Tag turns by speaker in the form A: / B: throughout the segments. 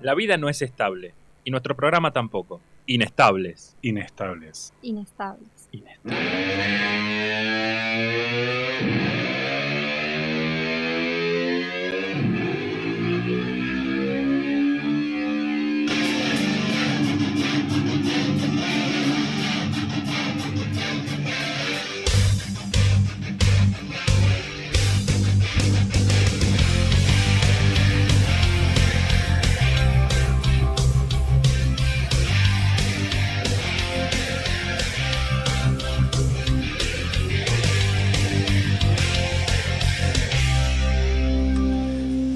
A: La vida no es estable. Y nuestro programa tampoco. Inestables.
B: Inestables.
C: Inestables.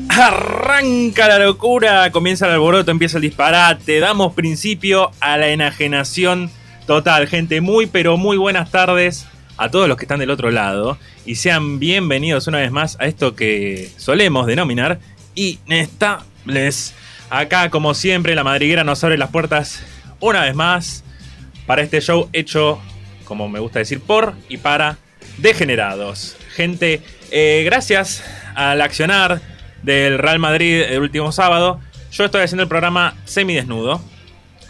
A: Arranca la locura, comienza el alboroto, empieza el disparate. Damos principio a la enajenación total. Gente, muy pero muy buenas tardes a todos los que están del otro lado. Y sean bienvenidos una vez más a esto que solemos denominar inestables. Acá, como siempre, la madriguera nos abre las puertas una vez más para este show hecho, como me gusta decir, por y para degenerados. Gente, eh, gracias al accionar del Real Madrid el último sábado, yo estoy haciendo el programa semidesnudo,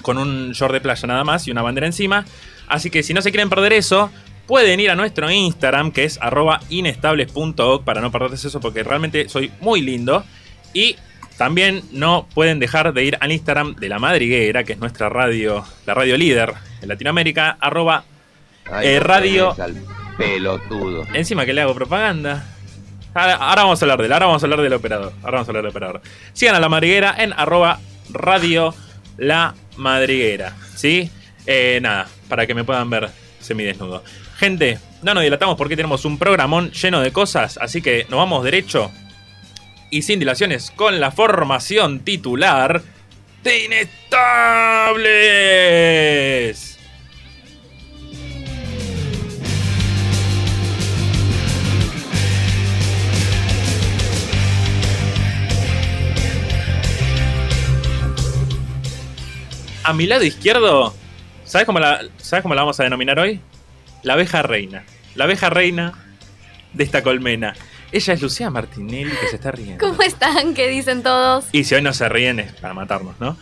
A: con un short de playa nada más y una bandera encima. Así que si no se quieren perder eso, pueden ir a nuestro Instagram, que es arroba inestables.org, para no perderse eso, porque realmente soy muy lindo. Y también no pueden dejar de ir al Instagram de La Madriguera, que es nuestra radio, la radio líder en Latinoamérica, arroba
D: Ay,
A: Eh,
D: no
A: radio-
D: tenés al pelotudo.
A: Encima que le hago propaganda. Ahora, ahora vamos a hablar de él, ahora vamos a hablar del operador. Ahora vamos a hablar del operador. Sigan a la madriguera en arroba radio la madriguera. ¿Sí? Eh, nada, para que me puedan ver semidesnudo. Gente, no nos dilatamos porque tenemos un programón lleno de cosas, así que nos vamos derecho y sin dilaciones con la formación titular de Inestables. a mi lado izquierdo, ¿sabes cómo, la, ¿sabes cómo la vamos a denominar hoy? La abeja reina. La abeja reina de esta colmena. Ella es Lucía Martinelli que se está riendo.
C: ¿Cómo están? ¿Qué dicen todos?
A: Y si hoy no se ríen es para matarnos, ¿no?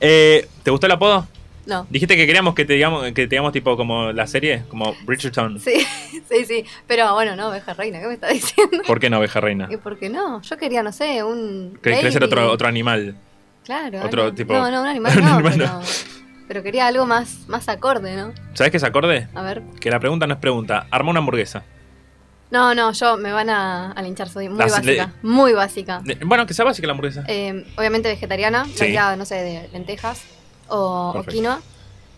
A: Eh, ¿Te gustó el apodo?
C: No.
A: Dijiste que queríamos que te digamos, que te digamos tipo como la serie, como Bridgerton.
C: Sí, sí, sí. Pero bueno, no, oveja reina, ¿qué me está diciendo?
A: ¿Por qué no abeja reina?
C: ¿Y por qué no? Yo quería, no sé, un.
A: ¿Querés querés ser
C: Eh, baby.
A: otro, otro animal?
C: Claro.
A: otro
C: algo-
A: tipo-
C: No, no, un animal
A: un
C: no.
A: animal
C: pero,
A: no.
C: pero quería algo más, más acorde, ¿no?
A: ¿Sabes qué se acorde?
C: A ver.
A: Que la pregunta no es pregunta. Arma una hamburguesa.
C: No, no, yo me van a, a linchar, soy muy
A: Las-
C: básica. Muy básica.
A: Eh, Bueno, que sea básica la hamburguesa.
C: Ah. Eh, obviamente vegetariana,
A: Sí.
C: variada, no sé, de lentejas o, o
A: Perfecto.
C: quinoa.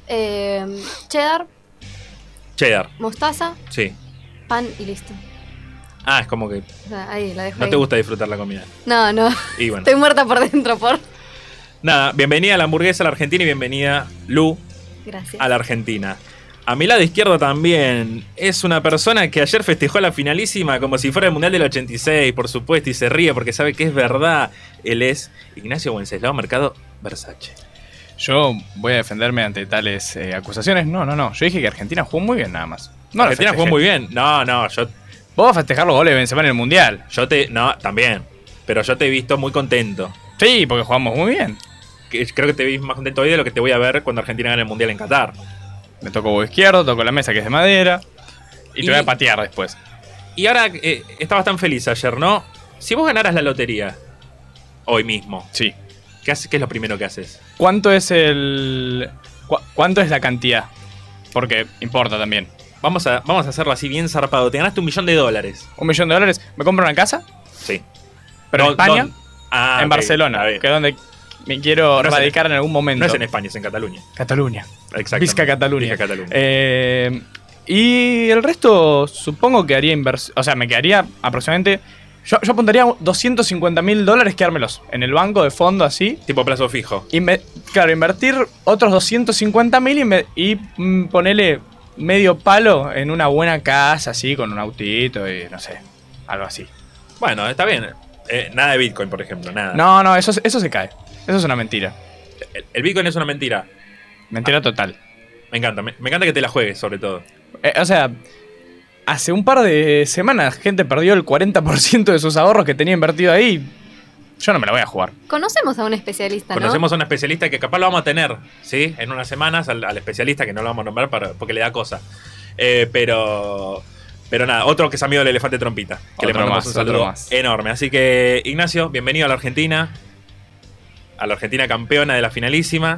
C: Eh, cheddar,
A: Cheddar,
C: mostaza,
A: sí.
C: pan y listo.
A: Ah, es como que
C: O sea, ahí la dejo.
A: no
C: ahí.
A: te gusta disfrutar la comida.
C: No, no.
A: Y bueno.
C: Estoy muerta por dentro, por.
A: Nada, bienvenida a la hamburguesa a la Argentina y bienvenida, Lu,
C: Gracias.
A: a la Argentina. A mi lado izquierdo también es una persona que ayer festejó la finalísima como si fuera el Mundial del 86, por supuesto, y se ríe porque sabe que es verdad. Él es Ignacio Wenceslao Mercado Versace.
E: Yo voy a defenderme ante tales eh, acusaciones. No, no, no. Yo dije que Argentina jugó muy bien nada más. No, la
A: Argentina
E: festejé.
A: jugó muy bien. No, no, yo,
E: Vos vas a festejar los goles de Benzema en el Mundial.
A: yo te... No, también. Pero yo te he visto muy contento.
E: Sí, porque jugamos muy bien.
A: Que- Creo que te vi más contento hoy de lo que te voy a ver cuando Argentina gane el Mundial en Qatar.
E: Me tocó bobo izquierdo, tocó la mesa que es de madera. Y,
A: Y-
E: te voy a patear después.
A: Y ahora eh, estabas tan feliz ayer, ¿no? Si vos ganaras la lotería hoy mismo,
E: Sí.
A: ¿Qué, haces- qué es lo primero que haces?
E: ¿Cuánto es el. cua- ¿Cuánto es la cantidad? Porque importa también.
A: Vamos a, vamos a hacerlo así bien zarpado. Te ganaste un millón de dólares.
E: ¿Un millón de dólares? ¿Me compro una casa?
A: Sí.
E: Pero en España,
A: ah,
E: en
A: ok.
E: Barcelona,
A: Está bien.
E: que es donde me quiero
A: No es en-
E: radicar en, algún momento.
A: No es en España, es en Cataluña.
E: Cataluña.
A: Exacto.
E: Vizca Cataluña.
A: Vizca Cataluña.
E: Eh, y el resto supongo que haría inversión. O sea, me quedaría aproximadamente. Yo, yo apuntaría 250 mil dólares, quedármelos en el banco de fondo así.
A: tipo plazo fijo.
E: Inve- claro, invertir otros 250 mil y, me- y mm, ponerle medio palo en una buena casa así, con un autito y no sé, algo así.
A: Bueno, está bien. Eh, nada de Bitcoin, por ejemplo. Nada.
E: No, no, eso, es- eso se cae. Eso es una mentira.
A: El, el Bitcoin es una mentira. Ah.
E: Mentira total.
A: Me encanta. Me, me encanta que te la juegues, sobre todo.
E: Eh, o sea, hace un par de semanas gente perdió el 40% de sus ahorros que tenía invertido ahí. Yo no me la voy a jugar.
C: Conocemos a un especialista, ¿no?
A: Conocemos a un especialista que capaz lo vamos a tener, ¿sí? En unas semanas al, al especialista que no lo vamos a nombrar para- porque le da cosa. Eh, pero. Pero nada, otro que es amigo del elefante trompita. Que le
E: Otro
A: mandamos
E: más,
A: un
E: otro
A: saludo
E: más.
A: enorme. Así que, Ignacio, bienvenido a la Argentina. A la Argentina campeona de la finalísima.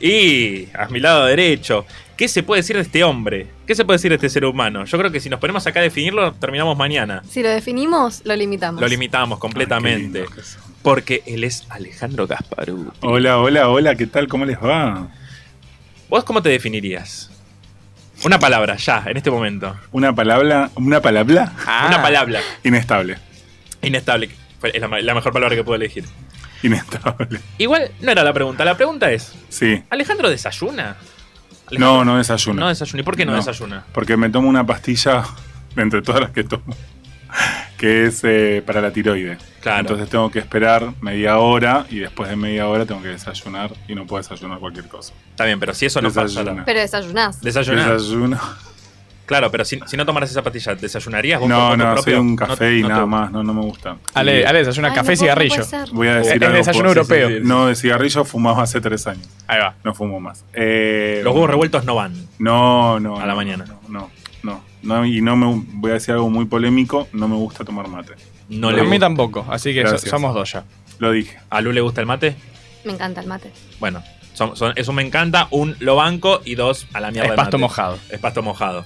A: Y a mi lado derecho, ¿qué se puede decir de este hombre? ¿Qué se puede decir de este ser humano? Yo creo que si nos ponemos acá a definirlo, terminamos mañana.
C: Si lo definimos, lo limitamos.
A: Lo limitamos completamente. porque él es Alejandro Gasparú.
B: Hola, hola, hola, ¿qué tal? ¿Cómo les va?
A: ¿Vos cómo te definirías? Una palabra, ya, en este momento.
B: Una palabra, una palabra
E: Ah,
A: Una palabra.
B: inestable.
A: Inestable. Fue- Es la, ma- la mejor palabra que puedo elegir.
B: Inestable.
A: Igual no era la pregunta. La pregunta es:
B: Sí.
A: ¿Alejandro desayuna?
B: No,
A: Alejandro
B: no desayuno.
A: no desayuna. ¿Y por qué no,
B: No.
A: desayuna?
B: Porque me tomo una pastilla entre todas las que tomo, que es eh, para la tiroide.
A: Claro.
B: Entonces tengo que esperar media hora y después de media hora tengo que desayunar y no puedo desayunar cualquier cosa.
A: Está bien, pero si eso no
B: Desayuna.
A: pasa.
C: Pero desayunás.
A: Desayunar.
B: Desayuno.
A: Claro, pero si, si no tomaras esa pastilla, ¿desayunarías vos
B: No,
A: por
B: no,
A: propio?
B: soy un café y
A: no te-
B: nada más, no, no me gusta.
E: Ale,
B: Y
E: Ale desayuna
C: Ay,
E: café
C: no
E: y
C: puedo- no
E: cigarrillo.
C: puede ser.
B: Voy a
E: Es-
B: decir
E: es
B: algo
E: desayuno
B: por- sí, sí,
E: europeo.
B: sí. No, de cigarrillo fumaba hace tres años.
E: Ahí va.
B: No fumo más. Eh,
A: Los huevos revueltos no van.
B: No, no.
A: A la
B: no, no,
A: mañana.
B: No, no, no. No, y no me voy a decir algo muy polémico, no me gusta tomar mate.
A: No le
E: a mí
A: gusta.
E: tampoco, así que so-
B: Gracias.
E: somos dos ya.
B: Lo dije.
A: ¿A Lu le gusta el mate?
C: Me encanta el mate.
A: Bueno, son- son- es un me encanta, un lo banco y dos a la mierda.
E: Es
A: de
E: pasto
A: mate.
E: mojado.
A: Es pasto mojado.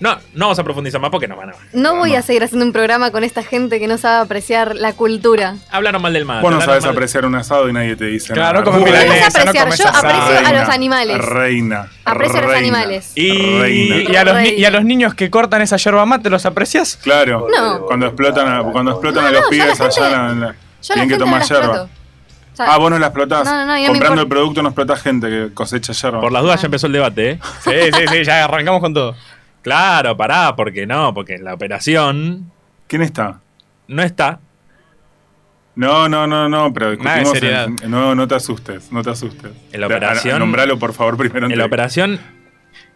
A: No, no vamos a profundizar más porque nos van a.
C: No voy a seguir haciendo un programa con esta gente que no sabe apreciar la cultura.
A: Hablaron mal del mate.
B: Vos no
A: hablaron
B: sabes
A: Ah, mal-
B: apreciar un asado y nadie te dice
E: Claro,
B: nada.
E: no comes
B: Uy,
C: milanesa,
E: milanesa, no
C: apreciar.
E: comes
C: Yo
E: asado.
C: aprecio a los animales.
B: Reina.
C: Aprecio a los
B: reina,
C: animales.
A: Y-
B: Reina.
E: Y a, los ni- y a los niños que cortan esa yerba mate, ¿los aprecias?
B: Claro.
C: No.
B: Cuando explotan a, cuando explotan
C: No,
B: a los
C: no, yo a la
B: pibes allá,
C: gente-
B: la- la-
C: Yo a la
B: tienen que
C: gente no
B: tomar
C: las
B: yerba.
C: trato. O sea,
B: Ah, vos no la explotás.
C: No, no, no, y a mí me importa.
B: Comprando el producto no explotás gente que cosecha yerba.
A: Por las dudas ya empezó el debate, ¿eh?
E: Sí, sí, sí, ya arrancamos con todo.
A: Claro, pará, porque no, porque la operación
B: ¿Quién está?
A: no está.
B: No, no, no, no, pero
E: Nada de
B: discutimos.
E: seriedad.
B: en- no, no te asustes, no te asustes.
A: En la
B: Te- a-
A: operación-
B: Nombralo, por favor, primero.
A: En
B: antes
A: la
B: de-
A: operación,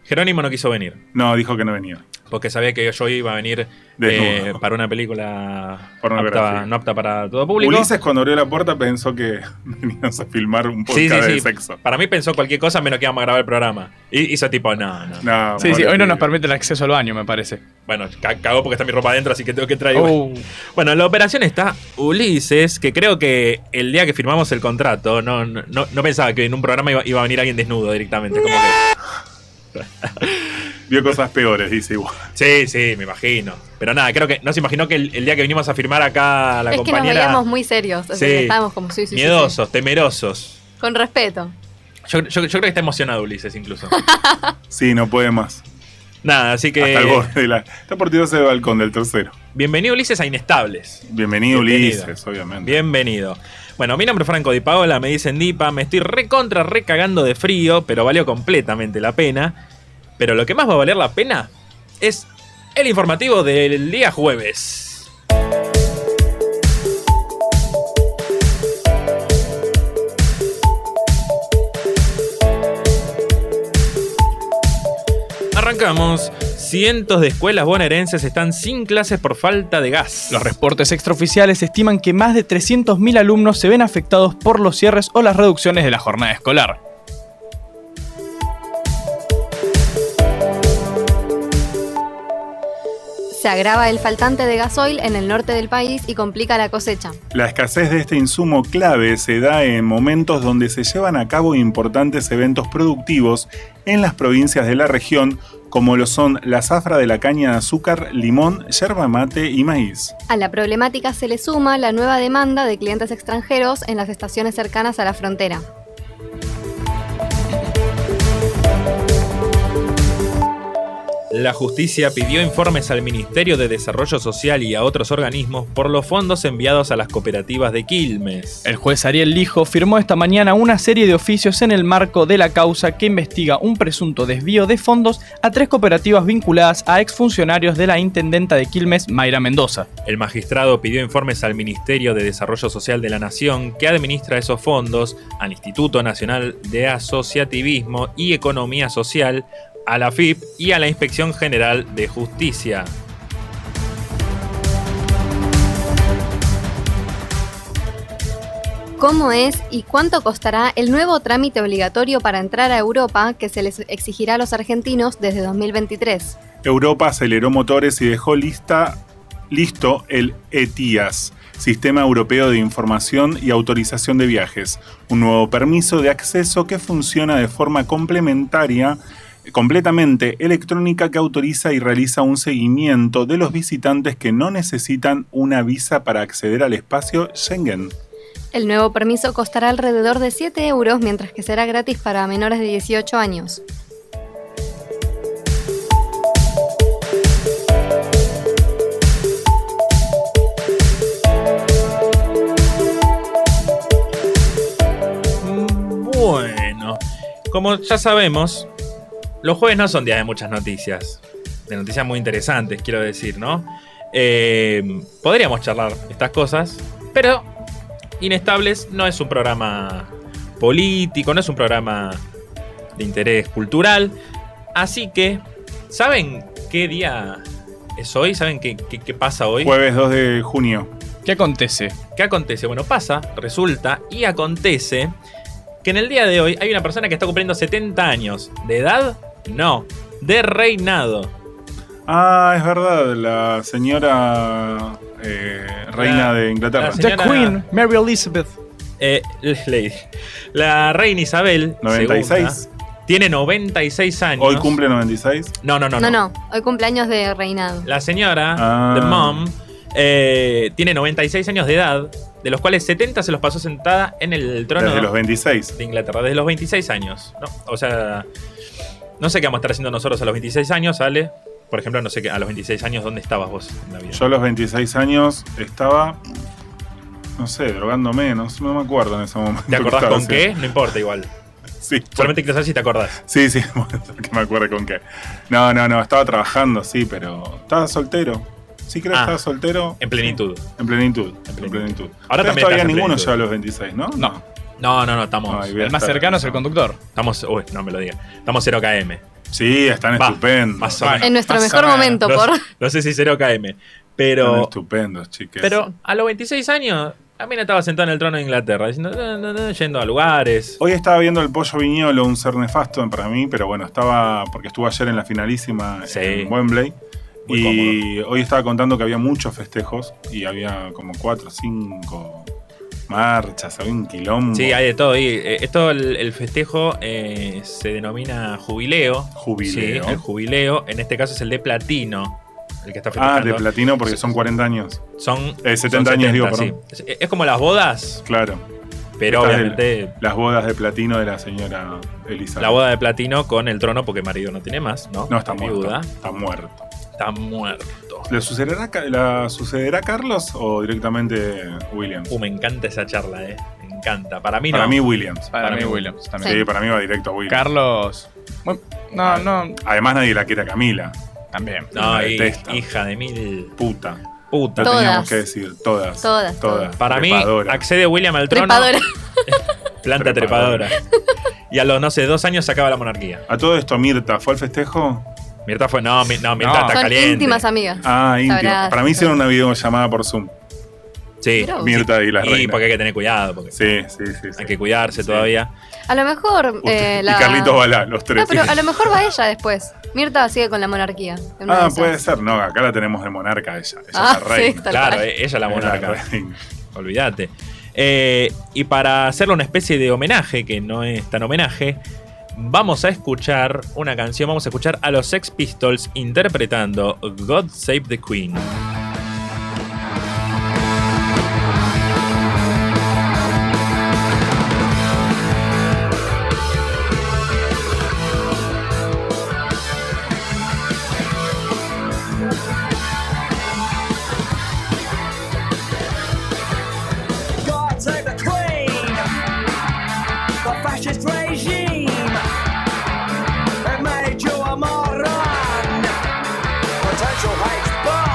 A: Jerónimo no quiso venir.
B: No, dijo que no venía.
A: Porque sabía que yo iba a venir
B: Desnudo.
A: eh, para una película
B: Pornográfica.
A: apta- no apta para todo público.
B: Ulises, cuando abrió la puerta, pensó que veníamos a filmar un
A: sí,
B: podcast
A: sí, sí.
B: de sexo.
A: Para mí pensó cualquier cosa menos que íbamos a grabar el programa. Y hizo tipo, no, no.
B: No, eh,
E: Sí, sí,
B: pobre
E: hoy no nos
B: pibe.
E: permite el acceso al baño, me parece.
A: Bueno, ca- cagó porque está mi ropa adentro, así que tengo que traer.
B: Oh,
A: igual.
E: Uh,
A: Bueno, en la operación está Ulises, que creo que el día que firmamos el contrato, no, no, no pensaba que en un programa iba, iba a venir alguien desnudo directamente. Como que,
B: Vio cosas peores, dice igual.
A: sí, sí, me imagino. Pero nada, creo que no se imaginó que el, el día que vinimos a firmar acá a la
C: es que nos
A: compañera.
C: veíamos muy serios. o sea,
A: Sí.
C: Estábamos como sí, sí, sí, sí.
A: miedosos, temerosos.
C: Con respeto.
A: Yo, yo- yo creo que está emocionado Ulises incluso.
B: Sí, no puede más.
A: nada, así que.
B: Hasta el borde de la. Está por tirarse del balcón del tercero.
A: Bienvenido Ulises a Inestables.
B: Bienvenido,
A: Bienvenido.
B: Ulises, obviamente.
A: Bienvenido. Bueno, mi nombre es Franco Di Paola, me dicen Dipa, me estoy recontra recagando de frío, pero valió completamente la pena. Pero lo que más va a valer la pena es el informativo del día jueves. Arrancamos. Cientos de escuelas bonaerenses están sin clases por falta de gas.
E: los reportes extraoficiales estiman que más de 300.000 alumnos se ven afectados por los cierres o las reducciones de la jornada escolar.
C: Se agrava el faltante de gasoil en el norte del país y complica la cosecha.
B: La escasez de este insumo clave se da en momentos donde se llevan a cabo importantes eventos productivos en las provincias de la región, como lo son la zafra de la caña de azúcar, limón, yerba mate y maíz.
C: A la problemática se le suma la nueva demanda de clientes extranjeros en las estaciones cercanas a la frontera.
A: La justicia pidió informes al Ministerio de Desarrollo Social y a otros organismos por los fondos enviados a las cooperativas de Quilmes.
E: El juez Ariel Lijo firmó esta mañana una serie de oficios en el marco de la causa que investiga un presunto desvío de fondos a tres cooperativas vinculadas a exfuncionarios de la intendenta de Quilmes, Mayra Mendoza.
A: El magistrado pidió informes al Ministerio de Desarrollo Social de la Nación, que administra esos fondos, al Instituto Nacional de Asociativismo y Economía Social, a la FIP y a la Inspección General de Justicia.
C: ¿Cómo es y cuánto costará el nuevo trámite obligatorio para entrar a Europa que se les exigirá a los argentinos desde 2023?
B: Europa aceleró motores y dejó lista, listo el E ETIAS, Sistema Europeo de Información y Autorización de Viajes, un nuevo permiso de acceso que funciona de forma complementaria completamente electrónica que autoriza y realiza un seguimiento de los visitantes que no necesitan una visa para acceder al espacio Schengen.
C: El nuevo permiso costará alrededor de 7 euros, mientras que será gratis para menores de 18 años.
A: Bueno, como ya sabemos, los jueves no son días de muchas noticias. De noticias muy interesantes, quiero decir, ¿no? Eh, podríamos charlar estas cosas, pero Inestables no es un programa político, no es un programa de interés cultural. Así que, ¿saben qué día es hoy? ¿Saben qué, qué- qué pasa hoy?
B: Jueves 2 de junio.
E: ¿Qué acontece?
A: ¿Qué acontece? Bueno, pasa, resulta y acontece que en el día de hoy hay una persona que está cumpliendo 70 años. ¿De edad? No. De reinado.
B: Ah, es verdad, la señora eh, reina
A: La-
B: de Inglaterra.
A: la señora-
E: The Queen, Mary Elizabeth.
A: Eh, Lady. La reina Isabel
B: 96.
A: segunda, tiene 96 años.
B: Hoy cumple 96.
A: No, no, no.
C: No,
A: no.
C: no, hoy cumpleaños de reinado.
A: La señora,
B: Ah.
A: the mom, eh, tiene 96 años de edad, de los cuales 70 se los pasó sentada en el trono
B: Desde los 26.
A: de Inglaterra, desde los 26 años. ¿no? O sea, no sé qué vamos a estar haciendo nosotros a los 26 años, Ale. Por ejemplo, no sé qué, a los 26 años, ¿dónde estabas vos en la vida?
B: Yo a los 26 años estaba, no sé, drogándome, no, sé, no me acuerdo en ese momento.
A: ¿Te acordás
B: estaba
A: con qué?
B: haciendo.
A: No importa igual.
B: Sí,
A: Solamente quiero saber si te acordás.
B: sí, sí, que me acuerdo con qué. No, no, no, estaba trabajando, sí, pero estaba soltero. Sí creo que
A: Ah.
B: estaba soltero.
A: En plenitud.
B: En plenitud, en
A: plenitud.
B: plenitud.
A: Ahora también
B: Ustedes todavía
A: estás en
B: ninguno
A: plenitud.
B: lleva a los 26, ¿no?
E: No.
A: No, no, no, estamos.
B: Ay, bien.
E: El más cercano es el conductor.
A: estamos. Uy, no me lo digas. Estamos 0 KM.
B: Sí, están
A: Va,
B: estupendos.
A: más o
B: Bueno,
A: menos.
C: En nuestro
B: más o
C: mejor
B: menos.
C: momento,
A: No,
C: por.
A: no sé si 0 KM.
B: Están
A: Pero.
B: estupendos, chicas.
A: Pero a los 26 años, a mí no estaba sentado en el trono de Inglaterra, diciendo, "No, no, no", yendo a lugares.
B: Hoy estaba viendo el pollo viñolo, un ser nefasto para mí, pero bueno, estaba. Porque estuvo ayer en la finalísima
A: Sí.
B: en Wembley.
A: Muy
B: y hoy estaba contando que había muchos festejos y había como cuatro, cinco marchas, había un quilombo.
A: Sí, hay de todo. Y, eh, esto, el, el festejo eh, se denomina jubileo.
B: Jubileo.
A: Sí, el jubileo. En este caso es el de platino, el que está
B: ah,
A: festejando.
B: de platino porque son 40 años.
A: son,
B: Eh, 70
A: son
B: años, digo,
A: sí.
B: perdón.
A: Es, es como las bodas,
B: Claro.
A: pero
B: Esta es
A: obviamente
B: Las bodas de platino de la señora Elizabeth.
A: la boda de platino con el trono porque marido no tiene más, ¿no?
B: No, está
A: Viuda.
B: muerto. Está muerto.
A: Está muerto.
B: ¿Le sucederá, Ca- ¿La sucederá Carlos o directamente Williams?
A: Uh, me encanta esa charla, eh. Me encanta. Para mí no.
B: para mí, Williams.
E: Para,
A: Para
E: mí,
A: mí.
E: Williams
B: Sí.
E: también.
B: para mí va directo a Williams.
E: Carlos. bueno, No, no.
B: Además, nadie la quiere a Camila.
E: También.
A: No,
B: La
A: hi-
B: detesta.
A: hija de mil
B: Puta.
A: puta.
B: La
C: Todas.
B: teníamos que decir. Todas.
C: Todas,
B: Todas.
A: Para mí,
B: Trepadora.
A: accede William al trono.
C: Trepadora.
A: Planta trepadora.
B: Trepadora.
A: Y a los, no sé, dos años se acaba la monarquía.
B: A todo esto, Mirta, ¿fue al festejo?
A: Mirta fue, no, mi- no Mirta
E: No.
A: está
C: Son
A: caliente.
C: íntimas amigas.
B: Ah, íntimo.
C: Sabrás.
B: Para mí hicieron una videollamada por Zoom.
A: Sí,
C: Mirá vos.
B: Mirta y las
A: y
B: reinas.
A: porque hay que tener cuidado, porque
B: Sí, sí, sí. sí.
A: hay que cuidarse
B: Sí.
A: todavía.
C: A lo mejor.
B: Usted-
C: eh, la...
B: Y Carlitos Balá, los tres.
C: No, pero a lo mejor va ella después. Mirta sigue con la monarquía. en una de
B: Ah,
C: esas.
B: puede ser. No, acá la tenemos de monarca ella. Ella
C: Ah,
B: es la
C: sí,
B: reina.
C: Tal
A: claro,
C: cual.
A: eh, ella la
B: Es
A: monarca,
B: reina.
A: olvídate. Eh, y para hacerle una especie de homenaje, que no es tan homenaje, vamos a escuchar una canción, vamos a escuchar a los Sex Pistols interpretando God Save the Queen.
F: God save the Queen, the fascist regime. It made you a moron, potential hate bomb.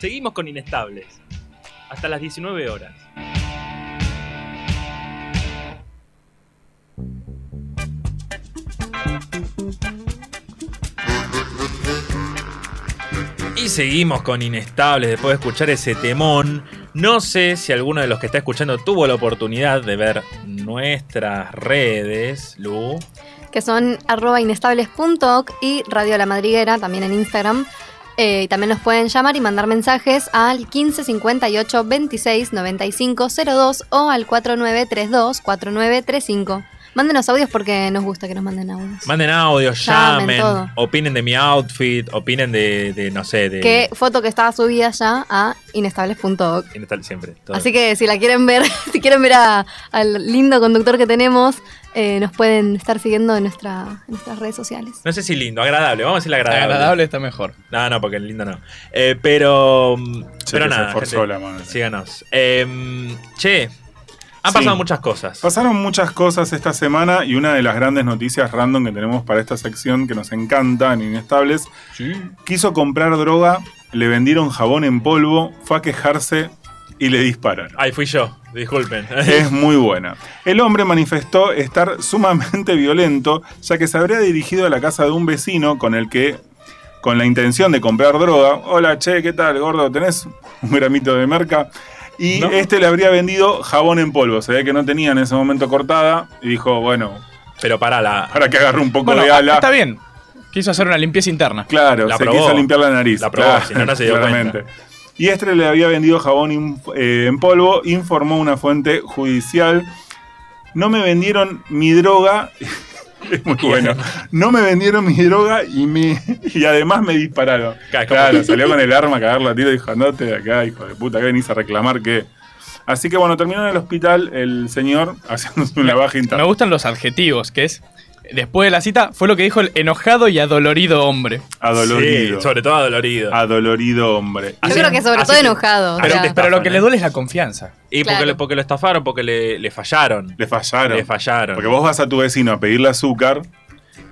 A: Seguimos con Inestables. Hasta las 19 horas. Y seguimos con Inestables después de escuchar ese temón. No sé si alguno de los que está escuchando tuvo la oportunidad de ver nuestras redes, Lu.
C: que son arroba inestables.org y Radio La Madriguera, también en Instagram. Eh, y también nos pueden llamar y mandar mensajes al 15 58 26 95 02 o al 4932 4935. Mándenos audios porque nos gusta que nos manden audios.
A: Manden audio,
C: Llamen,
A: llamen,
C: todo.
A: opinen de mi outfit, opinen de, de, no sé, de...
C: Que foto que estaba subida ya a inestables.org.
A: Inestables siempre. todo.
C: Así que si la quieren ver, si quieren ver a- al lindo conductor que tenemos, eh, nos pueden estar siguiendo en, nuestra, en nuestras redes sociales.
A: No sé si lindo, agradable, vamos a decir agradable.
E: Agradable está mejor.
A: No, no, porque lindo no. Eh, pero.
B: Se
A: pero
B: te
A: nada.
B: forzó
A: gente,
B: la mano.
A: Síganos. Eh, che, han
B: Sí.
A: pasado muchas cosas.
B: Pasaron muchas cosas esta semana y una de las grandes noticias random que tenemos para esta sección que nos encanta en Inestables. Quiso comprar droga, le vendieron jabón en polvo, fue a quejarse y le dispararon.
A: Ay, fui yo, disculpen.
B: Es muy buena. El hombre manifestó estar sumamente violento, ya que se habría dirigido a la casa de un vecino con el que, con la intención de comprar droga, hola, che, ¿qué tal, gordo? ¿Tenés un gramito de merca? Y
A: No.
B: este le habría vendido jabón en polvo. Se ve que no tenía en ese momento cortada y dijo, bueno,
A: pero para la.
B: ahora que agarre un poco
E: Bueno,
B: de ala.
E: está bien. Quiso hacer una limpieza interna.
B: Claro,
A: La
B: se
A: probó.
B: quiso limpiar la nariz.
A: La probó,
B: claro,
A: si no, no se dio
B: Y este le había vendido jabón inf- eh, en polvo, informó una fuente judicial. No me vendieron mi droga. es muy bueno. No me vendieron mi droga y me y además me dispararon.
A: Claro, es como-
B: Claro, salió con el arma a cagarla a tiro y dijo, andate de acá, hijo de puta, que venís a reclamar que. Así que bueno, terminó en el hospital el señor haciéndose una baja
E: Me
B: interna.
E: gustan los adjetivos, que es. Después de la cita, fue lo que dijo el enojado y adolorido hombre.
B: Adolorido.
A: Sí, sobre todo Ah, adolorido.
B: Adolorido hombre.
C: Yo
A: Así-
C: creo que sobre
A: así
C: todo
A: que-
C: enojado. o
A: así
C: sea.
A: que está-
E: Pero lo
A: Estafan,
E: que
A: ¿eh?
E: le duele es la confianza.
A: y porque,
C: claro.
A: le, porque lo estafaron, porque le, le fallaron.
B: Le fallaron.
A: Le fallaron.
B: Porque vos vas a tu vecino a pedirle azúcar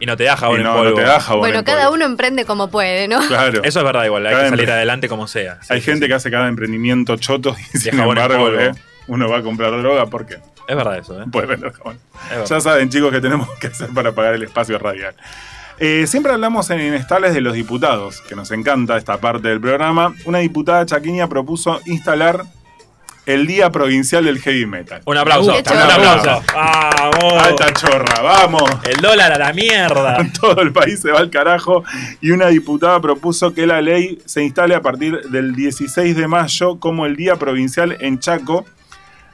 A: Y no te da jabón
B: y no,
A: en polvo.
B: no te da jabón.
C: Bueno,
B: Ah, en
C: cada
B: polvo.
C: uno emprende como puede, ¿no?
B: Claro.
A: Eso es verdad, igual. Hay
B: Cada
A: que salir
B: empre-
A: adelante como sea. Sí,
B: Hay
A: sí,
B: gente
A: sí.
B: que hace cada emprendimiento choto y sin
A: jabón en
B: embargo
A: polvo.
B: eh, uno va a comprar droga porque
A: Es verdad eso, ¿eh?
B: puede vender jabón.
A: Es verdad.
B: Ya saben, chicos, que tenemos que hacer para pagar el espacio radial. Eh, siempre hablamos en Inestables de los diputados, que nos encanta esta parte del programa. Una diputada chaquiña propuso instalar el Día Provincial del Heavy Metal.
A: Un aplauso.
C: Qué
A: Un
C: chorro.
A: aplauso. ¡Vamos!
B: ¡Alta chorra! ¡Vamos!
A: El dólar a la mierda.
B: todo el país se va al carajo y una diputada propuso que la ley se instale a partir del 16 de mayo como el día provincial en Chaco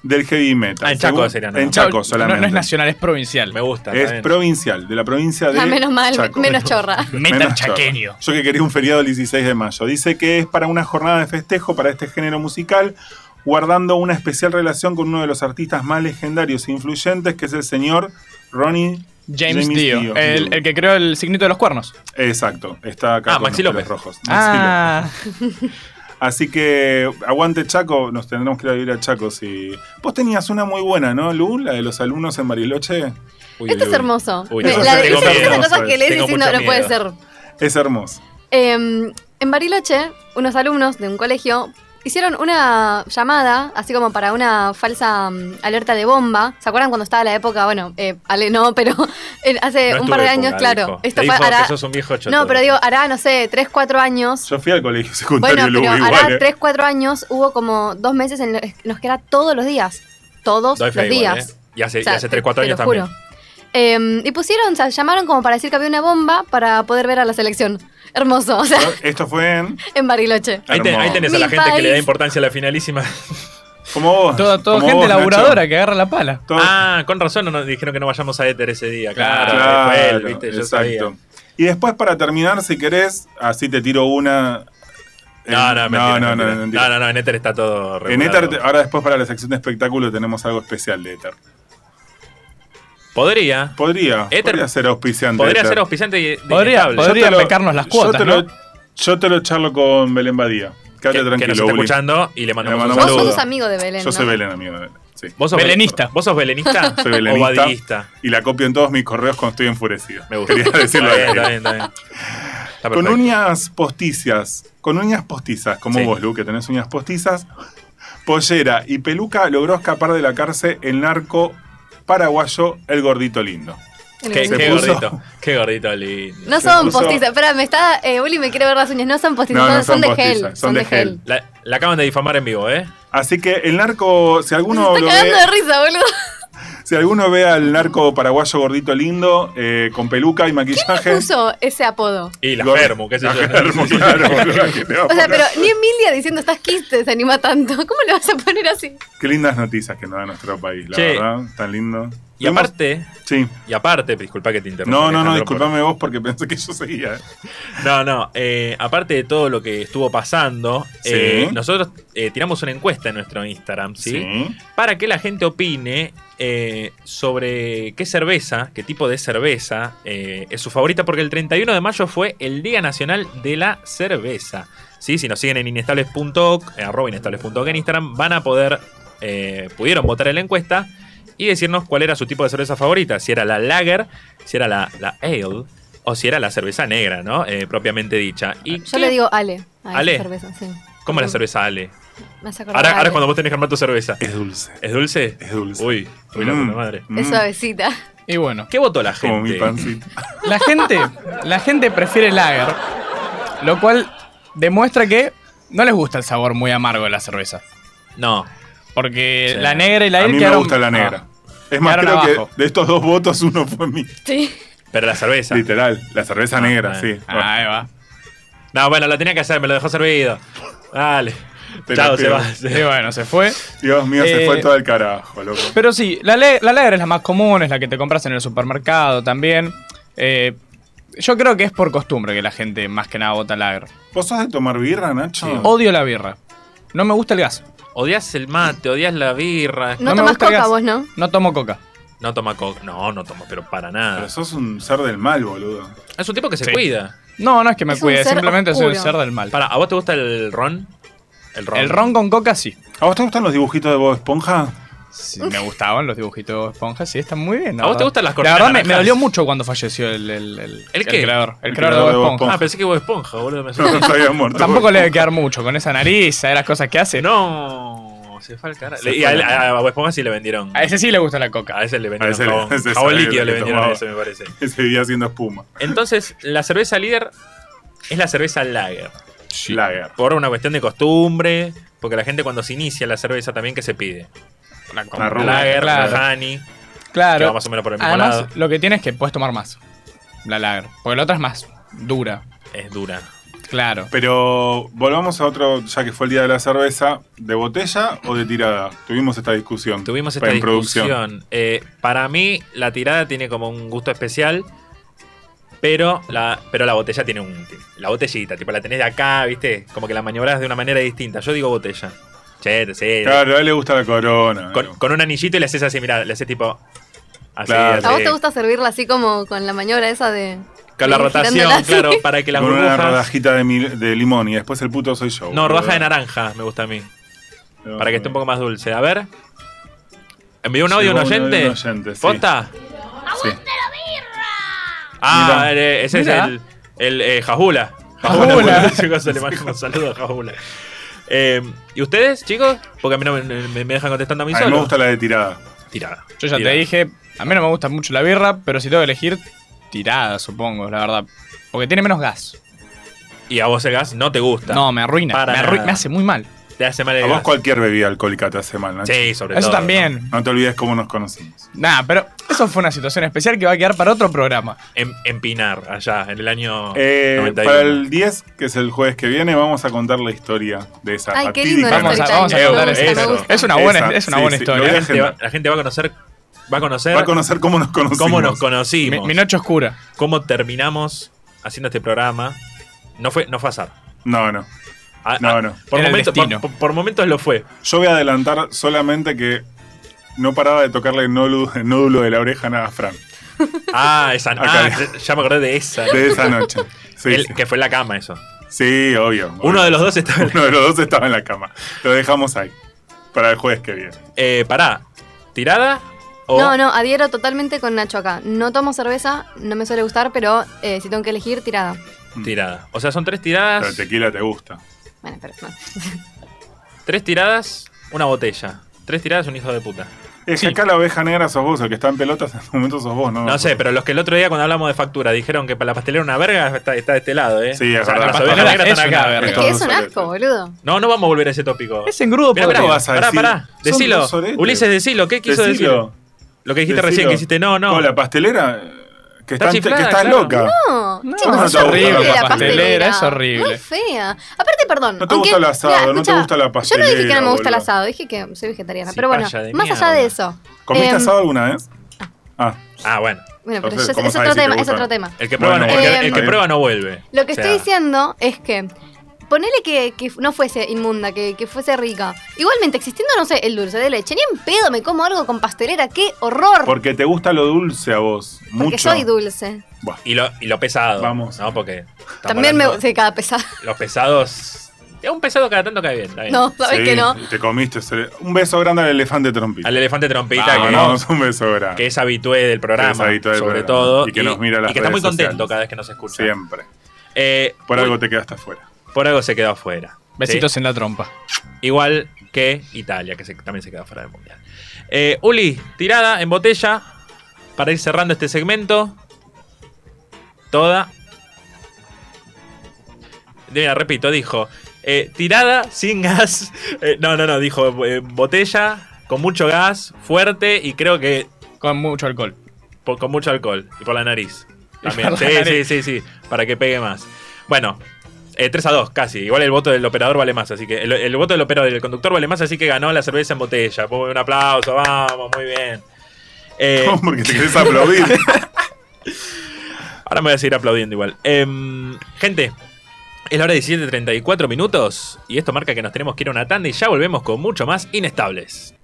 B: del heavy metal.
A: Ah, en Chaco
B: Según-
A: sería, ¿no?
B: En
E: No,
B: Chaco
E: no-
B: solamente.
E: No, es nacional, es provincial.
A: Me gusta. está
B: Es
A: bien.
B: provincial, de la provincia de
C: Ah, menos mal,
B: Chaco.
C: menos chorra.
E: Metal
B: Menos
E: chaqueño.
B: chorro. Yo que quería un feriado el 16 de mayo. Dice que es para una jornada de festejo para este género musical, guardando una especial relación con uno de los artistas más legendarios e influyentes, que es el señor Ronnie
E: James, Dio, El, el que creó el signito de los cuernos.
B: Exacto, está acá
A: Ah,
B: con
A: Maxi
B: los
A: López.
B: pelos rojos. Maxi
E: Ah,
B: López. Así que aguante Chaco, nos tendremos que ir a vivir a Chaco si. Vos tenías una muy buena, ¿no, Lu? La de los alumnos en Bariloche.
A: Uy, uy,
C: Esto es
A: uy.
C: hermoso.
A: Uy,
C: Me-
A: no,
C: la-
A: tengo
C: esas, esas
A: miedo.
C: cosas que lees
A: Tengo
C: diciendo,
A: mucho
C: no puede
A: miedo".
C: ser.
B: Es hermoso.
C: Eh, en Bariloche, unos alumnos de un colegio hicieron una llamada, así como para una falsa mm, alerta de bomba. ¿Se acuerdan cuando estaba la época? Bueno, eh, Ale no, pero eh, hace
A: No es
C: un
A: tu
C: par de
A: época,
C: años,
A: dijo.
C: claro.
A: Te
C: Esto fue
A: dijo
C: hará-
A: que sos un viejo choto.
C: No, pero digo, hará, no sé, 3, 4 años.
B: Yo fui al colegio secundario
C: Bueno,
B: Lu,
C: pero
B: igual.
C: hará
B: eh.
C: 3, 4 años hubo como dos meses en los- en los que era todos los días. Todos
A: Doy
C: los
A: fe igual,
C: días.
A: ¿eh? Y hace,
C: O sea,
A: 3, 4
C: te- te
A: años
C: lo
A: también.
C: juro. Eh, y pusieron, o sea, llamaron como para decir que había una bomba para poder ver a la selección. Hermoso, o sea,
B: Esto fue en.
C: en Bariloche.
A: Ahí, te- ahí
B: Hermoso.
A: tenés a la
C: Mi
A: gente que le da
C: país.
A: importancia a la finalísima.
B: Como vos.
E: toda toda
B: como
E: gente
B: vos, Nacho.
E: laburadora que agarra la pala.
B: Todo-
A: Ah, con razón no nos dijeron que no vayamos a Éter ese día. Claro,
B: Claro,
A: fue él, ¿viste? Yo sabía.
B: exacto. Y después, para terminar, si querés, así te tiro una.
A: No, no, mentira,
B: En- no, no,
A: mentira.
B: no, mentira.
A: no, no, en Éter está todo
B: En
A: regulado.
B: Ether, te- ahora después para la sección de espectáculo tenemos algo especial de Ether.
A: Podría.
B: Podría.
A: Éter-
B: podría ser auspiciante.
A: Podría
B: Éter.
A: ser auspiciante de de
E: Podría,
A: Inestables.
E: podría.
B: Yo te lo-
E: pecarnos las
B: yo
E: cuotas,
B: te
E: ¿no?
B: lo- Yo te lo charlo con Belén Badía.
A: que,
B: Quédate
A: que
B: tranquilo,
A: nos está
B: Uli.
A: escuchando y le mandamos,
B: Le
A: un
B: mandamos
C: Vos
A: saludo.
C: sos amigo de Belén.
B: Yo soy
C: ¿no?
B: Belén, amigo. de- Sí.
A: ¿Vos sos
E: Belenista.
A: bel- ¿Vos sos belenista?
B: Soy belenista.
A: ¿O badista?
B: Y la copio en todos mis correos cuando estoy enfurecido.
A: Me gusta.
B: Quería decirlo
A: Está bien,
B: al aire.
A: está bien, está bien. Está
B: Con
A: perfecto.
B: uñas postizas, con uñas postizas, como
A: Sí.
B: vos, Lu, que tenés uñas postizas, pollera y peluca logró escapar de la cárcel el narco paraguayo El Gordito Lindo.
C: El
A: Qué,
B: Se
C: Belén.
A: qué
B: puso-
A: gordito. Qué gordito lindo.
C: No
B: Se
C: son
B: puso-
C: postizas. Espera, me está. Eh, Uli me quiere ver las uñas. No son postizas,
B: No, no
C: son, son
B: son
C: de
B: postizas,
C: gel.
B: son de gel.
A: La, la acaban de difamar en vivo, ¿eh?
B: Así que el narco, si
C: Me
B: alguno,
C: está
B: lo
C: cagando
B: ve,
C: de risa, boludo.
B: si alguno ve al narco paraguayo gordito lindo, eh, con peluca y maquillaje. Ah,
C: Puso ese apodo.
A: Y la
B: Gor-
A: Fermu, qué sé
B: La
A: yo.
B: Fermu, claro, boludo, que te va a
C: O sea,
B: poner.
C: pero ni Emilia diciendo estás kiss te anima tanto. ¿Cómo le vas a poner así?
B: Qué lindas noticias que nos da nuestro país, la
A: Che.
B: verdad. Tan lindo.
A: Y aparte,
B: Sí.
A: y aparte, disculpa que te interrumpa.
B: No, no, no,
A: Alejandro, por-
B: disculpame vos porque pensé que yo seguía. ¿eh?
A: No, no. eh, aparte de todo lo que estuvo pasando,
B: Sí.
A: eh, nosotros eh, tiramos una encuesta en nuestro Instagram, ¿sí? Para que la gente opine eh, sobre qué cerveza, qué tipo de cerveza eh, es su favorita, porque el 31 de mayo fue el Día Nacional de la Cerveza. ¿sí? Si nos siguen en inestables.org, eh, arroba inestables.org en Instagram, van a poder, eh, pudieron votar en la encuesta y decirnos cuál era su tipo de cerveza favorita, si era la lager, si era la, la ale o si era la cerveza negra, ¿no? Eh, propiamente dicha. ¿Y
C: Yo
A: qué-
C: le digo Ale. a esa
A: Ale.
C: cerveza, sí. Mm,
A: ¿Cómo la cerveza Ale?
C: Me hace acordar
A: Ahora,
C: a
A: ahora
C: Ale.
A: es cuando vos tenés que armar tu cerveza.
B: Es dulce.
A: ¿Es dulce?
B: Es dulce.
A: Uy, uy, la
B: Mm.
A: puta madre.
B: Mm,
C: Es suavecita.
E: Y bueno,
A: ¿Qué votó la
B: Como mi
A: gente?
B: pancita.
E: la gente, la gente prefiere lager, lo cual demuestra que no les gusta el sabor muy amargo de la cerveza.
A: No.
E: Porque
A: Sí.
E: la negra y la
B: A
E: ale
B: mí me
E: quedaron-
B: gusta la
A: Ah.
B: negra. Es más, creo
E: Quedaron abajo.
B: que de estos dos votos uno fue mío.
C: Sí.
A: Pero la cerveza.
B: Literal, la cerveza
A: Ah,
B: negra,
A: bueno.
B: sí.
E: Ah, ahí va.
A: No, bueno, la tenía que hacer, me lo dejó servido. Dale.
B: Te la
A: Chao, se
B: pido.
A: va.
E: Y bueno, se fue.
B: Dios mío, se
E: Eh,
B: fue todo el carajo, loco.
E: Pero sí, la, le- la lager es la más común, es la que te compras en el supermercado también. Eh, yo creo que es por costumbre que la gente más que nada vota lager.
B: ¿Vos sos de tomar birra, Nacho?
E: Odio la birra. No me gusta el gas.
A: Odias el mate, odias la birra.
E: No
C: No,
E: me
C: tomás
E: gusta el
C: coca
E: gas.
C: vos, ¿no?
E: No tomo coca.
A: No toma coca. No, no toma, pero para
B: Pero
A: nada.
B: sos un ser del mal, boludo.
A: Es un tipo que se
E: Sí.
A: cuida.
E: No, no es que me
C: Es un
E: cuide,
C: ser
E: simplemente soy un
C: oscuro.
E: ser del mal.
A: Para, ¿a vos te gusta el ron? El ron.
E: El ron con coca sí.
B: ¿A vos te gustan los dibujitos de Bob Esponja?
E: Sí, me gustaban los dibujitos de esponja, sí, están muy bien. la
A: ¿A vos
E: verdad.
A: te gustan las
E: La
A: cortinas
E: verdad me, me
A: naranjas?
E: dolió mucho cuando falleció el, el,
A: ¿El qué?
E: creador. El,
B: El
E: creador de Bob Esponja.
A: Ah, pensé que vos esponja, boludo. Me
B: No,
A: asusté.
B: se había muerto.
E: Tampoco le debe quedar mucho con esa nariz, a las cosas que hace.
A: no, se fue al carajo.
B: Se
A: Y
B: fue
A: a, él-
B: al
A: a, a Bob Esponja sí le vendieron.
E: A ese sí le gusta la
A: A
E: coca.
A: ese le
B: A
A: vendieron
B: ese le-
A: jabón.
B: ese
A: Jabón
B: sabía
A: líquido
B: que
A: le vendieron
B: tomaba.
A: a ese, me parece.
B: Ese vivía haciendo espuma.
A: Entonces, la cerveza líder es la cerveza lager.
B: Lager.
A: Por una cuestión de costumbre, porque la gente cuando se inicia la cerveza también, ¿qué se pide?
E: La
B: La
E: coca.
B: rubia.
A: Lager,
E: claro.
A: la honey, que va
E: Claro.
A: más o menos por el mismo lado.
E: Además, lo que tiene es que puedes tomar más. La lager. Porque la otra es más dura.
A: Es dura.
E: Claro.
B: Pero volvamos a otro, ya que fue el día de la cerveza, ¿de botella o de tirada? Tuvimos esta discusión.
A: Tuvimos esta
B: en producción.
A: discusión. Eh, para mí, la tirada tiene como un gusto especial. Pero la, pero la botella tiene un. La botellita, tipo, la tenés de acá, ¿viste? Como que la maniobras de una manera distinta. Yo digo botella. Che, sí.
B: Claro, a él le gusta la corona.
A: Con, con un anillito y le haces así, mirá, le haces tipo. Así,
B: Claro.
A: así.
C: ¿A vos te gusta servirla así como con la maniobra esa de.
A: Con la
C: ir
A: rotación,
C: girándola así?
A: claro, para que las
B: con una
A: burbujas.
B: rodajita de, mil- de limón y después el puto soy yo.
A: No,
B: boludo.
A: rodaja de naranja me gusta a mí.
B: No,
A: Para que esté un poco más dulce. A ver. ¿Envió un
B: Llegó
A: audio un
B: un audio
A: oyente?
B: de un oyente, sí.
A: ¿Posta?
B: sí.
A: Ah,
B: Mirá.
A: eh, ese es
E: Mirá.
A: el, el eh, Jajula.
E: Jajula.
A: boludo, chicos, le mando un saludo a Jajula. Eh, ¿Y ustedes, chicos? Porque a mí no me, me- me dejan contestando a mí
B: A
A: solo.
B: mí me gusta la de tirada.
A: Tirada.
E: Yo ya
A: Tirada.
E: te dije, a mí no me gusta mucho la birra, pero si tengo que elegir, tirada, supongo, la verdad. Porque tiene menos gas.
A: Y a vos el gas no te gusta.
E: No, me arruina.
A: Para
E: me, arrui-
A: nada.
E: me hace muy mal.
A: Te hace mal el
B: A vos
A: gas.
B: cualquier bebida alcohólica te hace mal, ¿no?
A: Sí, sobre
E: Eso
A: todo.
E: también.
B: No te olvides cómo nos conocimos.
E: Nah, pero eso fue una situación especial que va a quedar para otro programa.
A: En, en Pinar, allá, en el año
B: Eh,
A: 91.
B: para el 10, que es el jueves que viene, vamos a contar la historia de esa
C: Ay, qué
B: fatídica
C: lindo
E: Vamos a,
B: noche.
C: storytelling.
E: vamos a
A: Eh,
E: contar
A: eso,
E: esa
A: eso.
E: historia. Es una buena,
B: Esa,
E: es una
B: sí,
E: buena
B: sí,
E: historia.
B: lo voy
A: la,
B: a
A: gente va,
B: agendar.
A: la gente va a conocer. Va a conocer,
B: Va a conocer cómo nos conocimos.
A: cómo nos
E: Mi,
A: conocimos.
E: mi noche oscura.
A: cómo terminamos haciendo este programa. No fue, no fue azar.
B: No, no,
A: A- a-
B: no, no.
A: Por,
E: Era el
A: momento-
E: destino.
A: por- por momentos lo fue.
B: Yo voy a adelantar solamente que no paraba de tocarle el nódulo, el nódulo de la oreja nada a Fran
A: Ah, esa.
B: Acá.
A: ah, ya me acordé de esa.
B: de esa noche. Sí,
A: El-
B: sí.
A: Que fue en la cama eso.
B: Sí, obvio. obvio.
A: Uno de los dos está.
B: Uno de los dos estaba en la cama. Lo dejamos ahí. Para el jueves que viene.
C: Ah.
A: Eh, pará. ¿Tirada? O...
C: No, no, adhiero totalmente con Nacho acá. No tomo cerveza, no me suele gustar, pero eh, si tengo que elegir, tirada.
A: Tirada. O sea, son tres
B: Pero el
A: tiradas.
B: tequila te gusta.
C: Bueno, pero bueno.
A: Tres tiradas, una botella. Tres tiradas, un hijo de puta.
B: Es Eh, que
A: Sí.
B: acá la oveja negra sos vos, el que está en pelotas en este momento sos vos, ¿no?
A: No sé, pero los que el otro día cuando hablamos de factura dijeron que para la pastelera una verga está, está de este lado, ¿eh?
B: Sí, es
A: o sea,
B: verdad.
A: las ovejas negras
E: Es
A: están
E: una
A: acá.
E: verga.
C: Es
B: Todos
C: que es un
B: soletes.
C: asco, boludo.
A: No, no vamos a volver a ese tópico.
E: Es engrudo
A: Mirá,
E: por
A: mirá,
B: ¿Cómo vas a
A: pará,
B: decir?
A: pará.
B: Son
A: Decilo.
B: dos oretes.
A: Ulises, decilo. ¿Qué quiso
B: Decilo.
A: decir? Lo que dijiste
B: Decilo.
A: recién, que hiciste no, no.
B: Con la pastelera, eh, que
A: Está
B: está,
A: chiflada,
B: que está
A: claro.
B: loca.
C: No,
B: no
C: chicos, es
B: te gusta
C: horrible
B: la
C: la
B: pastelera,
C: pastelera.
E: es horrible.
C: Muy fea. Aparte, perdón.
B: No te
C: aunque-
B: gusta el asado,
C: Mirá,
B: no te
C: escuchá,
B: gusta la
C: Yo no dije que no
B: pastelera,
C: me gusta el
B: boludo.
C: asado, dije que soy vegetariana.
A: Sí,
C: pero bueno,
A: paya de
C: más
A: mierda.
C: allá de eso.
B: ¿Comiste
C: Em,
B: asado alguna vez? Ah,
A: Ah, bueno.
C: Bueno, pero
B: Entonces,
C: yo-
B: ¿cómo
C: es
B: sabes
C: otro
B: si te
C: tema, es
B: gusta o no?
C: otro tema.
A: El que prueba,
B: Bueno,
A: no, el que-
C: eh,
A: el que
B: está bien.
A: prueba no vuelve.
C: Lo que
A: O sea,
C: estoy diciendo es que ponele que, que no fuese inmunda, que, que fuese rica. Igualmente, existiendo, no sé, el dulce de leche, ni en pedo me como algo con pastelera, qué horror.
B: Ah, porque te gusta lo dulce a vos. Mucho.
C: porque soy dulce.
B: Buah.
A: Y lo, y lo pesado.
B: Vamos.
A: ¿No? Porque. estamos
C: También me
A: hablando-
C: sí, cada pesada.
A: Los pesados. Es un pesado cada tanto cae bien. Está bien.
C: No, sabes
B: Sí,
C: que no.
B: y Te comiste. cere- Un beso grande al elefante trompita.
A: Al elefante trompita, que,
B: Vamos, un beso grande.
A: que es habitué del programa,
B: Que es habitué del
A: sobre
B: programa.
A: todo.
B: Y que nos mira las
A: y que está muy
B: redes
A: contento
B: sociales.
A: cada vez que nos escucha.
B: Siempre.
A: Eh,
B: Por
A: uy,
B: algo te quedaste afuera.
A: por algo se quedó afuera.
E: Besitos
A: ¿sí?
E: en la trompa.
A: Igual que Italia, que se- también se quedó afuera del mundial. Eh, Uli, tirada en botella. Para ir cerrando este segmento. Toda. Mira, repito, dijo. eh, tirada sin gas. Eh, no, no, no, dijo eh, botella con mucho gas, fuerte y creo que
E: Con mucho alcohol.
A: Por- con mucho alcohol y por la nariz.
E: Y
A: También.
E: por
A: Sí,
E: la
A: sí,
E: nariz.
A: sí, sí. Para que pegue más. Bueno, eh, 3 a 2, casi. Igual el voto del operador vale más, así que. El, el voto del operador y del conductor vale más, así que ganó la cerveza en botella. Ponme Un aplauso, vamos, muy bien. Eh,
B: ¿Cómo? Porque te querés aplaudir.
A: ahora me voy a seguir aplaudiendo igual. Em, gente. Es la hora 17.34 minutos y esto marca que nos tenemos que ir a una tanda y ya volvemos con mucho más inestables.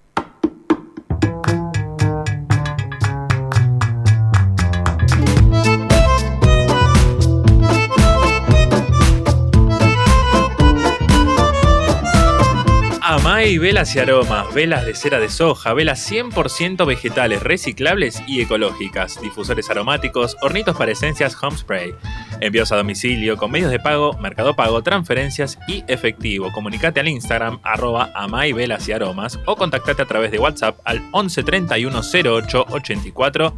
A: Amay Velas y Aromas, velas de cera de soja, velas 100% vegetales, reciclables y ecológicas, difusores aromáticos, hornitos para esencias home spray, envíos a domicilio con medios de pago, mercado pago, transferencias y efectivo. Comunicate al Instagram arroba Amay Velas y Aromas o contactate a través de WhatsApp al 11 31 08 84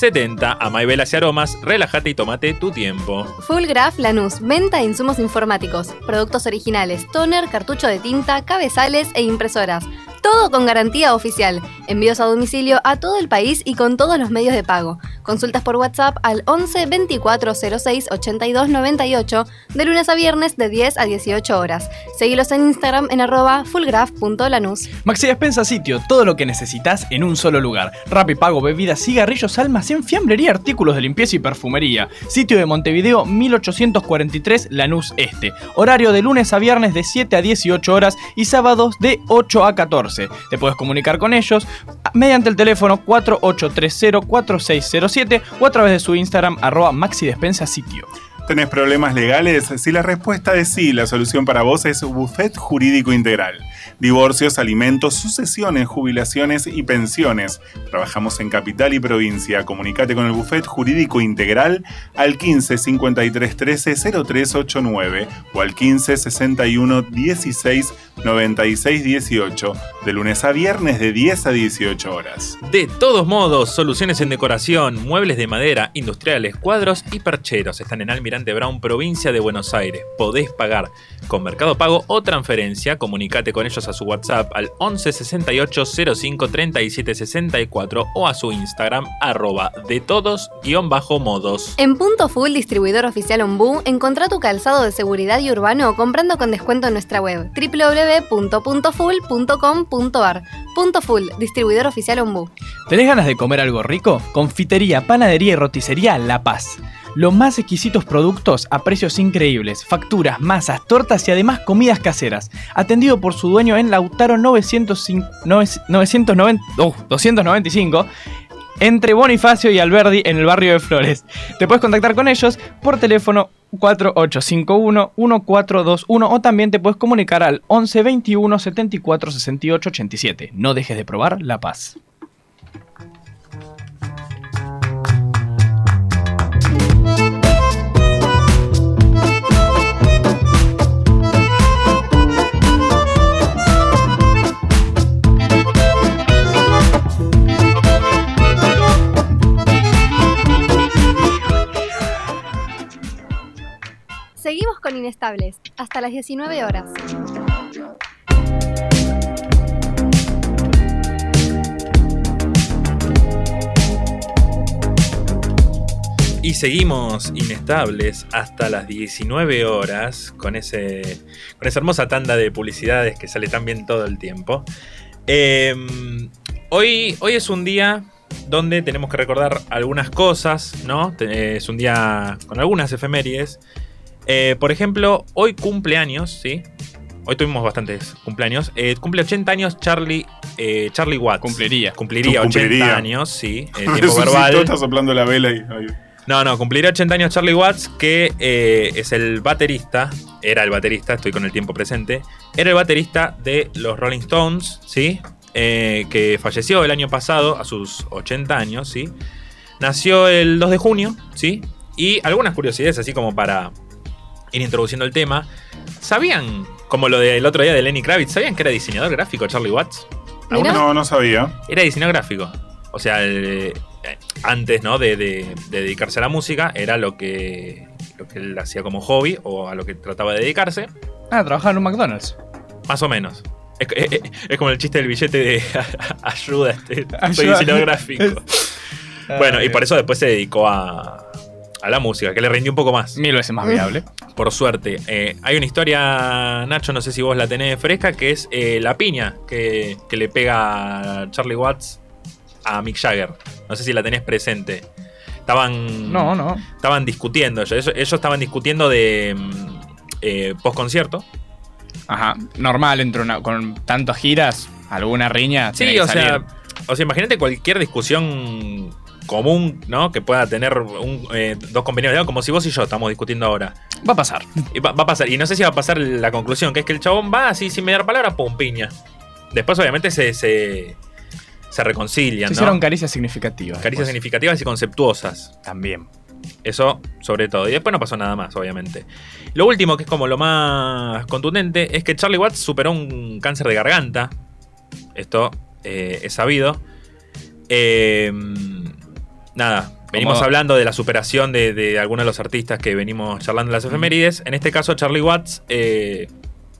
A: 70. Amay Velas y Aromas, relájate y tomate tu tiempo.
C: Full Graph Lanús, venta de insumos informáticos, productos originales, toner, cartucho de tinta, cabezales e impresoras. Todo con garantía oficial. Envíos a domicilio a todo el país y con todos los medios de pago. Consultas por WhatsApp al 11 24 06 82 98 de lunes a viernes de 10 a 18 horas. Seguilos en Instagram en arroba fullgraph.lanús.
E: Maxi Despensa Sitio, todo lo que necesitas en un solo lugar. Rappi Pago, bebidas, cigarrillos, almacén, fiambrería, artículos de limpieza y perfumería. Sitio de Montevideo 1843 Lanús Este. Horario de lunes a viernes de 7 a 18 horas y sábados de 8 a 14. Te puedes comunicar con ellos mediante el teléfono 4830-4607 o a través de su Instagram arroba Maxi Despensa Sitio.
B: ¿Tenés problemas legales? Si la respuesta es sí, la solución para vos es Buffet Jurídico Integral. Divorcios, alimentos, sucesiones, jubilaciones y pensiones. Trabajamos en capital y provincia. Comunicate con el Buffet Jurídico Integral al 15 53 13 0389 o al 15 61 16 96 18 de lunes a viernes de 10 a 18 horas.
A: De todos modos, soluciones en decoración, muebles de madera, industriales, cuadros y percheros están en Almirante Brown, provincia de Buenos Aires. Podés pagar con Mercado Pago o transferencia. Comunicate con ellos a su WhatsApp al 11 68 05 37 64 o a su Instagram arroba de todos guión bajo modos.
C: En Punto Full, distribuidor oficial Ombú, encontrá tu calzado de seguridad y urbano comprando con descuento en nuestra web www.puntofull.com.ar. Punto Full, distribuidor oficial Ombú.
E: ¿Tenés ganas de comer algo rico? Confitería, panadería y roticería La Paz. Los más exquisitos productos a precios increíbles, facturas, masas, tortas y además comidas caseras. Atendido por su dueño en Lautaro 905 nove- 990 uh, 295 entre Bonifacio y Alberdi en el barrio de Flores. Te puedes contactar con ellos por teléfono 4851-1421 o también te puedes comunicar al 11 21 74 68 87. No dejes de probar La Paz.
C: Seguimos con Inestables hasta las 19 horas.
A: Ah, Y seguimos inestables hasta las 19 horas con, ese, con esa hermosa tanda de publicidades que sale tan bien todo el tiempo. Eh, hoy, hoy es un día donde tenemos que recordar algunas cosas, ¿no? Te- Es un día con algunas efemérides. Eh, por ejemplo, hoy cumple años, ¿sí? Hoy tuvimos bastantes cumpleaños. Eh, cumple 80 años Charlie, eh, Charlie Watts.
E: Cumpliría.
A: Cumpliría 80
B: Cumpliría.
A: años, sí. eh, tiempo
B: Resucitó,
A: verbal.
B: está soplando la vela y. ahí.
A: No, no, cumplirá 80 años Charlie Watts, que eh, es el baterista, era el baterista, estoy con el tiempo presente, era el baterista de los Rolling Stones, ¿sí? Eh, que falleció el año pasado a sus 80 años, ¿sí? Nació el 2 de junio, ¿sí? Y algunas curiosidades, así como para ir introduciendo el tema. ¿Sabían, como lo del otro día de Lenny Kravitz, ¿sabían que era diseñador gráfico Charlie Watts?
C: Mirá.
A: ¿Alguna-
B: No, no sabía.
A: era diseño gráfico. O sea, el- eh, antes ¿no? de, de- de dedicarse a la música, era lo que, lo que él hacía como hobby o a lo que trataba de dedicarse,
E: Ah, trabajaba en un McDonald's.
A: más o menos. Es, es- es como el chiste del billete de ayuda, este, soy
E: Ayuda.
A: diseñador gráfico. bueno,
E: Eh,
A: y por eso después se dedicó a, a la música, que le rindió un poco más.
E: Mil veces más viable.
A: Por suerte, Eh, hay una historia, Nacho, no sé si vos la tenés fresca, que es eh, la piña que, que le pega Charlie Watts a Mick Jagger. No sé si la tenés presente. Estaban,
E: No, no.
A: estaban discutiendo, ellos, ellos- ellos estaban discutiendo de mm, eh, post-concierto.
E: Ajá. Normal, entre una, con tantas giras, alguna riña. tiene
A: Sí,
E: que
A: o
E: salir.
A: sea, Eh, o sea, imagínate cualquier discusión común, ¿no? Que pueda tener un, eh, dos compañeros de edad, como si vos y yo estamos discutiendo ahora.
E: Va a pasar.
A: Y va, va a pasar, y no sé si va a pasar la conclusión, que es que el chabón va así sin mediar palabra, pum, piña. Después, obviamente, se, se, se reconcilian,
E: Se
A: ¿no?
E: hicieron caricias significativas.
A: Caricias
E: después.
A: significativas y conceptuosas.
E: También.
A: Eso, sobre todo. Y después no pasó nada más, obviamente. Lo último, que es como lo más contundente, es que Charlie Watts superó un cáncer de garganta. Esto eh, es sabido. Eh, nada, venimos
E: Como-
A: hablando de la superación de, de algunos de los artistas que venimos charlando en las efemérides. En este caso, Charlie Watts eh,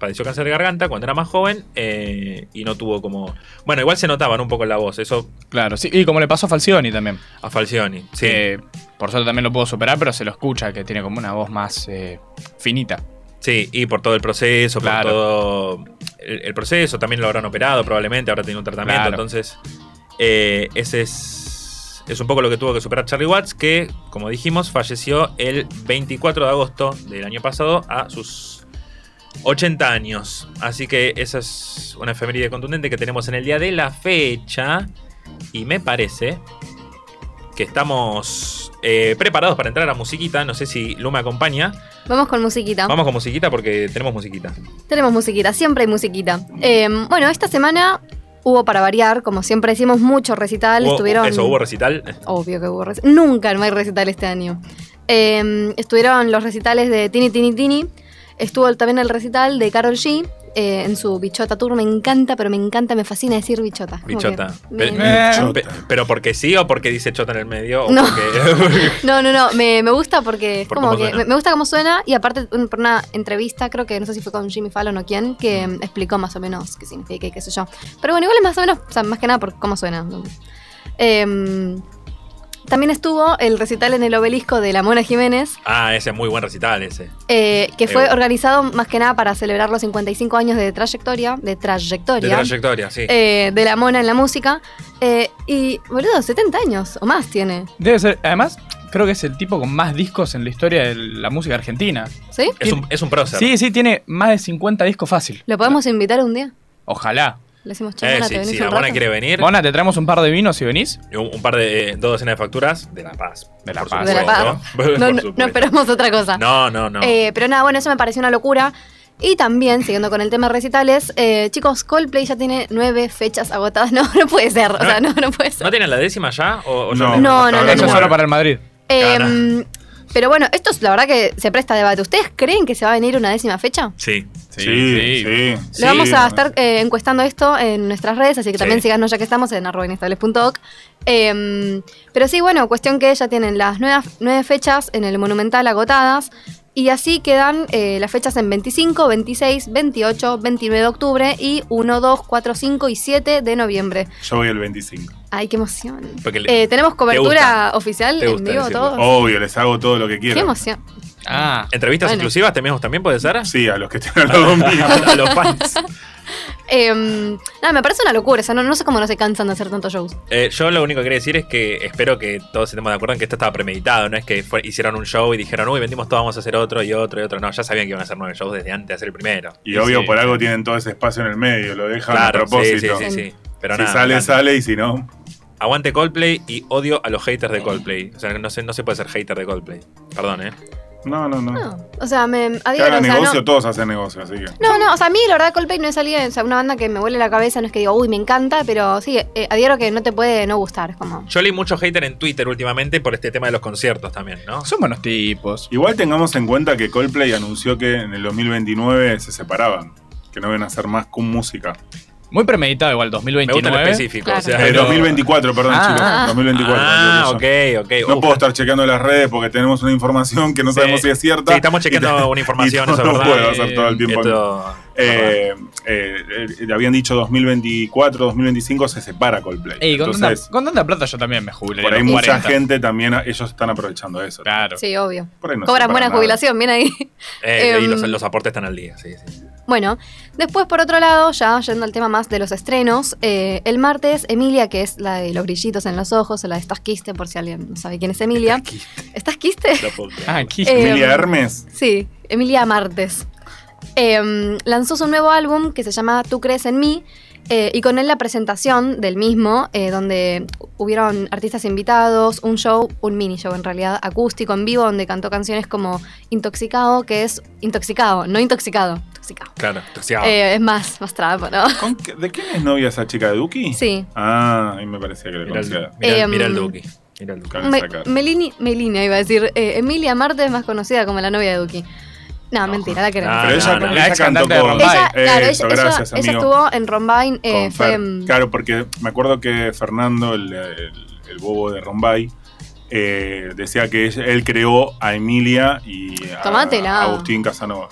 A: padeció cáncer de garganta cuando era más joven eh, y no tuvo como. Bueno, igual se notaban un poco en la voz, eso
E: Claro, sí. Y como le pasó a Falcioni también.
A: a Falcioni. Sí.
E: Que por suerte también lo puedo superar, pero se lo escucha, que tiene como una voz más eh, finita.
A: Sí, y por todo el proceso,
E: Claro.
A: por todo el, el proceso, también lo habrán operado probablemente, habrá tenido un tratamiento,
E: Claro.
A: entonces eh, ese es, es un poco lo que tuvo que superar Charlie Watts, que como dijimos falleció el 24 de agosto del año pasado a sus 80 años. Así que esa es una efeméride contundente que tenemos en el día de la fecha y me parece que estamos eh, preparados para entrar a musiquita, no sé si Lu me acompaña.
C: Vamos con musiquita.
A: Vamos con musiquita porque tenemos musiquita.
C: Tenemos musiquita, siempre hay musiquita. Eh, bueno, esta semana hubo para variar, como siempre decimos, mucho recital.
A: Hubo-
C: estuvieron.
A: Eso, hubo recital. eh,
C: Obvio que hubo recital. Nunca no hay recital este año. Eh, estuvieron los recitales de Tini Tini Tini. Estuvo también el recital de Carol G. eh, en su Bichota Tour. Me encanta, pero me encanta, me fascina decir Bichota. Como que
A: Bichota.
C: me-
A: Pero-
E: Eh.
B: Chota.
A: Pe- pero porque sí o porque dice chota en el medio. o
C: No.
A: porque-
C: No, no, no, me, me gusta porque es
A: Por
C: como
A: cómo
C: que
A: suena.
C: me, me gusta cómo suena y aparte un- por una entrevista, creo que no sé si fue con Jimmy Fallon o quién, que mm, explicó más o menos qué significa y qué sé yo. Pero bueno, igual es más o menos, o sea, más que nada por cómo suena. Em, también estuvo el recital en el obelisco de la Mona Jiménez,
A: ah, ese es muy buen recital ese.
C: eh, que fue
A: Eh,
C: organizado más que nada para celebrar los 55 años de trayectoria, de
A: De
C: trayectoria.
A: trayectoria, sí.
C: eh, de la mona en la música. eh, y, boludo, 70 años o más tiene.
E: Debe ser, además, creo que es el tipo con más discos en la historia de la música argentina.
C: ¿Sí?
A: es, un, es un prócer.
E: Sí, sí, tiene más de 50 discos fácil.
C: ¿Lo podemos invitar un día?
E: Ojalá.
C: Le decimos, che,
A: Eh,
C: Mona,
A: sí,
C: ¿te venís
A: sí,
C: un
A: la Mona
C: rato?
A: quiere venir.
E: Mona, te traemos un par de vinos si venís.
A: Un, un par de eh, dos docenas de facturas de La Paz.
E: De La
A: por
E: Paz.
C: De la
A: supuesto.
C: paz.
A: Por
C: No, no,
A: supuesto.
C: no esperamos otra cosa.
A: No, no, no.
C: Eh, pero nada, bueno, eso me pareció una locura. Y también, siguiendo con el tema de recitales, eh, chicos, Coldplay ya tiene nueve fechas agotadas. No, no puede ser. O sea, no, no puede ser.
A: ¿No tienen la décima ya? ¿O, o ya
B: No.
A: tienen?
C: No,
A: Hasta
C: no,
A: ahora
E: Eso
C: no,
E: solo para el Madrid.
C: Eh,
A: Cara.
C: pero bueno, esto es la verdad que se presta a debate. ¿Ustedes creen que se va a venir una décima fecha?
A: Sí.
B: Sí, sí.
C: Lo vamos a estar eh, encuestando esto en nuestras redes, así que también
A: Sí.
C: síganos ya que estamos en arroba inestables.org. Em, pero sí, bueno, cuestión que ya tienen las nuevas, nueve fechas en el Monumental agotadas. Y así quedan eh, las fechas en 25, 26, 28, 29 de octubre y 1, 2, 4, 5 y 7 de noviembre.
B: Yo voy el 25.
C: ¡Ay, qué emoción!
A: Porque le-
C: Eh, ¿Tenemos cobertura oficial
A: Te
C: en
A: gusta
C: vivo
A: decirlo.
C: todos?
B: Obvio, les hago todo lo que
C: Pues. ¡Qué
B: quieran.
C: emoción!
E: Ah.
A: ¿Entrevistas
C: Bueno.
A: exclusivas también, también puede ser?
B: Sí, a los que estén al lado mío.
A: a los fans.
C: Em, nada, me parece una locura. O sea, no, no sé cómo no se cansan de hacer tantos shows.
A: Eh, yo lo único que quería decir es que espero que todos estemos de acuerdo en que esto estaba premeditado, no es que fue- hicieron un show y dijeron, uy, vendimos todo, vamos a hacer otro y otro y otro. No, ya sabían que iban a hacer nueve shows desde antes de hacer el primero.
B: Y obvio,
E: sí.
B: por algo tienen todo ese espacio en el medio, lo dejan a
A: Claro, sí, sí,
B: propósito.
A: sí, sí. Pero
B: si
A: nada,
B: sale,
A: nada.
B: sale, y si no.
A: Aguante Coldplay y odio a los haters de Coldplay. O sea, no se, no se puede ser hater de Coldplay. Perdón, ¿eh?
B: No, no, no.
C: No, o sea, me
B: que
C: adhiero.
B: haga
C: o sea,
B: negocio,
C: no-
B: todos hacen negocio, así que.
C: No, no, o sea, a mí la verdad Coldplay no es alguien, o sea, una banda que me huele la cabeza, no es que digo, uy, me encanta, pero sí, eh, adhiero que no te puede no gustar, es como...
A: Yo leí muchos haters en Twitter últimamente por este tema de los conciertos también, ¿no?
E: Son buenos tipos.
B: Igual tengamos en cuenta que Coldplay anunció que en el 2029 se separaban, que no iban a hacer más con música.
E: Muy premeditado igual,
A: Me gusta
E: 2029.
A: lo específico.
C: Claro.
A: O sea,
B: Eh,
A: pero-
B: 2024, perdón,
E: Ah,
B: chicos.
E: ah.
B: 2024.
A: Ah,
B: digo yo.
A: ok, ok.
B: No
A: Uf,
B: puedo estar chequeando las redes porque tenemos una información que no
A: Sí.
B: sabemos si es cierta.
A: Sí, estamos chequeando
B: Y te-
A: una información,
B: y
A: eso es
B: no
A: verdad.
B: puedo hacer todo el tiempo.
A: esto-
B: Eh, eh, eh, habían dicho 2024, 2025 se separa Coldplay.
E: Ey, con, tanta-
B: Entonces,
E: con tanta plata yo también me jubilaría.
B: por ahí
E: a los
B: mucha
E: 40.
B: gente también, ellos están aprovechando eso.
E: Claro.
C: Sí, obvio.
B: Por ahí no
C: Cobran
B: separan
C: buena
B: nada.
C: jubilación, bien ahí.
A: Eh, y
C: Em,
A: los, los aportes están al día, sí, sí.
C: Bueno, después por otro lado, ya yendo al tema más de los estrenos, eh, el martes Emilia, que es la de los brillitos en los ojos, o la de Estás Quiste, por si alguien no sabe quién es Emilia. ¿Estás Quiste?
A: No puedo creer.
E: Ah, aquí.
C: Eh,
B: Emilia Hermes.
C: Sí, Emilia Martes. Em, lanzó su nuevo álbum que se llama Tú crees en mí eh, y con él la presentación del mismo, eh, donde hubieron artistas invitados, un show, un mini show en realidad, acústico en vivo, donde cantó canciones como Intoxicado, que es intoxicado, no intoxicado, intoxicado.
A: Claro, entusiasmado.
C: Eh, es más, más trapo, ¿no?
B: ¿Con qué- ¿De quién es novia esa chica de Duki?
C: Sí.
B: Ah, y me parecía que le
A: Mira
B: conocía.
A: el, mira, el-
C: Em,
A: mira el Duki. Mira el Duki.
B: Claro.
C: Me-
B: sacar.
C: Melini, Melina iba a decir, eh, Emilia Martes, más conocida como la novia de Duki. No, mentira, la queremos.
A: Ah,
B: Pero ella,
A: no, no.
B: ella
E: La ex
B: cantó
E: cantante de
B: con.
E: Rombay.
C: Ella, claro,
B: Eso,
C: ella, ella-
B: gracias,
C: ella
B: amigo.
C: estuvo en Rombay, eh,
B: con
C: fue
B: Fer.
C: mm,
B: Claro, porque me acuerdo que Fernando, el, el- el bobo de Rombay, eh, decía que ella- él creó a Emilia y a,
C: Tomátela.
B: a Agustín Casanova.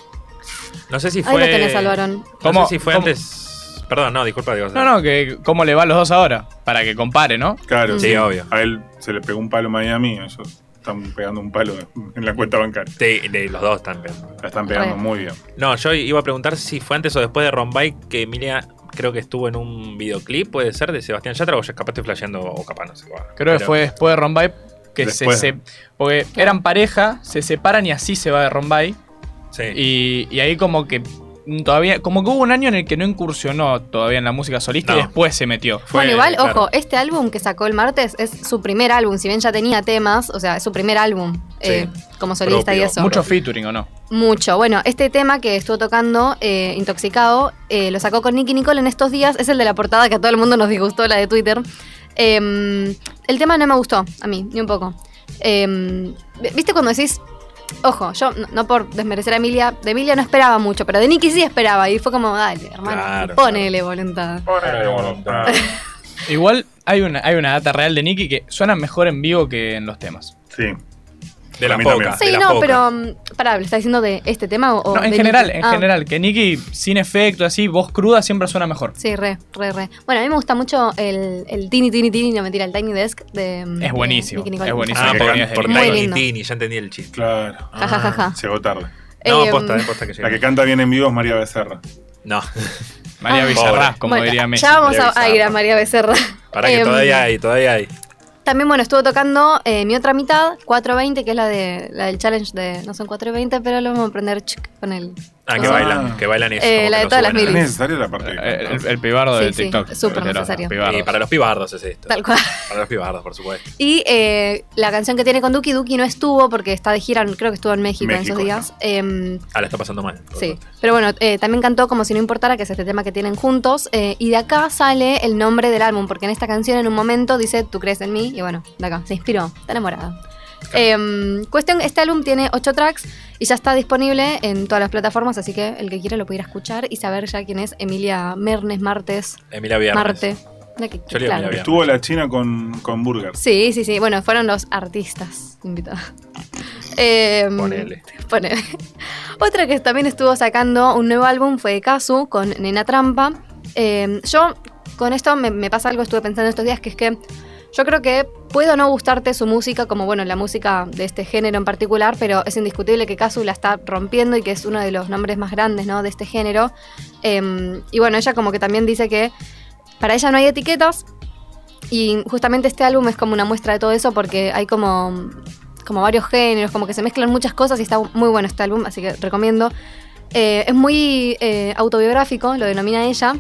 A: No sé si
C: Ahí
A: fue.
C: lo tenés al varón.
A: No
E: ¿Cómo-
A: sé si fue
E: cómo-
A: antes. Perdón, no, disculpa, digo.
E: No, no, que cómo le va a los dos ahora. Para que compare, ¿no?
B: Claro,
A: Sí, obvio.
B: A él se le pegó un palo a Miami, ellos están pegando un palo en la cuenta bancaria.
A: Sí, de- los dos también.
B: La están pegando
C: Re.
B: muy bien.
A: No, yo iba a preguntar si fue antes o después de Rombay que Emilia creo que estuvo en un videoclip, puede ser, de Sebastián Yatra o ya capaz estoy flasheando o capaz no sé. bueno,
E: Creo que
A: pero-
E: fue después de Rombay que
B: Después.
E: se, se- Porque eran pareja, se separan y así se va de Rombay.
A: Sí.
E: Y, y ahí como que todavía. Como que hubo un año en el que no incursionó todavía en la música solista y
A: No.
E: después se metió.
A: Fue,
C: bueno, igual,
A: claro.
C: ojo, este álbum que sacó el martes es su primer álbum, si bien ya tenía temas, o sea, es su primer álbum eh, como solista
A: Propio.
C: y eso.
E: Mucho featuring, ¿o no?
C: Mucho. Bueno, este tema que estuvo tocando, eh, Intoxicado, eh, lo sacó con Nicky Nicole en estos días, es el de la portada que a todo el mundo nos disgustó, la de Twitter. Em, el tema no me gustó, a mí, ni un poco. Em, ¿Viste cuando decís, ojo, yo no, no por desmerecer a Emilia, de Emilia no esperaba mucho, pero de Nicky sí esperaba, y fue como, dale, hermano,
A: Claro,
C: ponele voluntad.
B: Ah,
E: Igual hay una, hay una data real de Nicky que suena mejor en vivo que en los temas.
B: Sí.
A: De
B: A
A: las
B: mí
A: pocas.
C: Sí,
A: de Ah, las
C: no,
A: pocas.
C: pero. mm, Pará, ¿le está diciendo de este tema o.? o
E: No, en
C: de
E: general,
C: Nicki?
E: en
C: Ah,
E: general, que Nicky sin efecto, así, voz cruda siempre suena mejor.
C: Sí, re, re, re. Bueno, a mí me gusta mucho el, el Tini, Tini, Tini, no mentira, el Tiny Desk de. mm,
E: Es buenísimo,
C: de Nicki Nicole.
E: es buenísimo.
A: Ah,
B: Sí,
A: por,
B: que
A: por
C: can- muy
A: Tiny
C: lindo.
A: Tini, ya entendí el chiste.
B: Claro.
C: Ah, Ja, ja, ja, ja.
B: Llegó tarde.
A: No,
C: Eh,
A: posta, eh, posta que
B: La que
A: llegué.
B: canta bien en vivo es María Becerra.
A: No,
E: María
C: Ah.
E: Bizarra,
A: Pobre.
E: como
C: bueno,
E: diría Messi.
C: Ya vamos
A: María
C: a, a ir a
A: Bizarra.
C: María Becerra.
A: para que
C: Em,
A: todavía hay, todavía hay.
C: También, bueno, estuvo tocando eh, mi otra mitad, 4.20, que es la, de, la del challenge de. No son 4.20, pero lo vamos a aprender con el
A: Ah, que
C: Ah.
A: bailan, que bailan eso.
C: Eh,
A: como que
C: la de
A: no
C: todas las
A: suena.
B: ¿Es
C: milis.
B: necesaria la parte de
A: Eh,
E: El,
B: cantar?
E: Eh, el- el pibardo
C: Sí,
E: de
C: sí,
E: TikTok.
C: súper
E: Pero los
C: necesario.
E: pibardos.
A: Y para los pibardos es esto.
C: Tal cual.
A: Para los pibardos, por supuesto.
C: Y eh, la canción que tiene con Duki Duki no estuvo porque está de gira, creo que estuvo en México, en
B: México,
C: esos días. Em,
A: Ah, la está pasando mal. por
C: sí.
A: supuesto.
C: Pero bueno, eh, también cantó Como si no importara, que es este tema que tienen juntos. eh, y de acá sale el nombre del álbum, porque en esta canción en un momento dice Tú crees en mí. Y bueno, de acá, se inspiró, está enamorada. Em, cuestión, este álbum tiene 8 tracks y ya está disponible en todas las plataformas, así que el que quiera lo pudiera escuchar y saber ya quién es Emilia Mernes, Martes,
A: Emilia Viernes.
C: Marte. La que-
A: Yo le digo Emilia Viernes.
B: Estuvo la China con, con Burger.
C: Sí, sí, sí. Bueno, fueron los artistas invitados. Eh,
A: Ponele.
C: ponele. Otra que también estuvo sacando un nuevo álbum fue Kazu con Nena Trampa. Eh, yo con esto me, me pasa algo, estuve pensando estos días, que es que yo creo que puedo no gustarte su música, como bueno, la música de este género en particular, pero es indiscutible que Kazu la está rompiendo y que es uno de los nombres más grandes ¿no? de este género. Eh, y bueno, ella como que también dice que para ella no hay etiquetas y justamente este álbum es como una muestra de todo eso porque hay como, como varios géneros, como que se mezclan muchas cosas y está muy bueno este álbum, así que recomiendo. Eh, es muy eh, autobiográfico, lo denomina ella.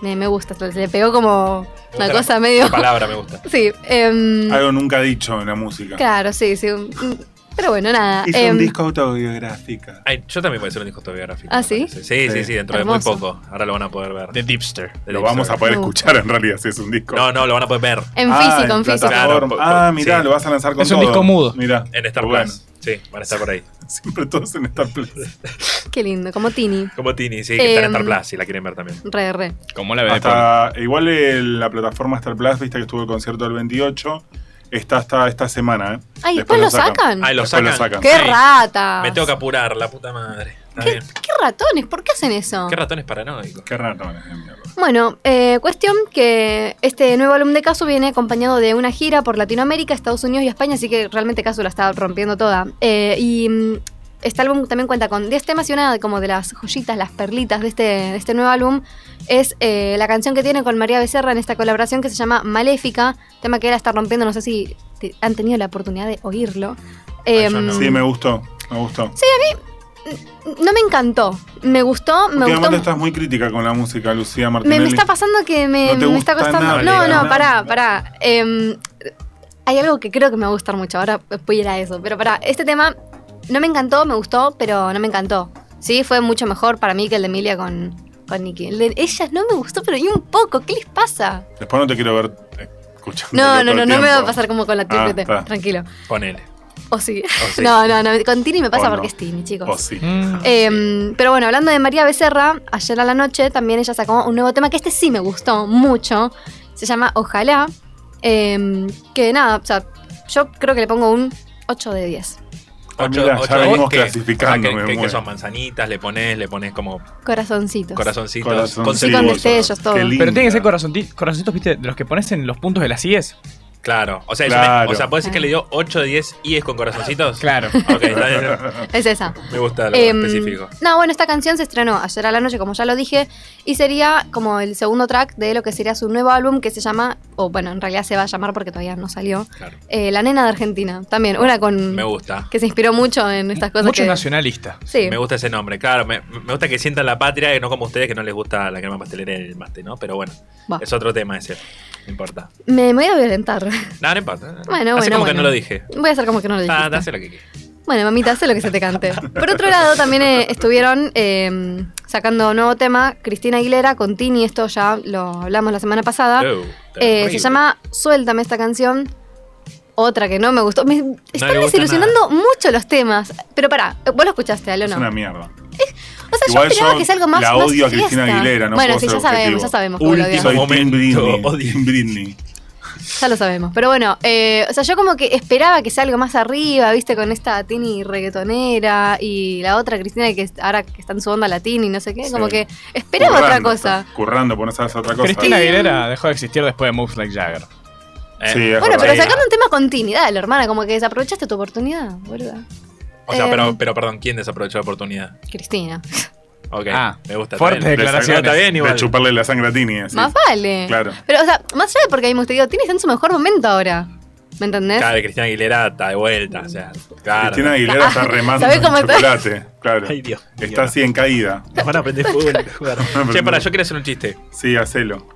C: Me, me gusta, se le pegó como una
A: Otra
C: cosa medio...
A: palabra me gusta.
C: Sí, em,
B: Algo nunca dicho en la música.
C: claro, sí, sí. un- un- Pero bueno, nada.
B: Hizo
C: em,
B: un disco autobiográfico.
A: Ay, yo también voy a hacer un disco autobiográfico.
C: ¿Ah,
A: me
C: sí?
A: parece. Sí, sí,
B: Sí.
A: sí, dentro de
C: Hermoso.
A: muy poco. Ahora lo van a poder ver.
E: The Deepster.
A: De
B: Lo vamos a poder
C: Me gusta.
B: escuchar en realidad si es un disco.
A: No, no, lo van a poder ver
C: en
B: Ah,
C: físico, en,
B: en
C: físico.
B: plataforma.
A: Claro,
B: ah,
A: po-
B: mirá,
A: sí.
B: lo vas a lanzar con
E: Es un
B: todo.
E: disco mudo.
B: Mirá.
A: en Star
B: Bueno,
A: Plus. Sí, van a estar por ahí.
B: siempre todos en Star Plus.
C: Qué lindo, como Tini.
A: Como Tini, sí, que está en
C: Em,
A: Star Plus, si la quieren ver también.
C: Re, re.
E: Como la bebé.
B: Hasta, igual el- la plataforma Star Plus, viste que estuvo el concierto del 28, está hasta esta semana. ¿eh?
C: Ay, después lo sacan.
A: Ay, lo
B: Después
A: sacan.
B: Ah, lo sacan.
C: ¡Qué
A: Ay,
C: ratas!
A: Me tengo que apurar, la puta madre. Está
C: ¿Qué,
A: bien.
C: qué ratones? ¿Por qué hacen eso?
A: Qué ratones paranoicos.
B: Qué ratones de mierda.
C: Bueno, eh, cuestión que este nuevo álbum de Casu viene acompañado de una gira por Latinoamérica, Estados Unidos y España, así que realmente Casu la está rompiendo toda. Eh, y mm, este álbum también cuenta con 10 temas y una de como de las joyitas, las perlitas de este, de este nuevo álbum es eh, la canción que tiene con María Becerra en esta colaboración que se llama Maléfica, tema que la está rompiendo, no sé si te- han tenido la oportunidad de oírlo.
A: Ay, yo
C: Em,
A: no.
B: Sí, me gustó, me gustó.
C: no me encantó, me gustó, me
B: Últimamente
C: gustó.
B: estás muy crítica con la música, Lucía
C: Me,
B: Martínez.
C: me está pasando que me,
B: No te
C: me
B: gusta
C: está costando.
B: nada,
C: no,
B: nada,
C: no, pará,
B: nada.
C: pará. Em, hay algo que creo que me va a gustar mucho. Ahora voy a ir a eso. Pero pará, este tema no me encantó, me gustó, pero no me encantó. Sí, fue mucho mejor para mí que el de Emilia con, con Nicky. El de ellas no me gustó, pero ni un poco. ¿Qué les pasa?
B: Después no te quiero ver eh, escuchando.
C: No, no, no, no me va a pasar como con la
B: Ah,
C: TPT.
B: está.
C: tranquilo.
A: Ponele.
C: O sí.
A: O sí.
C: No, no, no. Con Tini me pasa
B: O
C: porque
B: no.
C: es Tini, chicos.
B: Oh, sí.
C: Eh, Pero bueno, hablando de María Becerra, ayer a la noche también ella sacó un nuevo tema que este sí me gustó mucho. Se llama Ojalá. eh, que nada, o sea, yo creo que le pongo un 8 de 10.
B: Ah,
A: Ocho-
B: mirá, ya
A: ocho-
B: venimos
A: que-
B: clasificando,
A: o sea, que-
B: me
A: que- que
B: muero.
A: son manzanitas, le pones, le pones como
C: Corazoncitos.
A: corazoncitos.
B: Corazón
A: con
C: Sí,
A: cebolla.
C: con destellos, todo. Pero
E: Pero tiene que ser
B: corazón.
E: corazonti- corazoncitos, viste, de los que pones en los puntos de las IES.
A: Claro. O sea, es
B: Claro.
A: una- o sea, ¿puedes decir que le dio 8 de 10 IES con corazoncitos?
E: Claro.
A: Ok, está bien.
C: Es esa.
A: me gusta lo
C: Em,
A: específico.
C: No, bueno, esta canción se estrenó ayer a la noche, como ya lo dije, y sería como el segundo track de lo que sería su nuevo álbum que se llama, o bueno, en realidad se va a llamar porque todavía no salió,
A: Claro.
C: eh, La Nena de Argentina. También, una con.
A: Me gusta.
C: Que se inspiró mucho en estas cosas.
E: Mucho
C: que-
E: nacionalista.
C: Sí.
A: Me gusta ese nombre, claro. Me, me gusta que sientan la patria, que no como ustedes, que no les gusta la crema pastelera en el mate, ¿no? Pero bueno,
C: Va.
A: es otro tema ese. No importa.
C: Me, me voy a violentar.
A: No, no importa. Bueno,
C: Bueno,
A: Hace
C: bueno,
A: como que
C: bueno.
A: no lo dije.
C: Voy a hacer como que no lo
A: Ah,
C: dijiste.
A: hace lo que quieras.
C: bueno, mamita, haz lo que se te cante. Por otro lado, también eh, estuvieron eh, sacando nuevo tema Cristina Aguilera con Tini. Esto ya lo hablamos la semana pasada.
A: Oh,
C: Eh,
A: terrible.
C: se llama Suéltame esta canción. Otra que no me gustó. Me están
A: le gusta
C: desilusionando mucho los temas. Pero pará, vos lo escuchaste, Ale, ¿o
B: Es
C: no?
B: una mierda.
C: O sea, yo
B: Igual
C: esperaba
B: yo
C: que sea algo más.
B: la
C: más
B: odio a Cristina
C: fiesta.
B: Aguilera, no
C: Bueno,
B: puedo
C: sí,
B: ser
C: ya sabemos,
B: objetivo.
C: ya sabemos cómo lo
A: Último
C: odiamos.
B: Soy Team
A: momento,
B: Britney.
A: odio.
B: Team Britney.
C: Ya lo sabemos. Pero bueno, eh, o sea, yo como que esperaba que sea algo más arriba, viste, con esta Tini reggaetonera y la otra Cristina que es- ahora que están subando a la Tini, no sé qué. Como
B: Sí.
C: que esperaba otra
B: Currando,
C: cosa.
B: Currando, pones a hacer otra cosa.
E: Cristina Aguilera dejó de existir después de Moves Like Jagger.
A: Eh,
B: Sí, es
C: Bueno, pero
B: verdad.
C: sacaron temas con Tini, dale, hermana, como que desaprovechaste tu oportunidad, boluda.
A: O sea,
C: eh,
A: pero, pero perdón, ¿quién desaprovechó la oportunidad?
C: Cristina.
A: Ok,
E: Ah,
A: me gusta.
E: fuerte
A: está bien.
E: declaraciones.
A: Está bien
B: De
A: igual.
B: chuparle la sangre a Tini. así.
C: Más vale.
B: Claro.
C: Pero, o sea, más allá de porque a mí me gusta, digo, Tini está en su mejor momento ahora. ¿Me entendés?
G: Claro, Cristina Aguilera está de vuelta. O sea, claro.
B: Cristina Aguilera está remando
C: ¿Sabés
B: en
C: cómo está?
B: chocolate. Claro.
G: Ay, Dios mío.
B: está así en caída.
G: Nos van a aprender fuego en este lugar.
A: Che, para, yo quiero hacer un chiste.
B: Sí, hacelo.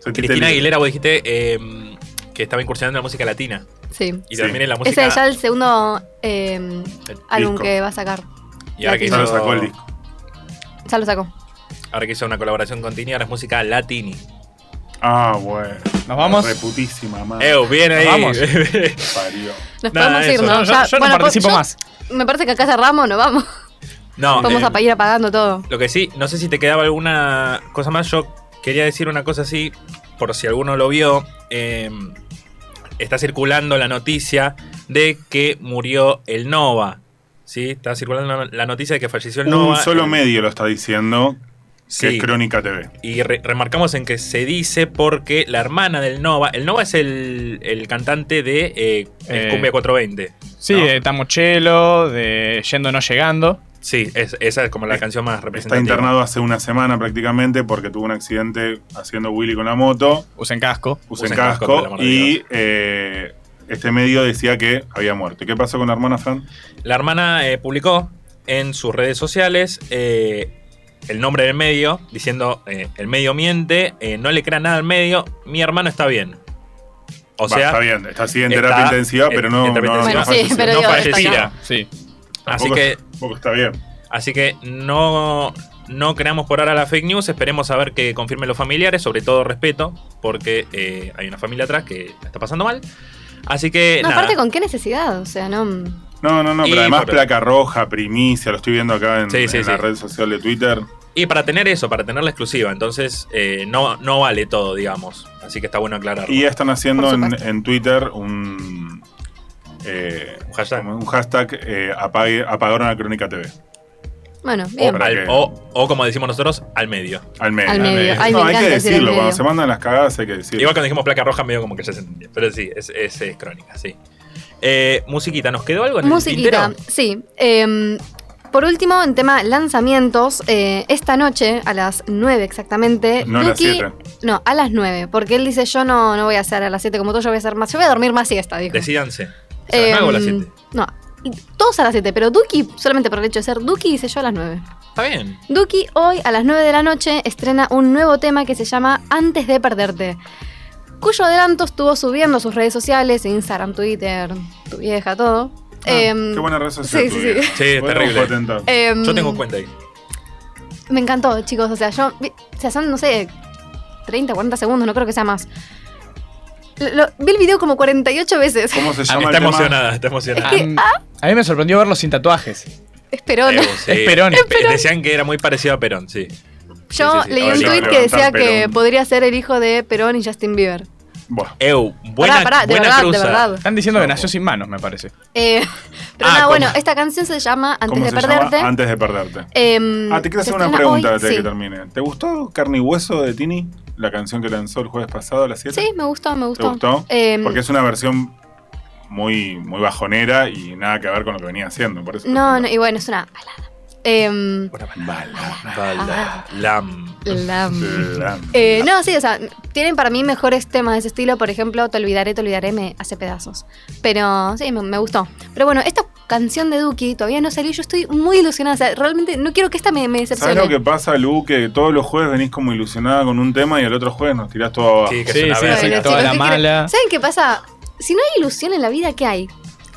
B: Se te-
A: Cristina
B: te-
A: Aguilera, vos dijiste eh, que estaba incursionando en la música latina.
C: Sí.
A: Y
B: Sí.
A: también en la
C: Ese
A: música.
C: es ya el segundo eh, álbum que va a sacar.
A: y ahora que,
C: latino.
A: hizo,
B: Ya lo sacó el disco.
C: Ya lo sacó.
A: ahora que hizo una colaboración con Tini, ahora es música latini.
B: Ah, bueno.
E: Nos vamos.
B: Reputísima madre.
A: Eu, bien ahí.
E: Vamos.
B: Parió.
C: Nos
A: Nada,
C: podemos ir,
A: eso.
C: ¿no?
A: No,
E: yo- yo no
C: bueno, po-
E: participo más.
C: Me parece que acá cerramos, nos vamos.
A: no,
C: Vamos
A: eh,
C: a pa- ir apagando todo.
A: Lo que sí, no sé si te quedaba alguna cosa más. Yo quería decir una cosa así, por si alguno lo vio. eh, está circulando la noticia de que murió el Nova. ¿Sí? Está circulando la noticia de que falleció el Nova.
B: Un solo medio lo está diciendo, que
A: ah, eh, Sí.
B: es Crónica TV.
A: Y re- remarcamos en que se dice porque la hermana del Nova. El Nova es el, el cantante de eh, el
E: Eh,
A: Cumbia 420.
E: Sí,
A: ¿no?
E: de Tamochelo, de Yendo No Llegando.
A: Sí, es- esa es como la canción más
B: Eh, Está
A: representativa.
B: internado hace una semana prácticamente porque tuvo un accidente haciendo Willy con la moto,
E: Usen casco.
B: usen
A: Usen
B: casco,
A: casco, por el amor de
B: y
A: Dios.
B: eh, este medio decía que había muerto. ¿Qué pasó con la hermana Fran?
A: La hermana eh, publicó en sus redes sociales eh, el nombre del medio, diciendo: eh, El medio miente, eh, no le crea nada al medio, mi hermano está bien. O
B: Va,
A: sea,
B: está bien, está así en
A: está
B: terapia intensiva, pero
A: en
B: no,
A: terapia
B: no- no
A: intensiva.
C: Bueno, sí,
B: falleció.
C: pero
A: no
C: digo,
A: fallecía.
E: Sí.
A: Así
B: Tampoco-
A: que,
B: tampoco está bien.
A: así que no, no creamos por ahora la fake news, esperemos a ver que confirmen los familiares, sobre todo respeto, porque eh, hay una familia atrás que la está pasando mal. Así que.
C: No,
A: nada.
C: aparte, ¿con qué necesidad? O sea, no.
B: No, no, no,
A: Y
B: pero además
A: por-
B: placa roja, primicia, lo estoy viendo acá en,
A: Sí, sí,
B: en la
A: sí.
B: red social de Twitter.
A: Y para tener eso, para tener la exclusiva, entonces eh, no, no vale todo, digamos. Así que está bueno aclararlo.
B: Y ya están haciendo
C: Por
B: en,
C: supuesto.
B: en Twitter un, eh,
A: Un hashtag.
B: como un hashtag eh, apague- apagaron a Crónica TV.
C: Bueno,
A: o,
C: bien.
B: Obra. para
A: al-
B: que-
A: o- o como decimos nosotros, al medio.
B: Al medio.
C: Al medio. Ay, me
B: no, hay
C: encanta
B: que
C: decir al
B: decirlo.
C: medio.
B: Cuando se mandan las cagadas hay que decirlo.
A: Igual cuando dijimos placa roja, medio como que ya se entendía. Pero sí, es, es, es crónica, sí. Eh, musiquita, ¿nos quedó algo en
C: Musiquita,
A: el tintero?
C: sí. Em, por último, en tema lanzamientos, eh, esta noche a las 9 exactamente.
B: No a las
C: Eh, Duki-
B: 7.
C: No, a las 9, porque él dice yo no, no voy a hacer a las 7 como tú, yo voy a hacer más, yo voy a dormir más siesta, dijo.
A: Decídanse. ¿O sea,
C: Em,
A: ¿no hago las siete?
C: No, y todos a las 7, pero Duki, solamente por el hecho de ser Duki, dice yo a las 9.
A: Está bien.
C: Duki hoy a las 9 de la noche estrena un nuevo tema que se llama Antes de perderte, cuyo adelanto estuvo subiendo a sus redes sociales, Instagram, Twitter, tu vieja, todo.
B: Ah,
C: Em,
B: qué buena red social.
C: sí,
B: tu
C: sí,
B: vieja.
C: sí.
A: Sí, es
B: Podemos
A: terrible.
B: patentar.
C: em,
A: Yo tengo cuenta ahí.
C: Me encantó, chicos. O sea, yo. vi- O sea, son, no sé, 30, 40 segundos, no creo que sea más. Lo- lo- vi el video como 48 veces.
B: ¿Cómo se llama el
A: está
B: tema?
A: emocionada, está emocionada.
C: ¿Qué?
E: A, a mí me sorprendió verlo sin tatuajes.
C: Esperó, ¿no?
A: Eh, sí.
E: Es Perón.
A: Eh, Decían que era muy parecido a Perón, sí.
C: Yo
A: sí, sí.
C: leí
A: Ahora
C: un
A: sí,
C: tweet
B: ahora
C: que
B: levantar
C: decía que
B: Perón.
C: podría ser el hijo de Perón y Justin Bieber.
B: Buah.
A: Eu, buena,
C: pará, pará, de
A: buena
C: verdad,
A: cruza.
C: de verdad.
E: Están diciendo que nació sin manos, me parece.
C: Eh, pero
A: Ah,
C: nada,
A: ¿cómo?
C: bueno, esta canción se llama Antes
B: ¿Cómo
C: de
B: se llama?
C: perderte.
B: Antes de perderte.
C: Em,
B: Ah, te quiero
C: se
B: hacer una
C: estrena
B: pregunta
C: hoy,
B: antes de
C: sí.
B: que termine. ¿Te gustó Carne y Hueso de Tini? La canción que lanzó el jueves pasado a las 7.
C: Sí, me gustó, me gustó.
B: ¿Te gustó?
C: Em,
B: Porque es una versión muy, muy bajonera y nada que ver con lo que venía haciendo. Por eso
C: No, no, y bueno, es una balada. Em, Ah.
A: Balda, Lam.
B: Em,
C: la-
B: La-
C: Eh, no, sí, o sea, tienen para mí mejores temas de ese estilo. Por ejemplo, Te olvidaré, te olvidaré, me hace pedazos. Pero sí, me, me gustó. Pero bueno, esta canción de Duki todavía no salió. y Yo estoy muy ilusionada. O sea, realmente no quiero que esta me, me
B: ¿Sabes lo que
C: decepcione.
B: pasa, Lu? Que todos los jueves venís como ilusionada con un tema y al otro jueves nos tirás todo abajo.
A: Sí, que
E: Sí,
A: es una
E: sí,
A: verga.
E: sí, toda
C: Bueno, chicos,
E: la
C: ¿qué quieren?
E: mala.
C: ¿Saben qué pasa? Si no hay ilusión en la vida, ¿qué hay?
E: eh,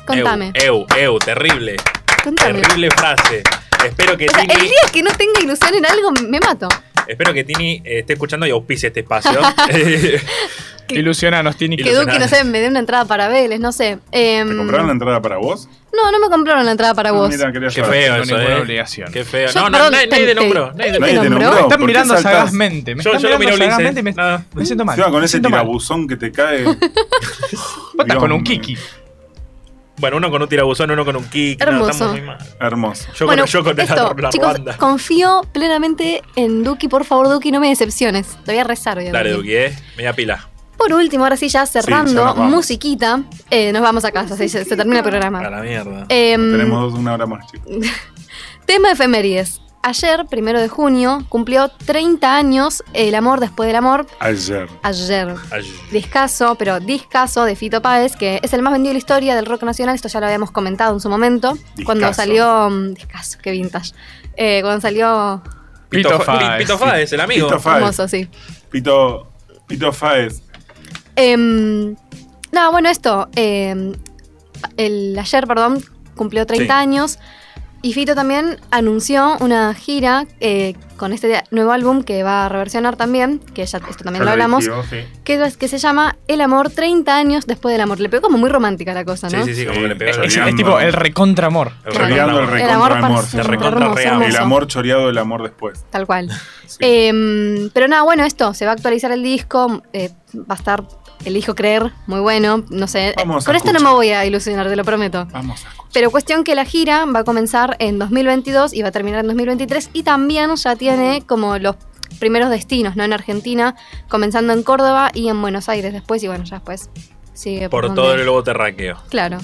C: Contame.
A: Eu, eu, eu, terrible.
C: contame.
A: Terrible frase. Espero que
C: O sea, el
A: Tini,
C: día que no tenga ilusión en algo, me mato.
A: espero que Tini eh, esté escuchando y auspice este espacio.
C: que-
E: Ilusionanos, Tini.
C: Que
A: Ilusionada.
C: Duki, no sé, me dé una entrada para Vélez, no sé. Em,
B: ¿Te compraron la entrada para vos? Ah,
C: No, no me compraron la entrada para vos.
B: Mira, quería
A: Qué
B: saber.
A: feo
E: tengo
A: eso,
E: ninguna
A: eh.
E: obligación.
A: Qué feo.
C: Yo,
A: no, no,
C: perdón,
A: nadie,
C: te-
A: nadie te
C: te-
A: nombró. Nadie te
C: Nadie
A: nombró.
C: te nombró.
B: ¿Por
E: Están
B: qué
E: mirando
B: saltás?
E: sagazmente. Me
A: Yo-
E: están
A: yo lo
E: mirando
A: miré a Ulises.
E: sagazmente y me,
A: Nada.
E: me siento mal.
B: Encima con
E: me
B: ese
E: siento mal.
B: tirabuzón que te cae.
E: Vos estás
B: Dios
E: con un
B: mío.
E: kiki.
A: Bueno, uno con un tirabuzón, uno con un kick. no,
C: Hermoso.
A: estamos muy mal.
B: Hermoso.
A: Yo
C: Bueno,
A: con, yo con
C: esto,
A: la, la
C: chicos,
A: banda.
C: confío plenamente en Duki. Por favor, Duki, no me decepciones. Te voy a rezar. hoy a
A: Dale,
C: Duki.
A: Duki, eh. Media pila.
C: Por último, ahora sí, ya
B: Sí, ya
C: cerrando,
B: nos vamos.
C: musiquita. eh, nos vamos a casa, se, se termina el
A: A
C: programa.
A: la mierda.
C: Em,
B: Tenemos dos, una hora más, chicos.
C: tema efemérides. ayer, primero de junio, cumplió 30 años El amor después del amor.
B: Ayer.
C: Ayer.
H: Ay,
C: Discaso, pero discaso de Fito Páez, que es el más vendido de la historia del rock nacional. Esto ya lo habíamos comentado en su momento. Cuando salió. mm, Discaso, qué vintage. Eh, cuando salió.
H: Pito,
E: Pito
H: Fa-
E: Fáez.
A: eh,
H: Pito Fáez, el amigo.
B: Pito Fáez.
C: Famoso, sí.
B: Pito, Pito Fáez.
C: Em, no, bueno, esto. em, el ayer, perdón, cumplió 30
H: Sí.
C: años. Y Fito también anunció una gira eh, con este nuevo álbum que va a reversionar también, que ya esto también lo hablamos, que, es- que se llama El amor 30 años después del amor. Le pegó como muy romántica la cosa, ¿no?
H: Sí, sí, sí, como
B: Sí.
H: que le pegó la
E: Es,
B: Choreando.
E: es tipo el recontra amor.
H: el
B: Choreando el
H: recontra-
C: El amor,
B: recontra amor.
C: parece
H: El
C: súper
H: recontra
C: hermoso,
H: real.
B: El
C: hermoso.
B: amor choreado, el amor después.
C: Tal cual.
B: Sí.
C: Em, pero nada, bueno, esto, se va a actualizar el disco, eh, va a estar el hijo creer, muy bueno, no sé.
B: Vamos a
C: Con esto no me
B: escuchar.
C: voy a ilusionar, te lo prometo.
B: Vamos a escuchar.
C: Pero cuestión que la gira va a comenzar en 2022 y va a terminar en 2023 y también ya tiene como los primeros destinos, ¿no? En Argentina, comenzando en Córdoba y en Buenos Aires después y bueno, ya después sigue por,
H: Por
C: donde-
H: todo el globo terráqueo.
C: Claro,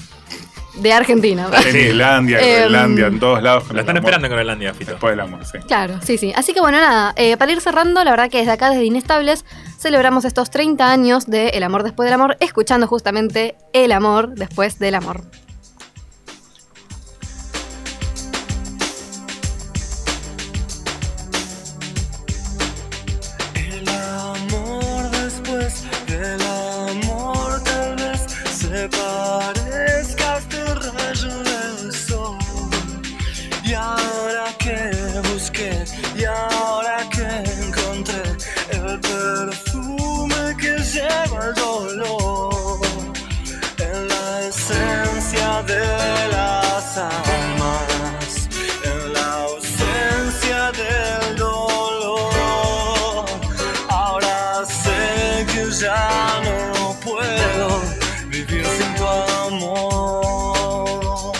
C: de Argentina.
B: En Islandia,
C: Em,
B: Groenlandia, en todos lados. con
H: La
B: el
H: están
B: amor.
H: esperando en Groenlandia, Fito.
B: Después del amor, sí.
C: Claro, sí, sí. Así que bueno, nada, eh, para ir cerrando, la verdad que desde acá, desde Inestables, celebramos estos 30 años de El amor después del amor, escuchando justamente El amor después del amor.
F: El amor después del amor tal vez se parezca a este rayo del sol. Y ahora que busqué, y ahora que encontré el perfume que lleva el dolor. En la esencia de las almas, en la ausencia del dolor. Ahora sé que ya no puedo vivir sin tu amor.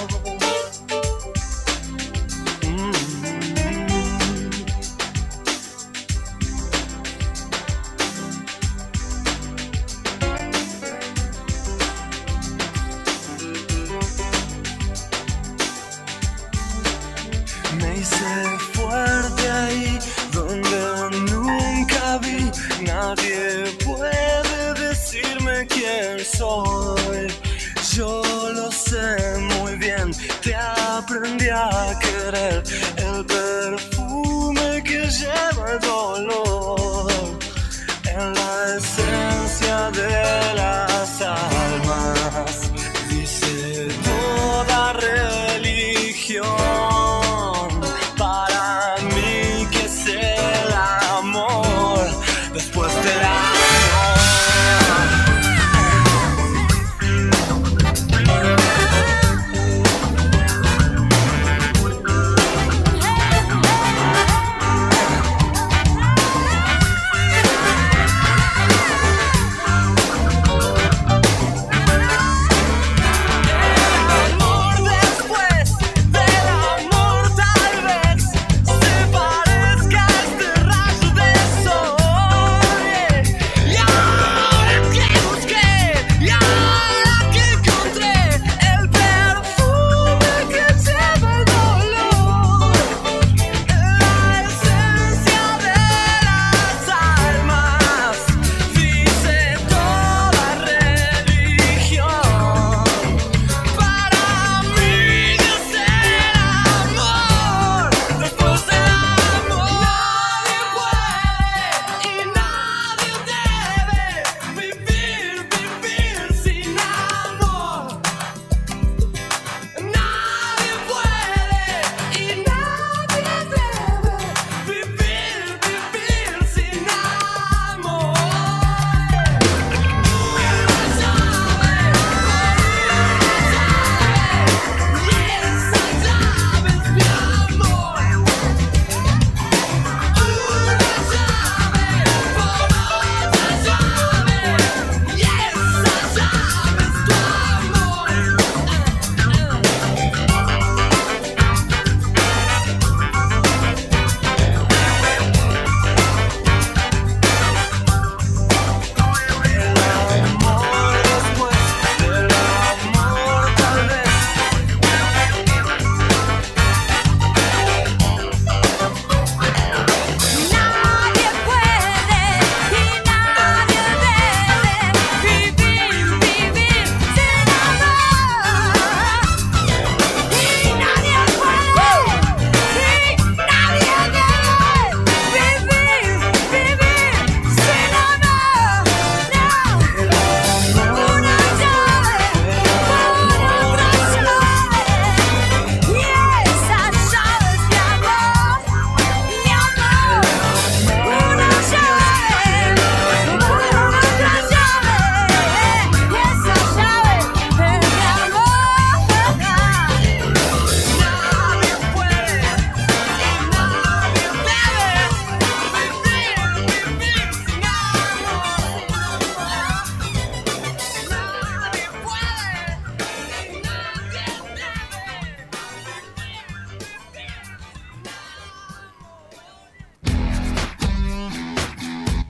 F: Mm. Me hice fuerte ahí donde nunca vi. Nadie puede decirme quién soy. Yo lo sé muy bien, te aprendí a querer. El perfume que lleva el dolor. En la esencia de las almas dice toda religión. Para mí que es el amor después del amor.
I: Thank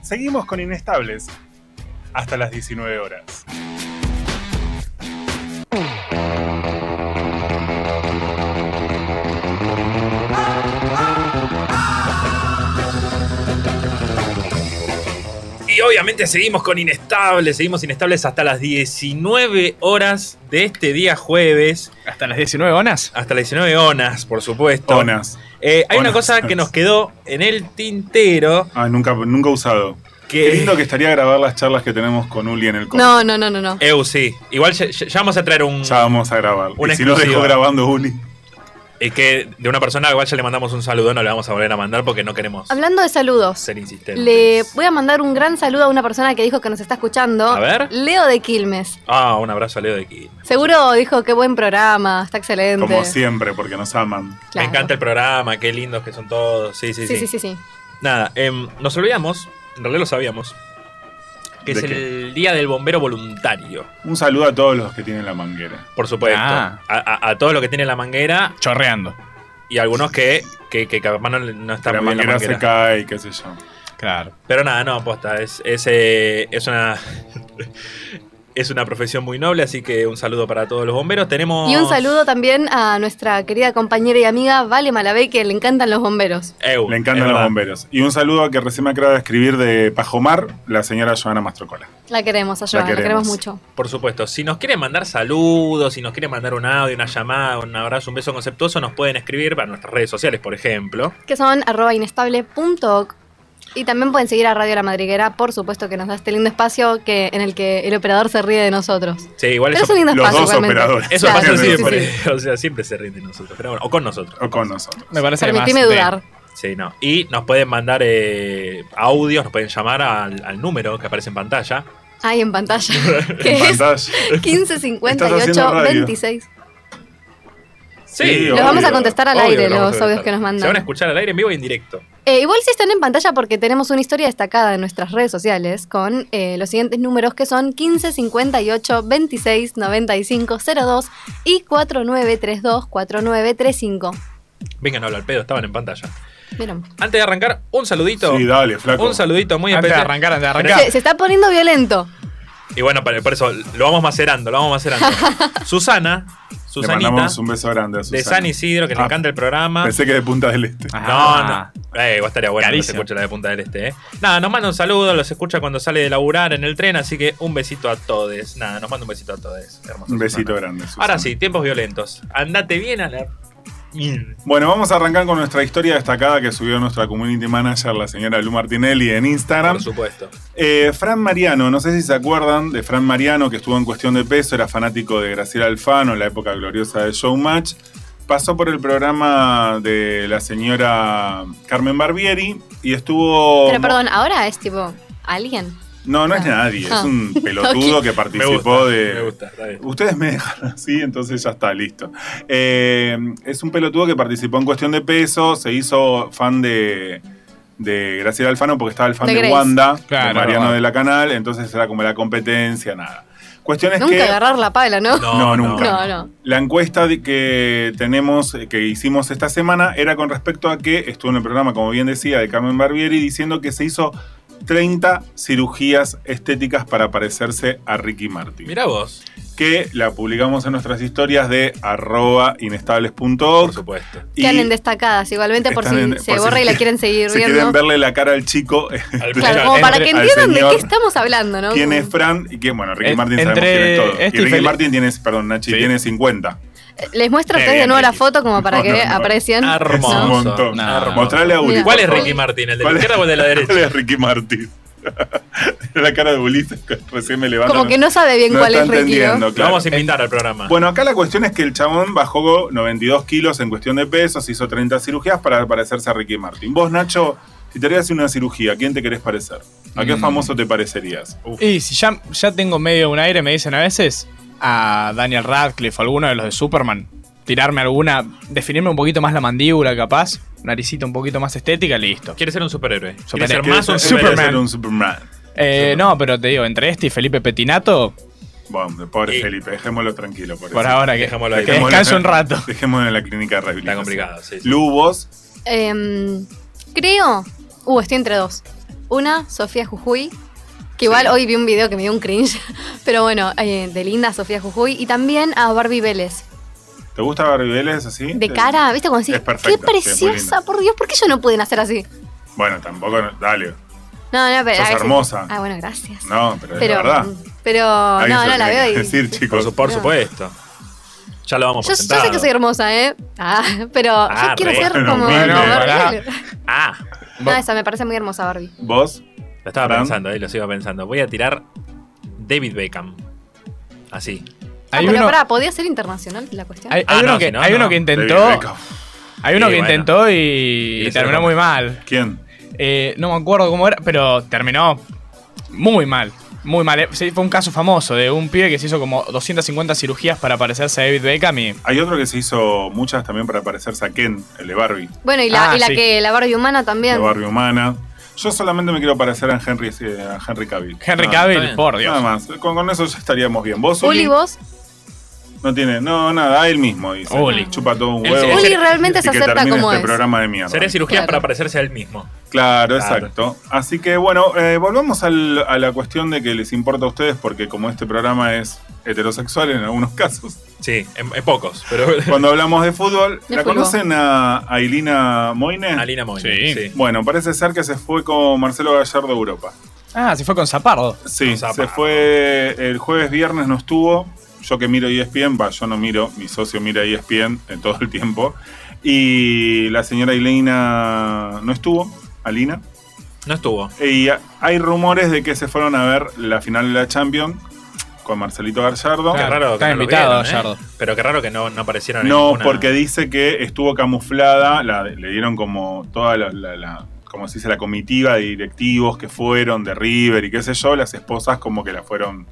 B: Seguimos con Inestables hasta las 19 horas.
A: Y obviamente seguimos con Inestables, seguimos Inestables hasta las 19 horas de este día jueves,
E: Hasta las 19 horas.
A: hasta las 19 horas, por supuesto.
B: Tonas.
A: Eh, hay una
B: Horas.
A: cosa que nos quedó en el tintero,
B: Ah, nunca, nunca usado. Qué
A: que...
B: lindo que estaría grabar las charlas que tenemos con Uli en el corte.
C: No, no, no, no, no.
A: Eu, sí. Igual ya, ya- ya vamos a traer un...
B: Ya vamos a grabar.
A: Una
B: y si no dejó
A: exclusiva.
B: grabando Uli.
A: eh, que de una persona, igual ya le mandamos un saludo, no le vamos a volver a mandar porque no queremos
C: Hablando de saludos,
A: ser insistentes.
C: le voy a mandar un gran saludo a una persona que dijo que nos está escuchando.
A: A ver.
C: Leo de Quilmes.
A: Ah, un abrazo a Leo de aquí.
C: Seguro dijo que buen programa, está excelente.
B: Como siempre, porque nos aman.
C: Claro.
A: Me encanta el programa, qué lindos que son todos. Sí, sí, sí.
C: Sí, sí, sí, sí.
A: Nada, em, nos olvidamos, en realidad lo sabíamos, que es
B: ¿De qué?
A: el Día del Bombero Voluntario,
B: Un saludo a todos los que tienen la manguera.
A: por supuesto.
E: Ah.
A: A, a- a todos los que tienen la manguera
E: Chorreando.
A: y algunos que, que, que capaz no, no están
B: la
A: muy bien
B: manguera, se cae, qué sé yo.
E: Claro.
A: Pero nada, no, aposta, es, es, eh, es una... Es una profesión muy noble, así que un saludo para todos los bomberos. Tenemos.
C: Y un saludo también a nuestra querida compañera y amiga Vale Malabé, que le encantan los bomberos.
A: Eu,
B: Le
A: Uh, es
B: encantan los
A: verdad.
B: bomberos. Y un saludo a que recién me acaba de escribir de Pajomar, la señora Joana Mastrocola.
C: La queremos, a Joana, la
B: queremos.
C: queremos mucho.
A: Por supuesto, si nos quieren mandar saludos, si nos quieren mandar un audio, una llamada, un abrazo, un beso conceptuoso, nos pueden escribir para nuestras redes sociales, por ejemplo.
C: que son arroba inestable.org. Y también pueden seguir a Radio La Madriguera, por supuesto, que nos da este lindo espacio que, en el que el operador se ríe de nosotros.
A: Sí, igual
C: Pero es
A: eso,
C: un lindo
B: Los
C: espacio
B: dos
C: igualmente.
B: operadores.
A: eso
C: Claro,
A: pasa
B: sí,
A: siempre.
C: sí.
A: O sea, siempre se rinden nosotros. Pero bueno, o con nosotros.
B: O con nosotros.
E: Me parece que más
C: Permitime
E: de-
C: dudar.
A: Sí, no. Y nos pueden mandar eh, audios, nos pueden llamar al, al número que aparece en pantalla.
C: Ahí en pantalla.
B: En
C: que es
B: pantalla.
C: 1558 26.
B: Sí,
C: Los
B: obvio,
C: vamos a contestar al
A: obvio
C: aire,
A: lo vamos
C: los
A: a
C: audios
A: contestar.
C: que nos
A: Se van a
C: mandan.
A: escuchar al aire en vivo e y en directo.
C: Eh, igual sí están en pantalla porque tenemos una historia destacada en nuestras redes sociales con eh, los siguientes números que son 1558 26 95 02 y 4932 4935.
A: Vengan a hablar al pedo, estaban en pantalla.
C: Vieron.
A: Antes de arrancar, un saludito.
B: Sí, dale, flaco.
A: un saludito muy
E: Antes de
A: especial.
E: arrancar, antes de
A: Pero-
E: arrancar.
C: Se, se está poniendo violento.
A: Y bueno, por, por eso lo vamos macerando, lo vamos macerando. Susana,
B: Le
A: Susanita,
B: mandamos un beso grande a
A: de
B: Susana.
A: San Isidro, que le
B: Ah,
A: encanta el programa.
B: Pensé que de Punta del Este.
A: No,
E: Ah,
A: no. Eh, igual estaría bueno que se
E: Carísimo.
A: escuche la de Punta del Este, eh. Nada, nos manda un saludo, los escucha cuando sale de laburar en el tren, así que un besito a todos. Nada, nos manda un besito a todos.
B: Un besito grande. Susana.
A: Ahora sí, tiempos violentos. Andate bien a la. mil.
B: Bueno, vamos a arrancar con nuestra historia destacada que subió nuestra community manager, la señora Lu Martinelli, en Instagram.
A: Por supuesto.
B: Eh, Fran Mariano, no sé si se acuerdan de Fran Mariano, que estuvo en cuestión de peso, era fanático de Graciela Alfano en la época gloriosa de Showmatch. Pasó por el programa de la señora Carmen Barbieri y estuvo.
C: Pero perdón, ahora es tipo alguien.
B: No, no es nadie,
C: Ah.
B: es un pelotudo que
A: Me
B: participó
A: gusta.
B: de.
A: Me gusta, está bien.
B: Ustedes me dejaron así, entonces ya está, listo. Eh, es un pelotudo que participó en Cuestión de Peso, se hizo fan de, de Graciela Alfano porque estaba el fan
C: De
B: de,
C: Grace.
B: Wanda, de
E: Claro,
B: Mariano
E: Wanda.
B: de la Canal, entonces era como la competencia, nada. Cuestión es
C: Nunca
B: que...
C: agarrar la pala, ¿no?
B: No, nunca.
C: No, no.
B: La encuesta de- que tenemos, eh, que hicimos esta semana, era con respecto a que estuvo en el programa, como bien decía, de Carmen Barbieri, diciendo que se hizo 30 cirugías estéticas para parecerse a Ricky Martin
A: Mirá vos,
B: que la publicamos en nuestras historias de arroba
A: por
B: inestables.org
A: supuesto.
B: y
C: Quedan en destacadas igualmente por si
B: Están en-
C: se
B: por si
C: borra y la quieren seguir
B: se
C: viendo.
B: quieren verle la cara al chico
A: Al
C: Claro,
A: pedo.
C: como para
E: entre-
C: que
B: al
C: entiendan de
B: señor.
C: qué estamos hablando, ¿no?
B: quién es Fran y quién bueno Ricky
E: En-
B: Martin sabemos
E: entre
B: quién es todo
E: este
B: y
E: y
B: Ricky
E: Fel-
B: Martin tiene perdón Nachi
E: Sí.
B: tiene 50
C: Les muestro a
B: Eh,
C: ustedes de
B: bien,
C: nuevo la
B: Ricky.
C: foto como para
B: No,
C: que
B: no, no.
C: aprecian.
A: Hermoso.
B: es un montón
E: No, no, no.
B: mostrale a Uli
C: Mira.
A: ¿Cuál es
B: por favor.
A: Ricky Martin? ¿El de la
B: ¿Cuál es-
A: izquierda o el de la derecha?
B: ¿Cuál es Ricky Martin? la cara de Ulises que recién me levanta
C: Como que no sabe bien
B: No
C: cuál
B: está
C: es Ricky, ¿no?
B: entendiendo
A: Lo
B: claro.
A: vamos a invitar al programa.
B: Bueno, acá la cuestión es que el chabón bajó 92 kilos en cuestión de pesos, hizo 30 cirugías para parecerse a Ricky Martin. Vos, Nacho, si te harías una cirugía, ¿a quién te querés parecer? ¿A qué
E: Mm.
B: famoso te parecerías? Uf.
E: Y si ya, ya tengo medio un aire, me dicen a veces a Daniel Radcliffe, alguno de los de Superman, tirarme alguna, definirme un poquito más la mandíbula, capaz, naricita un poquito más estética, listo.
A: Quiere ser un superhéroe. Quiere
E: Superhéroe.
A: ser
B: ¿Querés
A: más un
B: ser-
A: superhéroe.
B: querés ser un Superman.
E: Eh, no, pero te digo, entre este y Felipe Petinato,
B: Bueno, pobre
A: Y-
B: Felipe, dejémoslo tranquilo. Por,
E: por
B: eso.
E: ahora que,
A: Dejémoslo ahí.
E: que descanse un rato.
B: Dejémoslo en la clínica de
A: Está
B: rehabilitación.
A: complicado, sí. sí.
B: Lu, vos,
C: Em, creo. Uh, estoy entre dos. Una, Sofía Jujuy, que igual hoy vi un video que me dio un cringe, pero bueno, eh, de linda Sofía Jujuy. Y también a Barbie Vélez.
B: ¿Te gusta Barbie Vélez así?
C: De
B: Te-
C: cara, ¿viste? Como así,
B: Es
C: ¡qué
B: perfecta, sí, es muy
C: preciosa!
B: linda.
C: por Dios, ¿por qué ellos no pueden hacer así?
B: Bueno, tampoco, dale.
C: No, no, pero.
B: Sos
C: a veces-
B: hermosa.
C: Ah, bueno, gracias.
B: No, pero, es
C: pero, mm,
B: la verdad.
C: Pero,
B: Alguien
C: no,
B: se
C: no
B: lo
C: la
B: tenía
C: veo
B: que
C: y.
B: decir,
H: Por,
B: chicos.
H: su- por
C: No.
H: supuesto. Ya lo vamos
C: Yo,
H: por
C: yo
H: sentado.
C: sé que soy hermosa, ¿eh? Ah, pero
H: Ah,
C: yo quiero
H: re.
C: ser
B: Bueno,
C: como.
B: humilde,
C: como Barbie
H: pará.
C: Vélez.
H: Ah,
C: No, esa me parece muy hermosa, Barbie.
B: ¿Vos?
H: lo estaba
B: Fran.
H: pensando, ahí lo sigo pensando. Voy a tirar David Beckham. Así.
C: Ah,
E: Hay
C: pero
E: uno,
C: pará, podía ser internacional la cuestión.
E: hay,
H: Ah,
E: hay uno
H: no,
E: que,
H: si no,
E: hay uno
H: no.
E: que
B: David
E: intentó.
B: Beckham.
E: Hay uno
H: Sí,
E: que
H: bueno.
E: intentó y,
H: Y
E: y
H: se
E: terminó
H: lo-
E: muy mal.
B: ¿Quién?
E: Eh, no me acuerdo cómo era, pero terminó muy mal. Muy mal. Eh, sí, Fue un caso famoso de un pibe que se hizo como 250 cirugías para parecerse a David Beckham y.
B: Hay otro que se hizo muchas también para parecerse a Ken, el de Barbie.
C: Bueno, y la,
E: Ah,
C: y la
E: sí.
C: que la Barbie humana
B: La
C: también.
B: Barbie humana. Yo solamente me quiero parecer a Henry, eh, a Henry Cavill.
E: Henry
B: Nada-
E: Cavill,
H: está bien.
E: por Dios.
B: Ah, Nada más. Con, con eso ya estaríamos bien. ¿Vos,
C: Uli,
B: Uli?
C: vos.
B: No tiene, no, nada, él mismo dice.
E: Uli.
B: Chupa todo un
H: Él
B: huevo.
H: sí,
C: Uli
H: Ese-
C: realmente
B: Y
C: se
B: que
C: acepta
B: termine
C: como
B: este
C: es.
B: programa de mierda.
H: Sería cirugía
C: Claro.
H: para parecerse a él mismo. Claro.
B: Claro, exacto. Así que bueno, eh, volvamos al- a la cuestión de que les importa a ustedes, porque como este programa es heterosexual en algunos casos,
H: Sí, en, en pocos. Pero
B: cuando hablamos de fútbol,
C: De
B: ¿la
C: fútbol.
B: conocen a Ailina Moine?
H: Alina Moyne.
E: Sí.
H: sí.
B: Bueno, parece ser que se fue con Marcelo Gallardo a Europa.
E: Ah, se fue con Zapardo.
B: Sí,
H: O sea,
B: se
H: pa-
B: fue el jueves, viernes no estuvo. Yo que miro E ESPN, va, yo no miro, mi socio mira E ESPN en todo el tiempo. Y la señora Elena no estuvo, Alina.
H: No estuvo.
B: Y a- hay rumores de que se fueron a ver la final de la Champions con Marcelito Gallardo.
H: Qué
E: Claro,
H: raro que
E: está
H: no lo
E: invitado,
H: vieron, ¿eh?
E: Gallardo.
H: Pero qué raro que no, no aparecieron en
B: No,
H: ninguna-
B: porque dice que estuvo camuflada, la- le dieron como toda la, la- la- como se dice, la comitiva de directivos que fueron de River y qué sé yo, las esposas como que la fueron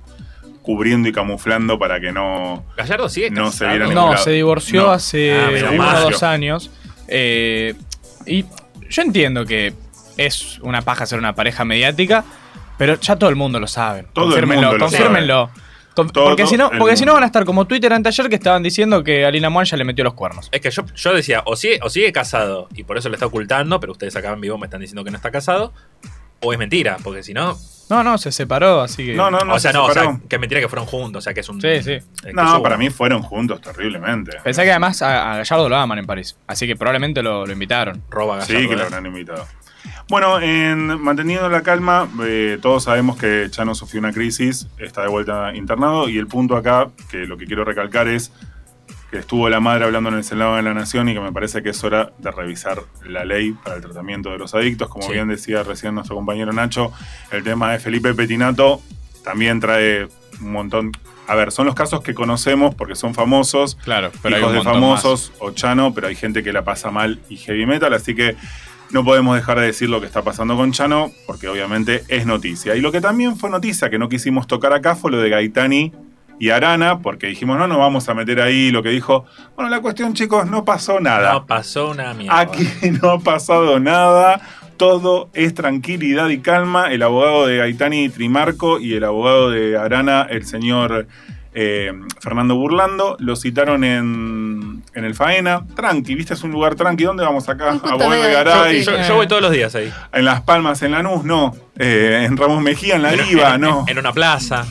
B: cubriendo y camuflando para que no...
H: Gallardo sigue
B: No se
H: casado.
B: vieron
E: No,
B: lado.
E: se divorció
B: No.
E: hace
H: Ah, menos
E: uno
B: mal.
E: o dos años. Eh, y yo entiendo que es una paja ser una pareja mediática, pero ya todo el mundo lo sabe.
B: Todo el
E: confírmenlo,
B: mundo lo
E: confírmenlo. Con-
B: Todo
E: porque si no,
B: el
E: porque si
B: mundo.
E: no van a estar como Twitter anteayer que estaban diciendo que Alina Moan ya le metió los cuernos.
H: Es que yo, yo decía, o sigue, o sigue casado y por eso lo está ocultando, pero ustedes acá en vivo me están diciendo que no está casado, o es mentira, porque si no.
E: No, no, se separó, así que.
B: No, no, no.
H: o sea,
B: se
H: no, o
B: separó.
H: sea, que es mentira que fueron juntos, o sea, que es un.
E: Sí, sí.
H: es que es
B: no,
H: un-
B: para mí fueron juntos terriblemente.
E: Pensá que además a, a Gallardo lo aman en París. Así que probablemente lo, lo invitaron.
H: Roba Gallardo,
B: Sí, que
H: ¿eh?
B: lo habrán invitado. Bueno, en manteniendo la calma, eh, todos sabemos que Chano sufrió una crisis, está de vuelta internado y el punto acá, que lo que quiero recalcar es que estuvo la madre hablando en el Senado de la Nación y que me parece que es hora de revisar la ley para el tratamiento de los adictos. Como
H: Sí.
B: bien decía recién nuestro compañero Nacho, el tema de Felipe Petinato también trae un montón... A ver, son los casos que conocemos porque son famosos,
E: Claro, pero hay
B: hijos
E: un
B: de
E: montón
B: famosos o Chano, pero hay gente que la pasa mal y heavy metal, así que no podemos dejar de decir lo que está pasando con Chano, porque obviamente es noticia. Y lo que también fue noticia, que no quisimos tocar acá, fue lo de Gaitani y Arana, porque dijimos, no, no vamos a meter ahí lo que dijo. Bueno, la cuestión, chicos, no pasó nada.
H: No pasó una mierda.
B: Aquí no ha pasado nada. Todo es tranquilidad y calma. El abogado de Gaitani Trimarco y el abogado de Arana, el señor eh, Fernando Burlando, lo citaron en, en el Faena. Tranqui, ¿viste? Es un lugar tranqui. ¿Dónde vamos acá?
C: Justo
B: A Boedo
C: medio
B: y
C: de
B: Garay.
H: Yo, yo voy todos los días ahí.
B: En Las Palmas, en Lanús, no. Eh, en Ramos Mejía, en La Diva, no.
H: En una plaza.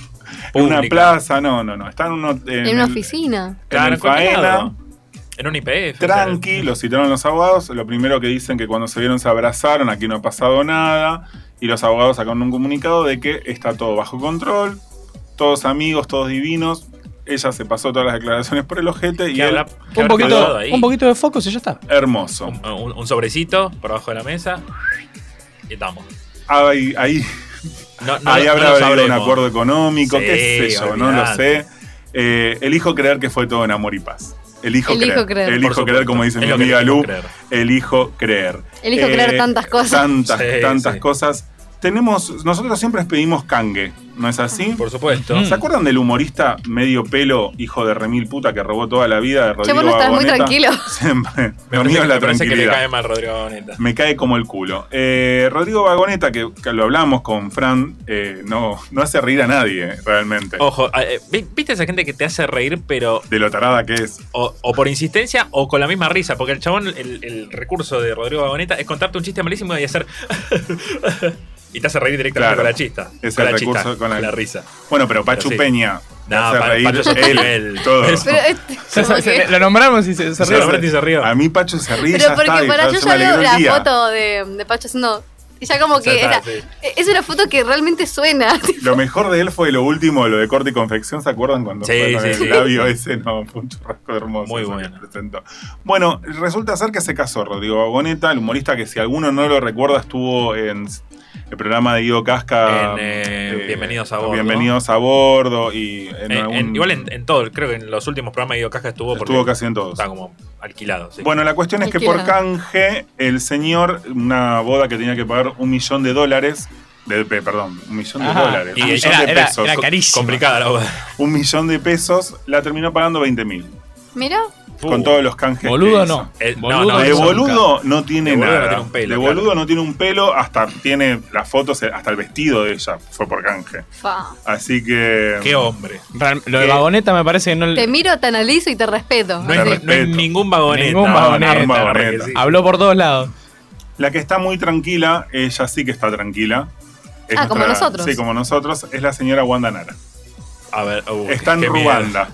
B: En una
H: pública.
B: plaza, no, no, no. Está en, uno-
C: En una
B: el-
C: oficina.
B: En
H: Claro,
B: el
H: en cualquier
B: Faena.
H: lado. En un IPF.
B: Tranqui, lo citaron los abogados. Lo primero que dicen que cuando se vieron se abrazaron, aquí no ha pasado nada. Y los abogados sacaron un comunicado de que está todo bajo control, todos amigos, todos divinos. Ella se pasó todas las declaraciones por el ojete y
H: y
B: él,
E: Un
B: quedado
E: poquito, un poquito de focus y ya está.
B: hermoso.
H: un, un- un sobrecito por abajo de la mesa y estamos.
B: Ahí, ahí,
H: No,
B: ahí
H: lo-
B: habrá
H: lo
B: habido un
H: sabremos.
B: acuerdo económico,
H: Sí,
B: qué sé yo, no lo
H: olvidate.
B: sé. Eh, elijo creer que fue todo en amor y paz. Elijo
C: Elijo
B: creer.
C: creer.
H: Por
B: Elijo creer,
H: supuesto.
B: como dice
H: Es
B: mi
H: lo que
B: amiga
H: tenemos
B: Lu.
H: que creer.
B: elijo creer. Eh,
C: Elijo creer tantas cosas.
B: Tantas,
H: Sí,
B: tantas
H: sí.
B: cosas. Tenemos, nosotros siempre pedimos cangue, ¿no es así?
H: Por supuesto.
E: Mm.
B: ¿Se acuerdan del humorista medio pelo, hijo de remil puta, que robó toda la vida de
C: Che,
B: Rodrigo
C: vos no estás muy
B: Agoneta?
C: tranquilo.
H: Me
B: Siempre. Lo
H: parece,
B: mío es
H: que,
B: la
H: me parece que le
B: tranquilidad.
H: cae mal Rodrigo Boneta.
B: Me cae como el culo. Eh, Rodrigo Vagoneta, que, que lo hablamos con Fran, eh, no, no hace reír a nadie, eh, realmente.
H: Ojo, eh, vi- ¿viste esa gente que te hace reír, pero
B: De lo tarada que es.
H: o, o por insistencia o con la misma risa? Porque el chabón, el, el recurso de Rodrigo Boneta es contarte un chiste malísimo y hacer. Y te hace reír directamente
B: Claro.
H: con la chista.
B: Es
H: con
B: el
H: la
B: recurso,
H: chista,
B: con la-
H: risa.
B: Bueno, pero Pachu
H: Pero sí.
B: Peña.
H: No,
B: hace
H: Pa-
B: reír
H: Pacho es otro
B: él,
H: nivel.
B: todo.
H: Es-
C: Pero, este, como que-
E: Lo nombramos y se, se
B: Ya
E: ríe.
H: ríe, Roberto, y se ríe.
B: A mí Pacho se ríe.
C: pero
B: ya está,
C: porque
B: y
C: para yo
B: se me
C: ya veo
B: alegró el
C: la
B: día.
C: foto de, de Pacho haciendo. Y ya como que
H: Ya está,
C: era, e,
H: sí.
C: es una foto que realmente suena.
B: Lo mejor de él fue lo último, lo de corte y confección, ¿se acuerdan cuando
H: Sí,
B: fue con
H: sí,
B: el
H: sí.
B: labio ese? No, fue un churrasco hermoso.
H: Muy
B: eso que
H: bueno.
B: presentó. Bueno, resulta ser que se casó Rodrigo Agoneta, el humorista que si alguno no lo recuerda estuvo en el programa de Guido Casca.
H: En, eh, Bienvenidos a Bordo. Eh,
B: Bienvenidos a Bordo y
H: En-
B: en
H: en-
B: algún-
H: igual en, en todo, creo que en los últimos programas de Guido Casca estuvo porque
B: estuvo casi en todos.
H: está como alquilado. sí.
B: Bueno, la cuestión es que por
C: Alquilado.
B: canje, el señor, una boda que tenía que pagar un millón de dólares, de, pe- perdón, un millón de
E: Ajá.
B: dólares,
H: Y
B: un millón
E: era-
B: de
E: era-
B: pesos,
E: era
B: co-
E: carísimo.
H: complicada la obra.
B: un millón de pesos, la terminó pagando 20 mil,
C: Mira,
B: con todos los canjes.
E: Boludo
B: que hizo.
E: no.
H: Eh, Uh, no,
E: Boludo
H: no,
B: De
H: es
E: nunca.
B: boludo no tiene
H: De boludo
B: nada.
H: no tiene un pelo,
B: de
H: claro.
B: boludo no tiene un pelo, hasta tiene las fotos, eh, hasta el vestido de ella fue por canje.
C: fa.
B: Así que.
H: Qué hombre.
E: Real- Lo de
H: Eh,
E: Vagoneta me parece que no.
C: Te miro, te analizo y te respeto.
H: No
B: Te
H: es, no es
B: respeto.
H: ningún vagoneta.
E: Ningún vagoneta.
H: No, no, no,
B: Vagoneta.
H: porque sí.
E: Habló por todos lados.
B: La que está muy tranquila, ella sí que está tranquila. es
C: Ah, como nosotros.
B: Sí, como nosotros, es la señora Wanda Nara.
H: A ver, uh,
B: Está en
H: qué miedo.
B: Ruanda.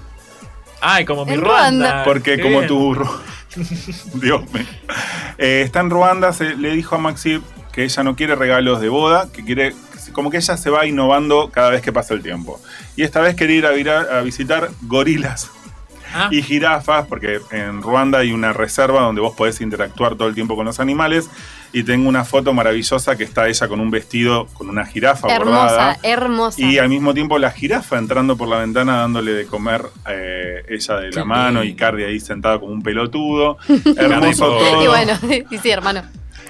H: Ay, como mi
C: En
H: Ruanda.
C: Ruanda.
B: Porque
H: Qué
B: como
H: bien.
B: tu... Dios mío. Eh, está en Ruanda, se, le dijo a Maxi que ella no quiere regalos de boda, que quiere... Como que ella se va innovando cada vez que pasa el tiempo. Y esta vez quería ir a, vira- a visitar gorilas
H: Ah.
B: y jirafas, porque en Ruanda hay una reserva donde vos podés interactuar todo el tiempo con los animales. Y tengo una foto maravillosa que está ella con un vestido, con una jirafa bordada.
C: Hermosa, hermosa.
B: Y al mismo tiempo la jirafa entrando por la ventana dándole de comer eh, ella de la
H: Qué
B: mano y
H: lindo.
B: Cardi ahí sentada como un pelotudo. Hermoso
H: pobre.
B: todo.
C: Y bueno, y sí, hermano.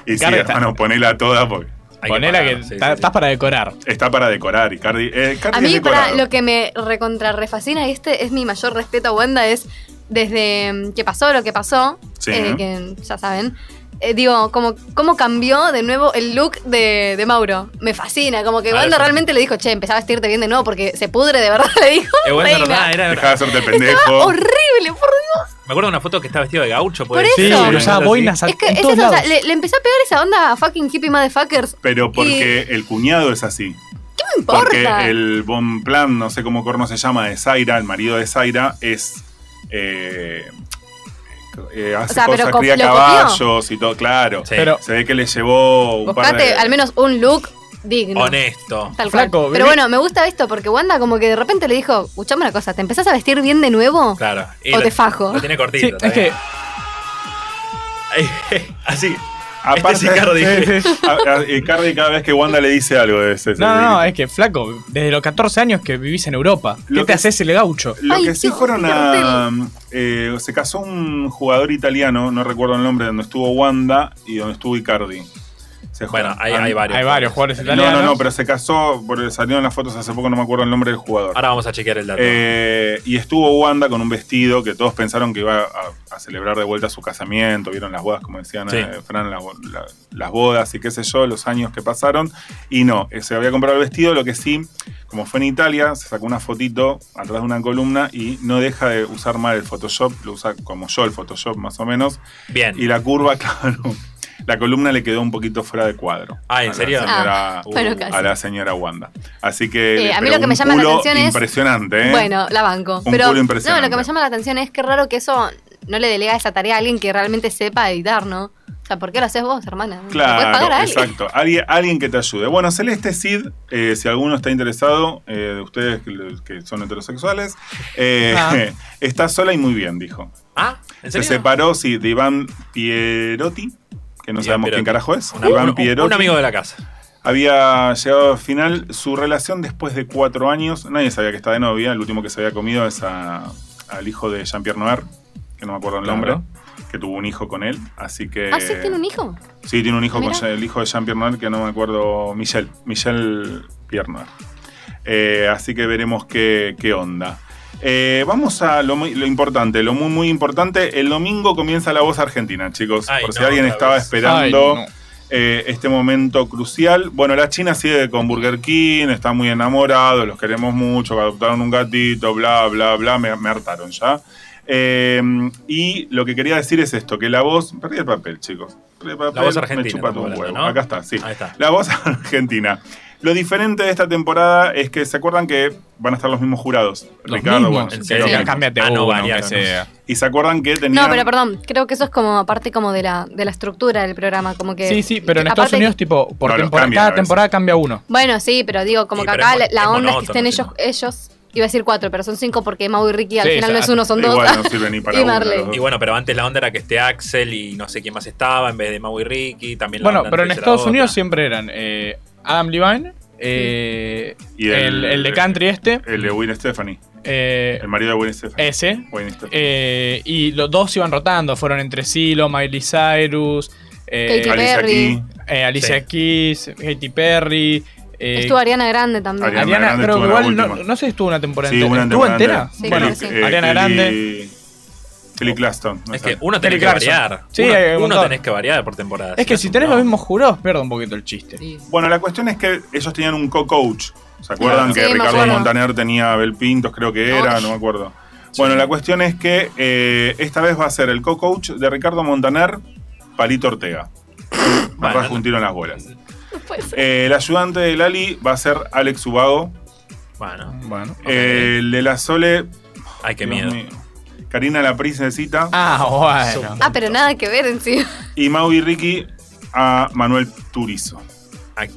B: Y sí,
E: Cardi
B: hermano, ponela toda porque
H: Hay
E: Ponela que,
H: parar, sí, sí,
E: está-
H: sí.
E: estás para decorar.
B: está para decorar. Y Cardi, eh, Cardi
C: A
B: es
C: mí, para
B: decorado.
C: lo que me recontrarrefascina, y este es mi mayor respeto a Wanda, es desde mm, que pasó lo que pasó,
B: Sí.
C: eh, que ya saben. eh, digo, como, cómo cambió de nuevo el look de, de Mauro. Me fascina, como que
H: Ah,
C: Wanda
H: sí.
C: realmente le dijo, che, empezá a vestirte bien de nuevo porque se pudre de verdad, le dijo.
H: Eh, bueno, era
C: Reina.
H: verdad, era
B: Deja de
H: verdad.
B: hacerte el pendejo.
C: Horrible, por
H: Me acuerdo de una foto que está vestido de gaucho. puede
C: Por
H: ser.
E: Sí,
C: Eso.
E: pero usaba
H: Sí.
E: boinas a-
C: Es que
E: en
C: es
E: todos
C: eso, o sea,
E: lados.
C: le, le empezó a pegar esa onda a fucking hippie motherfuckers.
B: Pero porque el cuñado es así.
C: No
B: Porque
C: importa.
B: el Bonplan, no sé cómo corno se llama, de Zaira, el marido de Zaira, es. eh, eh, hace
C: O sea, pero
B: cosas,
C: co-
B: cría
C: lo copió.
B: caballos y todo, claro.
H: Sí.
E: Pero-
B: Se ve que le llevó un par
C: Buscate
B: de-
C: al menos un look digno.
H: Honesto.
C: Tal cual.
E: Flaco,
C: Pero
E: viví-
C: bueno, me gusta esto porque Wanda como que de repente le dijo, escuchame una cosa, ¿te empezás a vestir bien de nuevo?
H: Claro. Y
C: O
H: lo-
C: te fajo.
H: Lo tiene cortito.
E: Sí,
H: está
E: es que
H: bien. Así.
B: Ah, Aparte,
H: Este sí, Cardi.
B: A- a- eh, Cardi cada vez que Wanda le dice algo de ese.
E: No, no, no, es que flaco, desde los 14 años que vivís en Europa, ¿qué
B: Lo
E: te
B: que-
E: haces el gaucho?
B: Lo
C: Ay,
B: que sí
C: Dios,
B: fueron
C: qué
B: a. eh, se casó un jugador italiano, no recuerdo el nombre, donde estuvo Wanda y donde estuvo Icardi. Se
H: Bueno,
B: fueron.
H: hay,
B: Ah,
H: hay varios.
E: Hay varios jugadores
B: No,
E: italianos.
B: no, no, pero se casó, porque salieron las fotos hace poco, no me acuerdo el nombre del jugador.
H: Ahora vamos a chequear el dato.
B: Eh, y estuvo Wanda con un vestido que todos pensaron que iba a, a celebrar de vuelta su casamiento, vieron las bodas, como decían
H: Sí.
B: eh, Fran, la- la- las bodas y qué sé yo, los años que pasaron. Y no, eh, se había comprado el vestido, lo que sí, como fue en Italia, se sacó una fotito atrás de una columna y no deja de usar mal el Photoshop, lo usa como yo el Photoshop más o menos.
H: Bien.
B: Y la curva, claro, la columna le quedó un poquito fuera de cuadro.
H: Ah, ¿en
B: A la
H: serio?
B: señora-
H: Uh,
C: bueno, casi.
B: a la señora Wanda. Así que.
C: Eh, a mí
B: pero
C: lo que me
B: un
C: llama la
B: culo
C: atención es-
B: Impresionante, ¿eh?
C: Bueno, la banco.
B: Un
C: Pero
B: culo
C: no,
B: impresionante.
C: lo que me llama la atención es que raro que eso no le delega esa tarea a alguien que realmente sepa editar, ¿no? O sea, ¿por qué lo haces vos, hermana? ¿Le puedes pagar a
B: Claro,
C: alguien?
B: exacto. Alguien, alguien que te ayude. Bueno, Celeste Cid, eh, si alguno está interesado, eh, de ustedes que, que son heterosexuales, eh,
E: Ah.
B: está sola y muy bien, dijo.
H: ah, ¿en
B: Se
H: serio?
B: separó, sí, de Iván Pierotti, que no
H: Iván
B: sabemos quién
H: Pierotti.
B: carajo es.
H: Una-
B: Iván
H: un- un,
B: Pierotti
H: amigo de la casa.
B: había llegado al final su relación después de cuatro años. Nadie sabía que estaba de novia. El último que se había comido es a- al hijo de Jean-Pierre Noir, que no me acuerdo el
E: Claro.
B: nombre, que tuvo un hijo con él. Así que.
C: Ah, sí, tiene un hijo.
B: Sí, tiene un hijo
C: Mirá.
B: con el hijo de Jean Pierre Noir, que no me acuerdo, Michel, Michel Pierre Noir. Eh, así que veremos qué, qué onda. Eh, vamos a lo, muy- lo importante, lo muy muy importante. El domingo comienza la voz argentina, chicos.
H: Ay,
B: por si
H: no,
B: alguien
H: otra
B: estaba
H: vez.
B: esperando
E: Ay, no.
B: eh, este momento crucial. Bueno, la China sigue con Burger King, está muy enamorado, los queremos mucho, adoptaron un gatito, bla, bla, bla. Me, me hartaron ya. Eh, y lo que quería decir es esto, que la voz... Perdí el papel, chicos. Perdí el papel,
H: La voz
B: me
H: argentina,
B: chupa todo un
H: estamos hablando,
B: huevo.
H: ¿no?
B: Acá está, sí.
H: Ahí está.
B: La voz argentina. Lo diferente de esta temporada es que se acuerdan que van a estar los mismos jurados.
E: Los
B: Ricardo,
E: mismos,
B: bueno,
E: en
B: sí,
E: serio,
B: los mismos.
E: cámbiate
H: Ah, no,
E: uno,
H: variaron,
E: aunque
H: no.
E: sea.
B: Y se acuerdan que tenían...
C: No, pero perdón, creo que eso es como parte como de la, de la estructura del programa, como que...
E: Sí, sí, pero en
C: aparte-
E: Estados Unidos, tipo, por
B: No, los
E: temporada,
B: cambian a
E: cada
B: veces.
E: temporada cambia uno.
C: Bueno, sí, pero digo, como
H: Sí,
C: que
H: pero
C: acá
H: es mon-
C: la, la
H: es
C: onda es que
H: monótono,
C: estén
H: si
C: ellos,
H: no.
C: ellos, iba a decir cuatro, pero son cinco porque Mau y Ricky al
E: Sí,
C: final
E: o
C: no
E: sea,
C: es uno, son dos. Ah,
B: Igual no sirve ni para
C: Y
B: uno,
C: Marley.
B: los dos.
H: Y bueno, pero antes la onda era que esté Axel y no sé quién más estaba en vez de Mau y Ricky. También la
E: Bueno,
H: onda
E: pero en
H: antes era
E: Estados
H: otra.
E: Unidos siempre eran eh, Adam Levine, eh,
B: Y el-
E: el, el de country este,
B: El de Win Stephanie.
E: eh,
B: El marido de Win Stephanie.
E: ese,
B: Gwen Stefani.
E: eh, y los dos iban rotando, fueron entre Silo, Miley Cyrus, eh,
C: Katy
B: Alicia
C: Perry.
B: Keys,
E: eh, Alicia
H: Sí.
E: Keys, Katy Perry. eh,
C: Estuvo Ariana Grande también.
B: Ariana
E: Ariana,
B: Grande
E: creo que
B: estuvo en la
E: igual, no,
B: última.
E: no sé si estuvo una temporada
B: Sí,
E: entera.
B: una
E: ¿Estuvo
B: entera. eh,
E: entera?
C: Sí,
E: bueno,
C: creo que sí.
E: Ariana Grande.
B: Kelly Claston. no
H: Es
B: sé.
H: que uno tenés que
E: Clarkson.
H: variar.
E: Sí,
H: uno,
E: hay un
H: uno
E: montón.
H: tenés que variar por temporada.
E: es que
H: no
E: si
H: un
E: tenés los
H: drama.
E: mismos jurados, pierdo un poquito el chiste.
B: Bueno, la cuestión es que ellos tenían un co-coach. ¿Se acuerdan
C: Sí,
B: que
C: me
B: Ricardo
C: acuerdo.
B: Montaner tenía a Abel Pintos, creo que era? No me acuerdo. Bueno, la cuestión es que eh, esta vez va a ser el co-coach de Ricardo Montaner, Palito Ortega. Me
H: Bueno,
B: rajo un tiro en las bolas.
C: Puede ser.
B: Eh, el ayudante de Lali va a ser Alex Ubago.
H: Bueno,
E: Bueno.
B: Eh, el de la Sole.
H: ay, qué
B: Dios
H: miedo.
B: mío. Karina la princesita.
E: Ah, bueno.
C: Ah, pero nada que ver encima.
B: Y Mau y Ricky a Manuel Turizo.
H: Ah,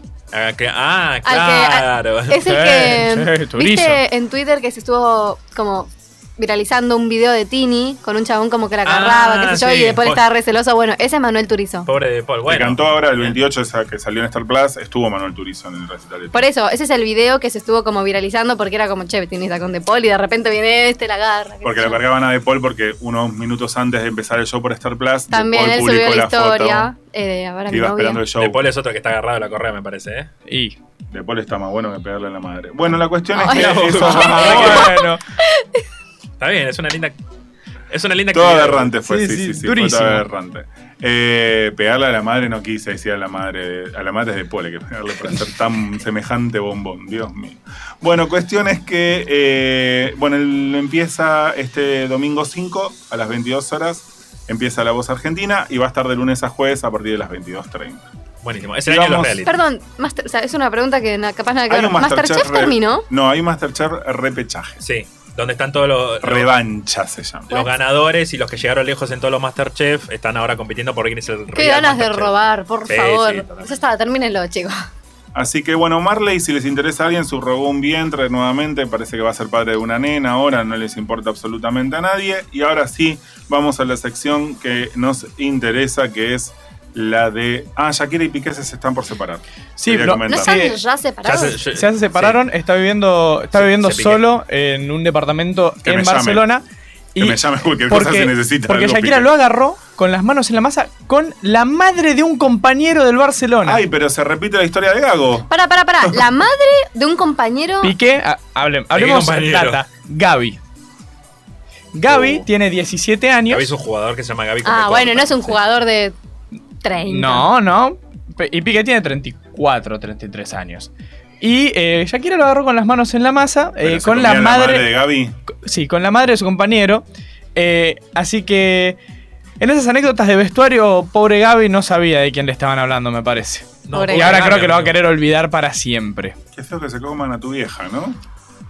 H: que- ah,
C: Al que-
H: claro.
C: Es el
E: Sí, sí,
C: que.
E: turizo.
C: ¿Viste en Twitter que se estuvo como viralizando un video de Tini con un chabón como que la agarraba,
H: Ah,
C: qué sé yo,
H: sí.
C: y después
H: Po-
C: estaba receloso? Bueno, ese es Manuel Turizo.
H: Pobre de Paul.
B: que
H: Bueno,
B: cantó ahora el
H: bien.
B: 28, esa que salió en Star Plus, estuvo Manuel Turizo en el recital. de-
C: Por eso, ese es el video que se estuvo como viralizando porque era como, che, Tini está con De Paul y de repente viene este, la agarra. qué
B: Porque
C: sé
B: lo
C: yo.
B: cargaban a De Paul porque unos minutos antes de empezar el show por Star Plus,
C: También
B: De Paul
C: él
B: publicó
C: subió la historia.
B: foto
C: Eh, ahora
B: que
C: mi
B: iba esperando
C: novia.
B: el show.
H: De Paul es otro que está agarrado de la correa, me parece, ¿eh?
E: Y.
B: De Paul está más bueno que pegarle a la madre. Bueno, la cuestión
C: Ay.
B: es que eso
E: Ah, bueno.
H: Está bien, es una linda. Es una linda
B: todo
H: actividad.
B: aberrante fue, sí,
E: Sí,
B: sí,
E: sí,
B: sí, fue
E: durísimo.
B: todo aberrante. Eh, pegarle a la madre no quise decir a la madre, a la madre es de Paul, hay que pegarle para hacer tan semejante bombón, Dios mío. Bueno, cuestión es que, eh, bueno, el- empieza este domingo 5 a las 22 horas, empieza La Voz Argentina y va a estar de lunes a jueves a partir de las 22.30.
H: Buenísimo. Es el año de los
B: Digamos-
H: reality.
C: Perdón, Master- o sea, es una pregunta que na- capaz nada que
B: Hay
C: ver.
B: un Masterchef
C: ¿Masterchef
B: re-
C: terminó?
B: No, hay un Masterchef repechaje.
H: Sí, donde están todos los. los-
B: Revancha se llama.
H: los ganadores y los que llegaron lejos en todos los Masterchef están ahora compitiendo por quién es el
C: Qué
H: real
C: ganas de
H: Masterchef.
C: robar, por
H: Sí, sí,
C: favor.
H: totalmente.
C: Eso está, termínenlo, chicos.
B: Así que bueno, Marley, si les interesa a alguien, subrogó un vientre nuevamente, parece que va a ser padre de una nena, ahora no les importa absolutamente a nadie. Y ahora sí, vamos a la sección que nos interesa, que es la de... Ah, Shakira y Piqué se están por separar.
E: Sí,
B: Quería
E: no-
C: ¿No
B: comentar.
E: sí,
C: están ya separados?
H: Ya se,
E: ya se separaron, está viviendo, está
H: Se-
E: viviendo
H: se piqué.
E: solo en un departamento
B: Que me
E: en
B: llame.
E: Barcelona.
B: Que me llame cualquier cosa
E: porque,
B: si necesita
E: porque
B: algo,
E: Shakira
B: Piqué.
E: lo agarró con las manos en la masa con la madre de un compañero del Barcelona.
B: Ay, pero se repite la historia de
E: Eh,
B: Gago.
C: Pará, pará, pará. La madre de un compañero.
E: Piqué, ah, hable- hablemos de
H: compañero?
E: data. Gaby. Gaby
B: Oh.
E: tiene 17
H: Gaby
E: años.
H: es un jugador que se llama Gaby. con
C: Ah,
H: B
C: bueno,
H: corta.
C: no es un jugador de 30.
E: No, no. Pe- Y Piqué tiene 34, 33 años. Y eh, Shakira lo agarró con las manos en la masa, eh,
B: Pero se
E: con la
B: comían
E: madre,
B: de Gaby.
E: Sí, con la madre de su compañero. Eh, así que. En esas anécdotas de vestuario, pobre Gaby no sabía de quién le estaban hablando, me parece.
H: No,
C: Pobre
E: Y ahora
H: Gaby,
E: creo que lo va a
H: amigo.
E: querer olvidar para siempre.
B: Qué feo que se coman a tu vieja, ¿no?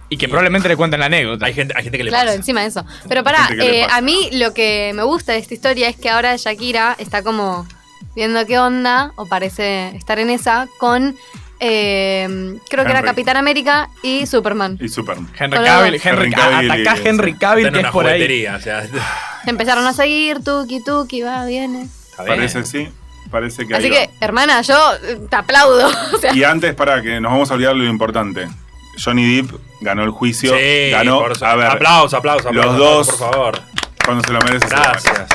E: Y que probablemente le cuenten la anécdota.
H: Hay gente, hay gente que le
C: Claro,
H: pasa.
C: encima de eso. Pero pará,
B: Gente que le
C: eh,
B: pasa.
C: a mí lo que me gusta de esta historia es que ahora Shakira está como viendo qué onda, o parece estar en esa, con. eh, creo que era
B: Henry.
C: Capitán América y Superman.
B: Y Superman.
E: Henry
C: Hola.
E: Cavill, Henry
B: Henry Cavill
E: Cavill, atacá a
B: y-
E: Henry Cavill
H: Está en
E: que es
H: una
E: por ahí.
H: juguetería, o sea, está
C: Se empezaron a seguir, tuki, tuki, va, viene.
H: bien.
B: Parece, sí. Parece que
C: Así
B: ahí
C: que,
B: va.
C: hermana, yo eh, te aplaudo. O sea,
B: Y antes, para que nos vamos a olvidar lo importante. Johnny Depp ganó el juicio.
H: Sí,
B: ganó.
H: por su-
B: a ver,
H: aplauso, aplauso, aplauso,
B: los
H: aplauso,
B: dos-
H: por favor.
B: cuando se lo merece. se lo merece.
H: Gracias.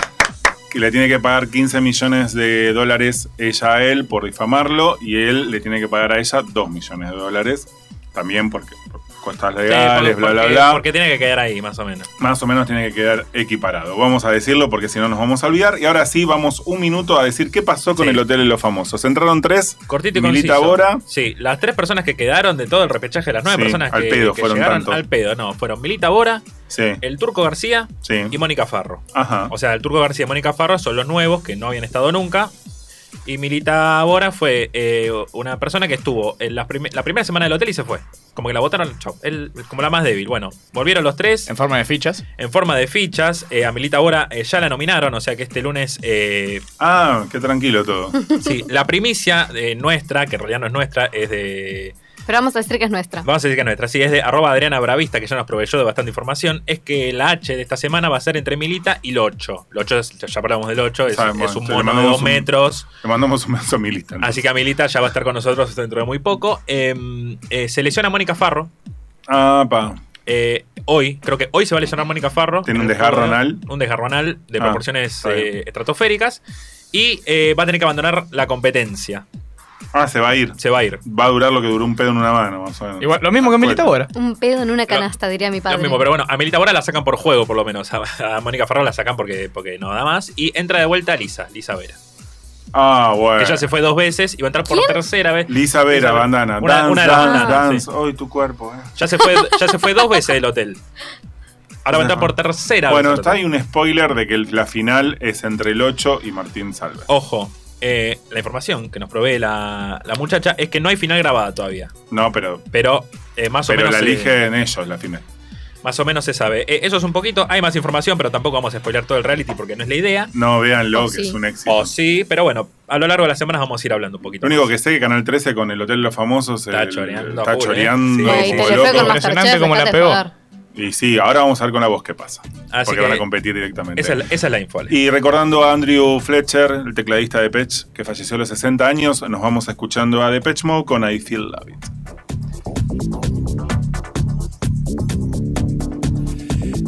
B: que le tiene que pagar 15 millones de dólares ella a él por difamarlo y él le tiene que pagar a ella 2 millones de dólares también porque por costas legales,
H: Sí,
B: bla,
H: porque-
B: bla, bla.
H: Porque tiene que quedar ahí, más o menos.
B: Más o menos tiene que quedar equiparado. Vamos a decirlo porque si no nos vamos a olvidar. Y ahora sí, vamos un minuto a decir qué pasó con
H: Sí.
B: el Hotel de los Famosos. Entraron tres.
H: Cortito y
B: Milita
H: conciso.
B: Bora.
H: Sí, las tres personas que quedaron de todo el repechaje, las nueve
B: Sí,
H: personas
B: al
H: que,
B: pedo
H: que
B: fueron
H: llegaron
B: tanto.
H: al pedo, no, fueron Milita Bora,
B: Sí,
A: el Turco García
B: sí.
A: y Mónica Farro.
B: Ajá.
A: O sea, el Turco García y Mónica Farro son los nuevos que no habían estado nunca. Y Milita Bora fue eh, una persona que estuvo en las prime- la primera semana del hotel y se fue. Como que la votaron, chau. Él, como la más débil. Bueno, volvieron los tres
E: En forma de fichas.
A: en forma de fichas. Eh, a Milita Bora eh, ya la nominaron, o sea que este lunes eh,
B: Ah, qué tranquilo todo.
A: Sí, la primicia eh, nuestra, que en realidad no es nuestra, es de.
C: Pero vamos a decir que es nuestra.
A: Vamos a decir que es nuestra, sí, es de arroba Adriana Bravista, que ya nos proveyó de bastante información. Es que la H de esta semana va a ser entre Milita y Locho. Locho, es- ya hablamos del Locho, es,
B: Sabemos,
A: es un
B: sí, le
A: mono de
B: mandamos
A: dos
B: un-
A: metros.
B: Le mandamos un beso a Milita. ¿no?
A: Así que a Milita ya va a estar con nosotros dentro de muy poco. Eh, eh, se lesiona Mónica Farro.
B: Ah, pa.
A: eh, hoy, creo que hoy se va a lesionar Mónica Farro.
B: Tiene un
A: En el
B: desgarro
A: fútbol,
B: anal.
A: Un desgarro anal de
B: Ah,
A: proporciones
B: está bien.
A: eh, estratosféricas. Y eh, va a tener que abandonar la competencia.
B: Ah, se va a ir.
A: Se va a ir.
B: Va a durar lo que duró un pedo en una mano, más o menos.
E: Igual, lo mismo que en Milita ahora.
C: Un pedo en una canasta, diría mi padre.
A: Lo mismo, pero bueno, a Melita Bora la sacan por juego, por lo menos. A, a Mónica Farro la sacan porque, porque no da más. Y entra de vuelta Lisa, Lisa Vera.
B: Ah, bueno.
A: Que ya se fue dos veces y va a entrar por tercera vez.
B: Lisa Vera,
A: Lisa-
B: bandana.
A: una-
B: dance,
A: una de las
B: dance,
A: bandanas,
B: dance.
A: sí.
B: Ay, tu cuerpo. eh.
A: Ya se fue, ya se fue dos veces del hotel. Ahora va a entrar por tercera
B: Bueno,
A: vez.
B: está ahí un spoiler de que el- la final es entre el 8 y Martín Salva.
A: Ojo, eh, la información que nos provee la, la muchacha es que no hay final grabada todavía.
B: No, pero,
A: Pero eh, más Oh. o
B: pero
A: menos.
B: la
A: se-
B: eligen ellos la final.
A: Más o menos se sabe. Eh, eso es un poquito. Hay más información, pero tampoco vamos a spoiler todo el reality porque no es la idea.
B: No, véanlo,
C: Oh,
B: que
C: sí.
B: es un éxito.
A: O sí, pero bueno, a lo largo de las semanas vamos a ir hablando un poquito.
B: Lo único que sé es que Canal 13 con el Hotel de los Famosos
A: Está
B: el-
A: choreando
B: está
A: a full, ¿eh?
B: choreando
A: Sí.
C: Güey,
B: como
C: Telefe
B: loco.
C: con
E: Impresionante
C: Masterchef,
E: cómo la
C: dejate
E: pegó.
C: joder.
B: Y sí, ahora vamos a ver con la voz qué pasa.
A: Así
B: porque
A: que
B: van a competir directamente.
A: Esa, es la- esa es la info. Ale.
B: Y recordando a Andrew Fletcher, el tecladista de Pech, que falleció a los 60 años, nos vamos escuchando a Depeche Mode con I Feel Love It.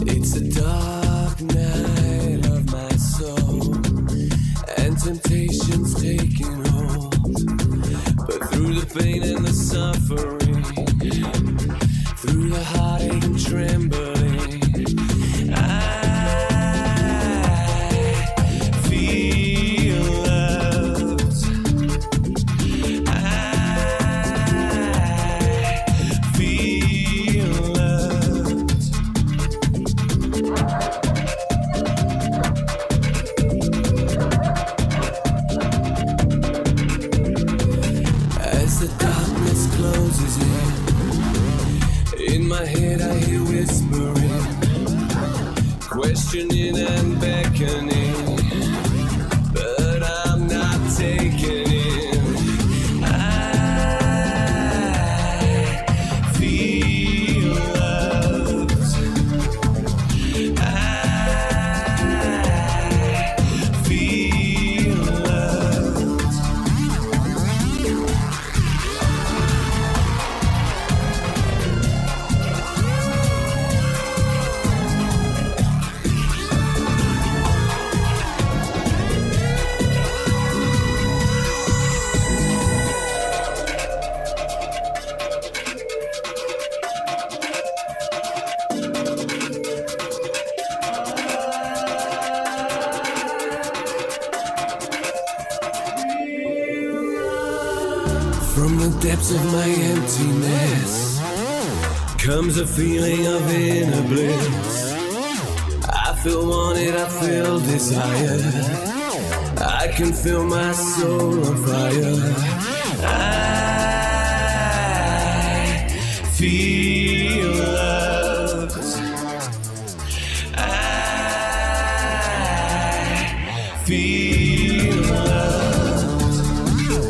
F: It's a dark night of my soul, and temptation's taking hold. But through the pain and the suffering, through the heartache and trembling, I feel loved. I feel loved. As the darkness closes in, in my head I hear whispering, questioning and beckoning, but I'm not taking in. I feel loved. I feel loved. From the depths of my emptiness comes a feeling of inner bliss. I feel wanted, I feel desired. I can feel my soul on fire. I feel loved. I feel loved.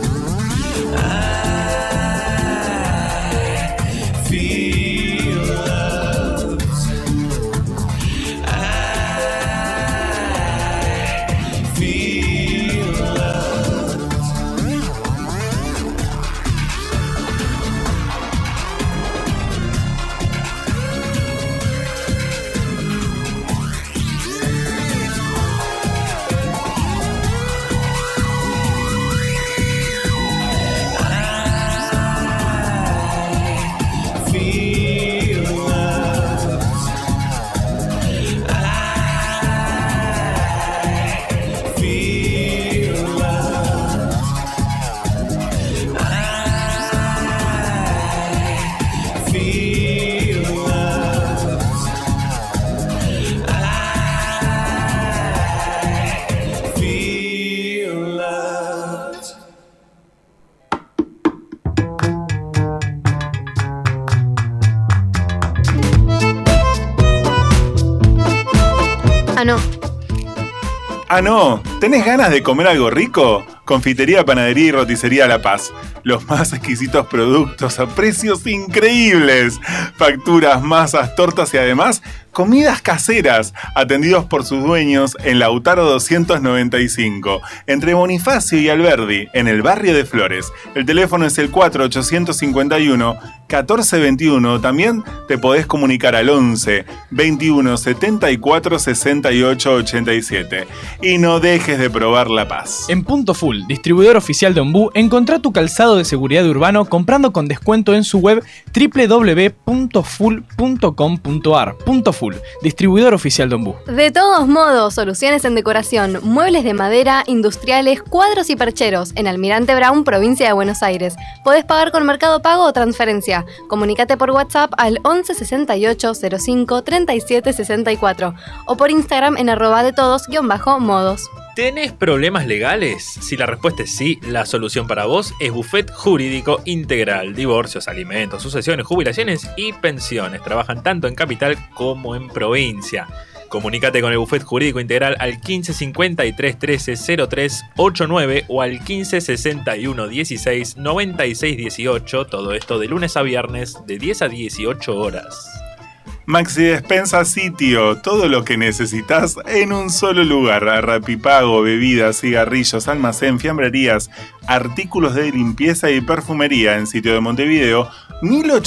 F: feel loved. I feel loved.
C: Ah, no.
B: Ah, no. ¿Tenés ganas de comer algo rico? Confitería, panadería y roticería La Paz. Los más exquisitos productos a precios increíbles. Facturas, masas, tortas y además comidas caseras, atendidos por sus dueños en Lautaro 295, entre Bonifacio y Alberdi, en el barrio de Flores. El teléfono es el 4851 1421. También te podés comunicar al 11 21 74 68 87. Y no dejes de probar La Paz.
E: En Punto Full, distribuidor oficial de Ombú, encontrá tu calzado de seguridad urbano comprando con descuento en su web www.full.com.ar. Punto Full, distribuidor oficial de Ombú.
C: De todos modos, soluciones en decoración, muebles de madera, industriales, cuadros y percheros en Almirante Brown, provincia de Buenos Aires. Podés pagar con Mercado Pago o transferencia. Comunicate por WhatsApp al 11 68 05 37 64 o por Instagram en arroba de todos guión bajo modos.
A: ¿Tenés problemas legales? Si la respuesta es sí, la solución para vos es Buffet Jurídico Integral. Divorcios, alimentos, sucesiones, jubilaciones y pensiones. Trabajan tanto en capital como en provincia. Comunícate con el Buffet Jurídico Integral al 1553 13 03 89 o al 1561 16 96 18. Todo esto de lunes a viernes de 10 a 18 horas.
B: Maxi Despensa Sitio, todo lo que necesitas en un solo lugar. Rapipago, bebidas, cigarrillos, almacén, fiambrerías, artículos de limpieza y perfumería en sitio de Montevideo,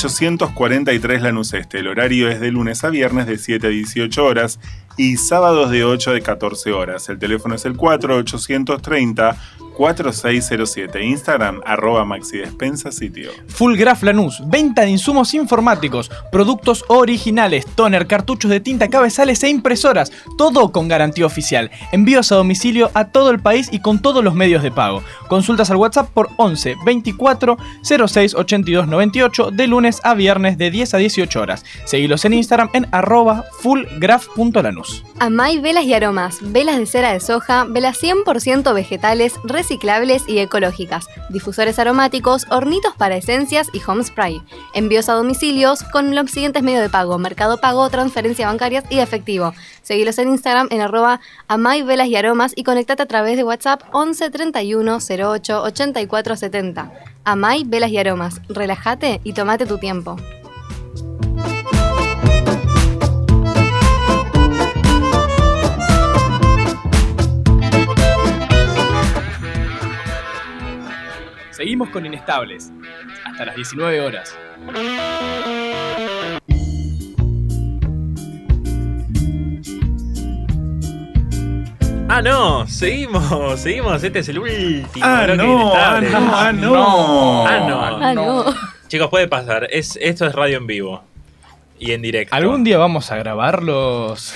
B: 1843 Lanús Este. El horario es de lunes a viernes de 7 a 18 horas y sábados de 8 a 14 horas. El teléfono es el 4830 4607. Instagram arroba Maxi Despensa Sitio.
E: Full Graph Lanús, venta de insumos informáticos, productos originales, toner, cartuchos de tinta, cabezales e impresoras, todo con garantía oficial. Envíos a domicilio a todo el país y con todos los medios de pago. Consultas al WhatsApp por 11 24 06 82 98 de lunes a viernes de 10 a 18 horas. Seguilos en Instagram en arroba fullgraph.lanús.
C: Amay Velas y Aromas, velas de cera de soja, velas 100% vegetales, reciclables y ecológicas, difusores aromáticos, hornitos para esencias y home spray. Envíos a domicilios con los siguientes medios de pago, mercado pago, transferencia bancarias y efectivo. Seguilos en Instagram en arroba Amay Velas y Aromas y conectate a través de WhatsApp 11 31 08 84 70. Amay Velas y Aromas, relájate y tomate tu tiempo.
E: Seguimos con Inestables, hasta las 19 horas.
A: Ah, no, seguimos, seguimos. Este es el último.
B: Ah
A: bloque
B: no, ah
A: inestable.
B: no, ah no.
A: Ah, no.
C: Ah, no.
A: Chicos, puede pasar. Es, esto es radio en vivo. Y en directo.
E: ¿Algún día vamos a grabar los,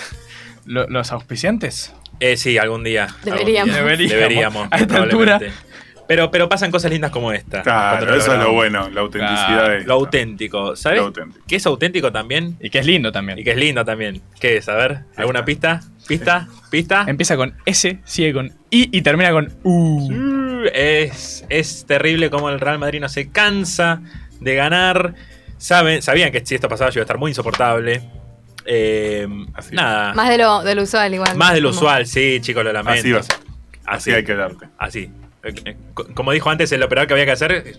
E: lo- los auspiciantes?
A: Eh, sí, algún día. algún día.
C: Deberíamos.
A: Deberíamos.
E: Deberíamos, a esta
A: probablemente.
E: altura.
A: Pero, pero pasan cosas lindas como esta. cuando
B: Claro,
A: lo
B: eso es lo
A: logramos.
B: bueno, la autenticidad de
A: Ah, Lo
B: esto.
A: auténtico. ¿eh? ¿Sabes?
B: Lo auténtico.
A: Que es auténtico también.
E: Y que es lindo también.
A: Y que es lindo también. ¿Qué es? A ver, ¿alguna pista? ¿Pista? ¿Pista?
B: Em-
E: Empieza con S, sigue con I y termina con U.
A: Uh, Es, es terrible como el Real Madrid no se cansa de ganar. Saben, sabían que si esto pasaba yo iba a estar muy insoportable. Eh,
B: Así
A: nada. Más,
C: Más de lo, de lo usual igual.
A: de lo
C: Como-
A: usual, sí, chicos, lo lamento.
B: Así va a ser.
A: Así,
B: Así hay que darte.
A: así. Eh, eh, co- Como dijo antes el operador que había que hacer.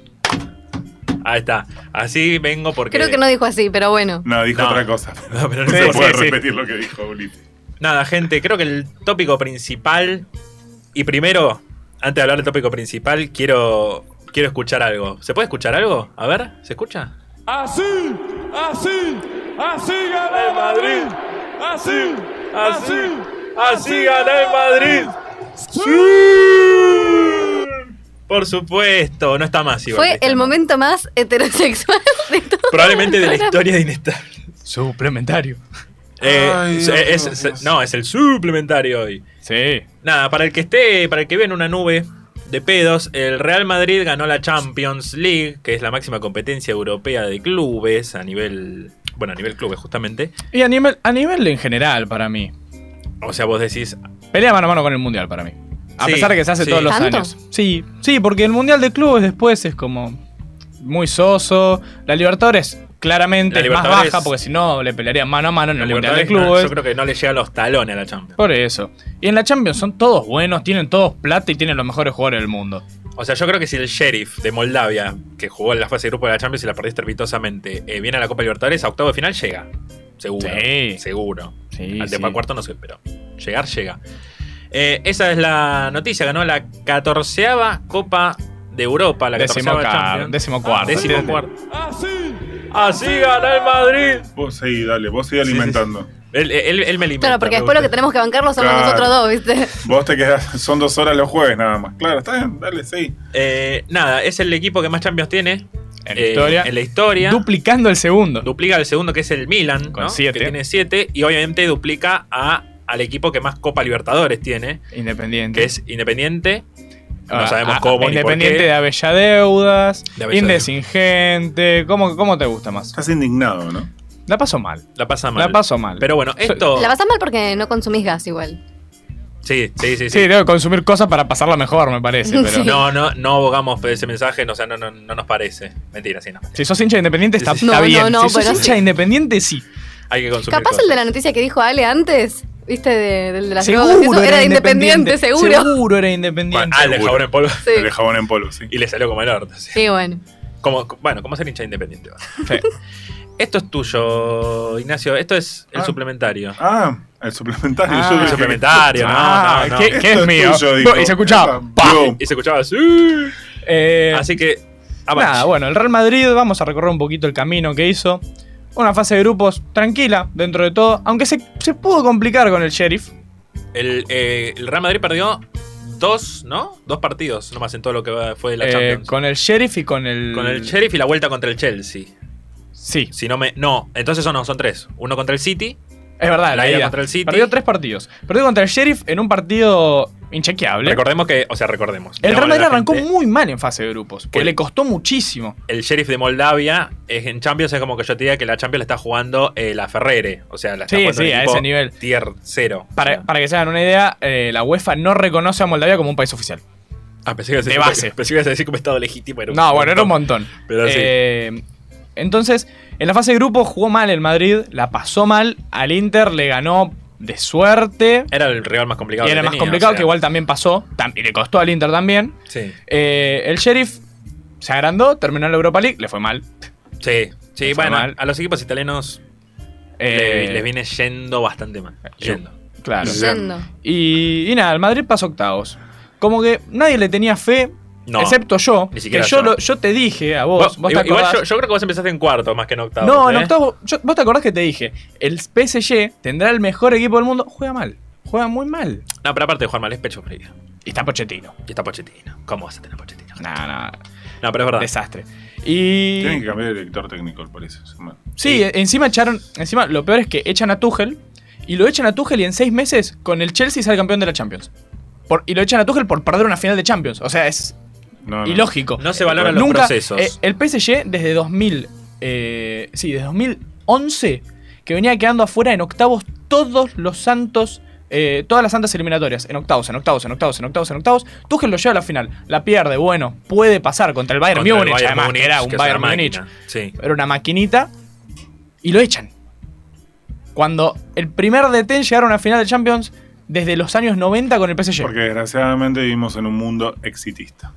A: Ahí está. Así vengo porque.
C: Creo que no dijo así, pero bueno.
B: No, dijo
A: No.
B: otra cosa.
A: No, pero no
B: No se
A: importa.
B: puede
E: sí, sí.
B: repetir lo que dijo Ulises.
A: Nada, gente, creo que el tópico principal. Y primero, antes de hablar del tópico principal, quiero. Quiero escuchar algo. ¿Se puede escuchar algo? A ver, ¿se escucha?
J: Así, así, así gana el Madrid. Así, así, así gana el Madrid.
A: Por supuesto, no está más. igual,
C: Fue
A: Cristiano.
C: el momento más heterosexual de todo.
A: Probablemente de la historia de Inestable.
E: Suplementario.
A: Eh,
B: Ay,
A: es-
B: Dios,
A: es-
B: Dios,
A: es-
B: Dios.
A: no, es el suplementario hoy.
E: Sí.
A: Nada, para el que esté, para el que vive en una nube de pedos, el Real Madrid ganó la Champions League, que es la máxima competencia europea de clubes a nivel, bueno, a nivel clubes justamente.
E: Y a nivel, a nivel en general para mí.
A: O sea, vos decís,
E: Pelea mano a mano con el mundial para mí. A
A: Sí,
E: pesar de que se hace
A: sí.
E: todos los
C: ¿Tanto?
E: años. Sí, sí, porque el mundial de clubes después es como muy soso. La Libertadores claramente
A: La
E: es más
A: Libertadores-
E: baja, porque si no le pelearían mano a mano en
A: La
E: el Mundial de
A: Libertadores no,
E: Clubes.
A: yo creo que no le llega a los talones a la Champions.
E: Por eso. Y en la Champions son todos buenos, tienen todos plata y tienen los mejores jugadores del mundo.
A: O sea, yo creo que si el Sheriff de Moldavia, que jugó en la fase de grupo de la Champions y la perdió estrepitosamente, eh, viene a la Copa Libertadores, a octavo de final llega. Seguro.
E: Sí.
A: Seguro.
E: Sí,
A: Al de
E: sí.
A: pa' cuarto no sé, pero llegar llega. Eh, esa es la noticia. Ganó la catorceava Copa de Europa, la
E: Décimo,
A: catorceava
E: ca-
A: Champions. Ah,
E: décimo cuarto.
A: Décimo cuarto. Ah, Así gana el Madrid.
B: Vos seguí, dale, vos seguí
A: Sí, sí,
B: alimentando.
A: Él, él- él me limita.
C: Claro, porque después lo que tenemos que bancarlo somos
B: Claro.
C: nosotros dos, ¿viste?
B: Vos te quedás, son dos horas los jueves nada más. Claro, está bien, dale, seguí.
A: Eh, nada, es el equipo que más Champions tiene.
E: En la
A: eh,
E: historia.
A: En la historia.
E: Duplicando el segundo.
A: duplica al segundo que es el Milan,
E: Con
A: ¿no?
E: siete.
A: que tiene 7 y obviamente duplica a, al equipo que más Copa Libertadores tiene,
E: Independiente.
A: que es Independiente.
E: Ah,
A: No sabemos
E: ah,
A: cómo ni por
E: Independiente de
A: qué.
E: Avelladeudas,
A: De Avelladeudas.
E: Indesingente. ¿cómo, ¿Cómo te gusta más?
B: Estás indignado, ¿no?
E: La paso mal.
A: La pasa mal.
E: La paso mal.
A: Pero bueno, esto.
C: La pasás mal porque no consumís gas igual.
A: Sí, sí, sí.
E: Sí,
A: sí.
E: debo consumir cosas para pasarla mejor, me parece. Pero
C: Sí.
A: No, no, no abogamos por ese mensaje, no, o sea, no, no, no nos parece. Mentira, sí, no.
E: si sos hincha de independiente, está,
A: Sí, sí.
E: está
C: No,
E: bien.
C: no, no,
E: si sos
C: pero
E: hincha de
C: sí.
E: independiente, sí.
A: Hay que consumir.
C: Capaz el de
A: cosas.
C: la noticia que dijo Ale antes, ¿viste? De, del de las drogas. y eso, era, de independiente, seguro.
E: Seguro era independiente.
A: Bueno, ah, el de jabón en polvo.
C: Sí.
B: El de jabón en polvo, sí.
A: Y le salió como el orto. sí.
C: Y bueno.
A: Como, bueno, como ser hincha de independiente. va.
E: Sí.
A: Esto es tuyo, Ignacio. Esto es el
B: Ah.
A: suplementario.
B: Ah, el suplementario.
E: Ah,
B: yo
E: el
A: el
B: dije,
A: suplementario, no,
E: Ah,
A: no, no.
E: ¿qué-
B: "Esto
E: es mío".
B: dijo.
E: Y se escuchaba,
B: Epa,
E: ¡pah!
B: boom.
A: Y se escuchaba así.
E: Eh,
A: Así que.
E: Nada,
A: avance.
E: bueno, el Real Madrid, vamos a recorrer un poquito el camino que hizo. Una fase de grupos tranquila dentro de todo, aunque se, se pudo complicar con el Sheriff.
A: El, eh, el Real Madrid perdió dos, ¿no? Dos partidos nomás en todo lo que va- fue de la
E: eh,
A: Champions. Con,
E: con el Sheriff y con el.
A: el Sheriff y la vuelta contra el Chelsea.
E: Sí,
A: Si no me. No, entonces son, no, son tres. Uno contra el City.
E: es verdad,
A: La
E: la
A: ida
E: ida.
A: contra el City.
E: Perdió tres partidos. Perdió contra el Sheriff en un partido inchequeable.
A: Recordemos que. O sea, recordemos.
E: El Real
A: Digamos,
E: Madrid
A: la
E: arrancó
A: gente, Pues
E: muy mal en fase de grupos, que
A: Que-
E: le costó muchísimo.
A: El Sheriff de Moldavia es en Champions es como que yo te diga que la Champions la está jugando eh, la Ferrere. O sea, la está
E: Sí,
A: jugando
E: sí,
A: un
E: a
A: equipo
E: ese nivel.
A: Tier cero. O
E: Para,
A: sea,
E: para que se hagan una idea, eh, la UEFA no reconoce a Moldavia como un país oficial.
A: ah, pensé que ibas a
E: de
A: decir-
E: base.
A: pensé que ibas a decir como estado legítimo. era un
E: No, bueno, era un
A: montón.
E: montón.
A: Pero sí.
E: Eh, entonces, en la fase de grupo jugó mal el Madrid, la pasó mal, al Inter le ganó de suerte.
A: Era el rival más complicado.
E: y era
A: que
E: más
A: tenía,
E: complicado,
A: o sea,
E: que igual también pasó, tam- y le costó al Inter también.
A: Sí.
E: Eh, el Sheriff se agrandó, terminó en la Europa League, le fue mal.
A: Sí, sí,
E: Le fue
A: bueno,
E: mal.
A: a los equipos italianos
E: Eh,
A: le- les viene yendo bastante mal.
E: yo-
A: Yendo.
E: Claro.
C: Yendo.
E: Y, y nada, el Madrid pasó octavos. Como que nadie le tenía fe,
A: No.
E: excepto yo.
A: ni siquiera
E: que yo,
A: yo.
E: lo- yo te dije a vos.
A: Vos-
E: vos te
A: igual igual
E: acordás-
A: yo, yo creo que vos empezaste en cuarto más que en ¿eh? octavo.
E: No, en octavo. yo- ¿Vos te acordás que te dije? El PSG tendrá el mejor equipo del mundo. Juega mal. Juega muy mal.
A: No, pero aparte de Juan Mal es pecho frío.
E: Y está Pochettino.
A: Y está Pochettino. ¿Cómo vas a tener Pochettino?
E: Nah, nah.
A: No, pero es verdad.
E: Desastre. Y.
B: Tienen que cambiar el director técnico, por eso. se llama.
E: Sí, e- encima echaron. Encima, lo peor es que echan a Tuchel. Y lo echan a Tuchel y en seis meses con el Chelsea sale campeón de la Champions. Por- y lo echan a Tuchel por perder una final de Champions. O sea, es
B: No, no.
E: ilógico.
A: No se valoran los
E: Nunca,
A: procesos.
E: eh, el PSG desde 2000, eh, sí, desde 2011, que venía quedando afuera en octavos todos los santos, eh, todas las santas eliminatorias, en octavos, en octavos, en octavos, en octavos, en octavos. Tuchel lo lleva a la final, la pierde, bueno, puede pasar contra el Bayern
A: Contra el
E: Múnich,
A: Bayern
E: además, que
A: Múnich,
E: era un
A: que es una
E: Bayern Múnich,
A: máquina. Sí.
E: era una maquinita, y lo echan. Cuando el primer DT llegaron a una final de Champions desde los años 90 con el PSG.
B: Porque desgraciadamente vivimos en un mundo exitista.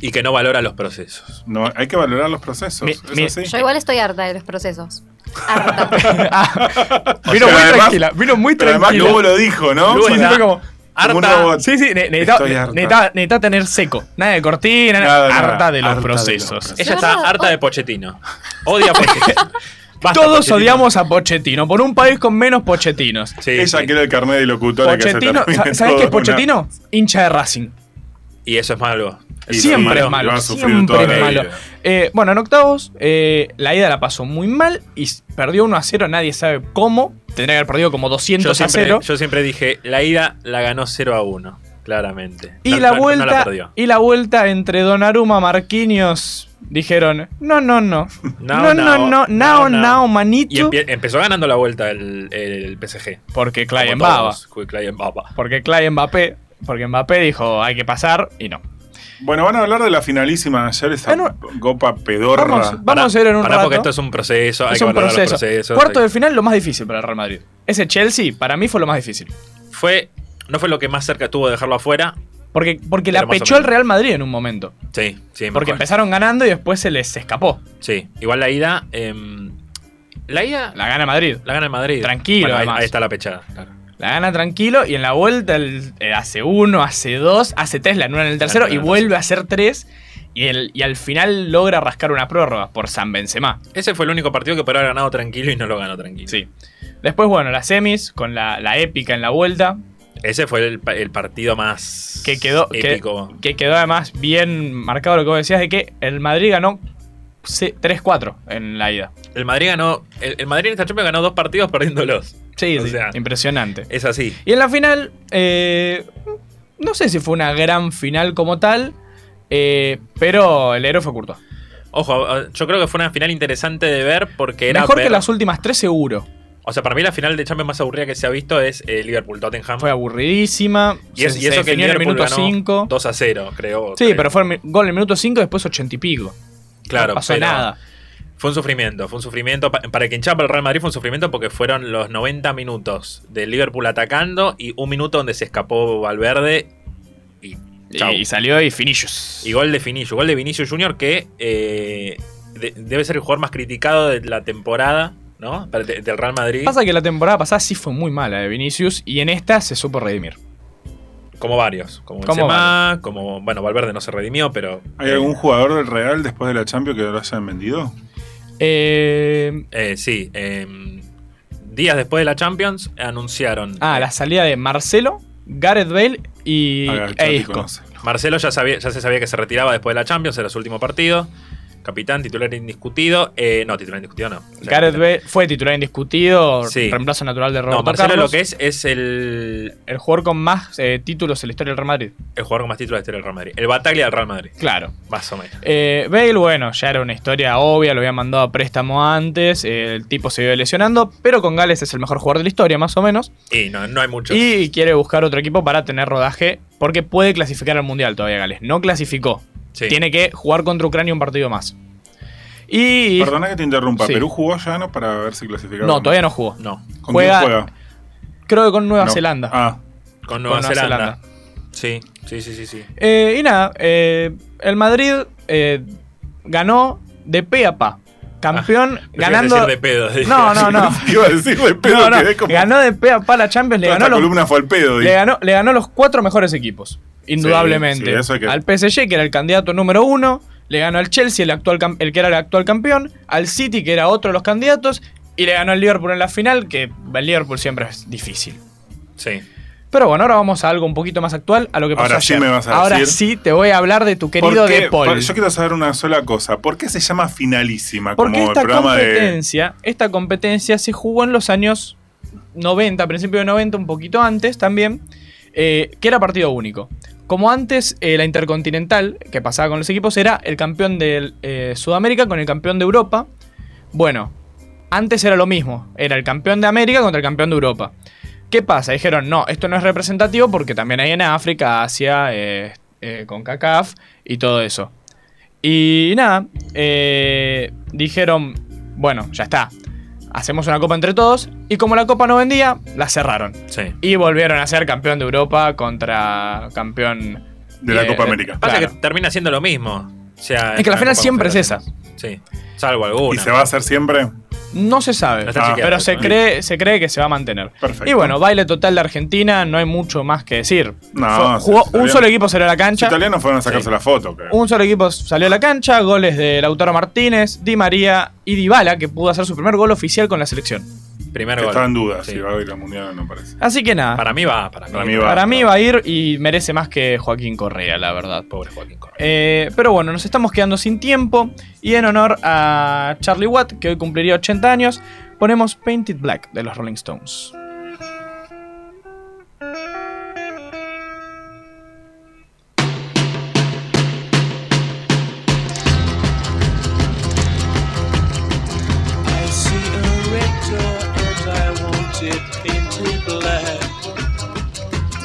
A: Y que no valora los procesos.
B: No, hay que valorar los procesos.
E: Mi-
B: es
E: mi-
B: así.
C: Yo igual estoy harta de los procesos. Harta.
E: Ah,
B: O
E: vino
B: sea,
E: muy
B: además-
E: tranquila, vino muy
B: Pero
E: tranquila.
B: además Lugo lo dijo, ¿no?
A: Lugo
B: Sí,
A: está-
E: Fue como-
B: como un
A: Harta.
B: robot.
E: Sí, sí, ne- necesitaba,
B: Estoy harta.
E: necesitaba- necesitaba tener seco. Nada de cortina, nada,
B: Nada, nada,
E: harta de los
B: harta de los
E: procesos.
B: procesos.
A: Ella
C: Yo
A: está
C: no-
A: harta de Pochettino. Odia a Pochettino. Basta,
E: Todos
A: Pochettino.
E: odiamos a Pochettino, por un país con menos Pochetinos.
A: Sí,
B: Ella
A: sí.
B: quiere el carnet de locutora
E: Pochettino,
B: que se
E: sa-
B: termine
E: ¿sabes
B: todo
E: qué es
B: una-
E: Pochettino? Hincha de Racing.
A: Y eso es malo.
B: Y
A: Eso
E: siempre
B: lo-
E: es malo,
B: lo ha sufrido
E: siempre
B: toda
E: es
B: la
E: malo.
B: vida.
E: Eh, bueno, en octavos, eh, la ida la pasó muy mal y s- perdió 1 a 0, nadie sabe cómo. Tendría que haber perdido como
A: Yo
E: 200 a
A: siempre,
E: 0.
A: yo siempre dije, la ida la ganó 0 a 1, claramente.
E: Y
A: No-
E: la
A: no- no
E: vuelta
A: perdió.
E: y la vuelta entre Donnarumma Marquinhos dijeron, "No, no, no. No, no, no, no, no,
A: Y
E: manito."
A: empie- empezó ganando la vuelta el, el PSG.
E: Porque Clay
A: Como
E: Baba.
A: todos, Clay Baba.
E: Porque Clay Mbappé, porque Mbappé dijo, "Hay que pasar" y no.
B: Bueno, van a hablar de la finalísima ayer, esa
E: Ah, no.
B: copa pedorra.
E: Vamos, vamos a ir en un
A: Pará,
E: rato.
A: porque esto es un proceso, hay
E: Es
A: que
E: un
A: valorar los
E: proceso.
A: procesos,
E: Cuarto
A: hay-
E: de final, lo más difícil para el Real Madrid. Ese Chelsea, para mí, fue lo más difícil.
A: Fue, no fue lo que más cerca estuvo de dejarlo afuera.
E: Porque, porque
A: Pero
E: la
A: más o
E: pechó el
A: menos.
E: Real Madrid en un momento.
A: Sí, sí, me acuerdo.
E: Porque empezaron ganando y después se les escapó.
A: Sí, igual la ida. em, la ida la,
E: La gana Madrid.
A: gana el Madrid.
E: Tranquilo,
A: Bueno, ahí,
E: además.
A: ahí está la pechada. claro.
E: La gana tranquilo y en la vuelta el- eh, hace uno, hace dos, hace tres, la anulan en el tercero
A: anulan
E: y
A: el
E: vuelve a hacer tres. Y, el, y al final logra rascar una prórroga por San Benzema.
A: Ese fue el único partido que podría haber ganado tranquilo y no lo ganó tranquilo.
E: Sí. Después, bueno, las semis con la, la épica en la vuelta.
A: Ese fue el, pa- el partido más
E: Que quedó- que-
A: épico.
E: Que quedó además bien marcado lo que vos decías de que el Madrid ganó se- 3-4 en la ida.
A: El Madrid ganó. El, el Madrid en esta Champions ganó dos partidos perdiéndolos.
E: Sí,
A: O
E: sí,
A: sea-
E: impresionante.
A: Es así.
E: Y en la final, eh, no sé si fue una gran final como tal, eh, pero el héroe fue Courtois.
A: Ojo, a- yo creo que fue una final interesante de ver porque era.
E: Mejor que
A: ver-
E: las últimas tres seguro.
A: O sea, para mí la final de Champions más aburrida que se ha visto es eh, Liverpool-Tottenham.
E: Fue aburridísima.
A: Y, es-
E: se-
A: y
E: se
A: eso que el
E: definió en el
A: Liverpool
E: minuto
A: ganó
E: 5.
A: 2 a 0, creo.
E: Sí,
A: creo.
E: pero fue el mi- gol en el minuto 5, después 80 y pico.
A: Claro,
E: no pasó
A: pero-
E: nada.
A: Fue un sufrimiento, fue un sufrimiento. Pa- Para que hinchaba el Real Madrid fue un sufrimiento porque fueron los 90 minutos de Liverpool atacando y un minuto donde se escapó Valverde y, chau.
E: Y salió y finillos.
A: Y gol de Finillo, gol de Vinicius Junior que eh, de- debe ser el jugador más criticado de la temporada, ¿no? Pero de- del Real Madrid.
E: Pasa que la temporada pasada sí fue muy mala de Vinicius y en esta se supo redimir.
A: Como varios, como
E: Como
A: Benzema, como, bueno, Valverde no se redimió, pero...
B: ¿Hay
A: eh,
B: algún jugador del Real después de la Champions que lo hayan vendido?
E: Eh,
A: eh, sí, eh, días después de la Champions anunciaron...
E: ah, la salida de Marcelo, Gareth Bale y
B: Agachate
E: e
B: y
E: Isco.
B: Ah, conoce.
A: Marcelo ya, sabía, ya se sabía que se retiraba después de la Champions, era su último partido. Capitán, titular indiscutido. Eh, no, titular indiscutido no. O sea,
E: Gareth Bale fue titular indiscutido,
A: Sí.
E: reemplazo natural de Roberto
A: No, Marcelo
E: Carlos,
A: lo que es es el,
E: el jugador con más eh, títulos en la historia del Real Madrid.
A: el jugador con más títulos de la historia del Real Madrid. El Bataglia del Real Madrid,
E: Claro.
A: más o menos.
E: Eh, Bale, bueno, ya era una historia obvia, lo había mandado a préstamo antes, eh, el tipo se iba lesionando, pero con Gales es el mejor jugador de la historia, más o menos,
A: Y no, no hay muchos.
E: y quiere buscar otro equipo para tener rodaje, porque puede clasificar al Mundial todavía Gales. No clasificó,
A: Sí.
E: tiene que jugar contra Ucrania un partido más. Y...
B: Perdona que te interrumpa,
E: Sí.
B: ¿Perú jugó ya no para ver si clasificaron?
E: No, todavía no jugó.
A: No,
B: ¿Con quién
E: juega-
B: juega?
E: Creo que con Nueva
B: No.
E: Zelanda.
B: Ah,
A: con Nueva,
E: Con Nueva
A: Zelanda. Sí, sí, sí, sí. sí.
E: Eh, y nada, eh, el Madrid eh, ganó de pe a pa. Campeón
A: Prefiero
E: ganando...
A: decir de pedo. dije.
E: No, no, no.
B: iba a decir de pedo,
E: No, no,
B: quedé como-
E: Ganó de pe a pa la Champions, le
B: toda
E: ganó,
B: esta
E: los,
B: columna fue al pedo.
E: le,
B: dije.
E: ganó, le ganó los cuatro mejores equipos, indudablemente.
B: sí, eso hay que-
E: Al PSG, que era el candidato número uno, le ganó al Chelsea, el, actual, cam- el que era el actual campeón, al City, que era otro de los candidatos, y le ganó al Liverpool en la final, que el Liverpool siempre es difícil.
A: Sí.
E: Pero bueno, ahora vamos a algo un poquito más actual, a lo que pasó
B: Ahora sí
E: ayer.
B: me vas a
E: ahora
B: decir.
E: sí te voy a hablar de tu
B: ¿Por
E: querido
B: qué?
E: De Paul.
B: Por- Yo quiero saber una sola cosa. ¿Por qué se llama finalísima?
E: Porque
B: como el
E: esta
B: programa de.
E: competencia, esta competencia se jugó en los años 90, principio de 90, un poquito antes también, eh, que era partido único. Como antes, eh, la Intercontinental, que pasaba con los equipos, era el campeón de eh, Sudamérica con el campeón de Europa. Bueno, antes era lo mismo, era el campeón de América contra el campeón de Europa. ¿Qué pasa? Dijeron, no, esto no es representativo porque también hay en África, Asia, eh, eh, con CACAF y todo eso. Y nada, eh, dijeron, bueno, ya está. Hacemos una copa entre todos. Y como la copa no vendía, la cerraron.
A: Sí.
E: Y volvieron a ser campeón de Europa contra campeón.
B: De la
E: eh,
B: Copa América.
A: Pasa
E: claro.
A: que termina siendo lo mismo. O sea,
E: Es que la
A: en
E: final
A: Copa
E: siempre es esa.
A: Confederaciones. Sí. Salvo alguna.
B: ¿Y se va a hacer siempre?
E: No se sabe,
A: Lo están chequeando,
E: pero se
A: ¿no?
E: cree, se cree que se va a mantener.
B: Perfecto.
E: Y bueno, baile total de Argentina, no hay mucho más que decir.
B: No,
E: Fue-
B: sí,
E: jugó
B: sí,
E: un
B: bien.
E: solo equipo salió a la
B: Los
E: cancha.
B: italianos fueron a sacarse
A: Sí.
B: la foto, creo.
E: Un solo equipo salió a la cancha, goles de Lautaro Martínez, Di María y Dybala, que pudo hacer su primer gol oficial con la selección.
A: Primer
B: Que
A: gol.
B: estaba en duda
A: Sí.
B: si va a ir al mundial o no parece.
E: Así que nada.
A: Para mí va, para mí,
B: Para mí va.
E: Para mí va a ir y merece más que Joaquín Correa, la verdad.
A: Pobre Joaquín Correa.
E: Eh, pero bueno, nos estamos quedando sin tiempo. Y en honor a Charlie Watt, que hoy cumpliría 80 años, ponemos Painted Black de los Rolling Stones.
F: I see a red door and I want it painted black.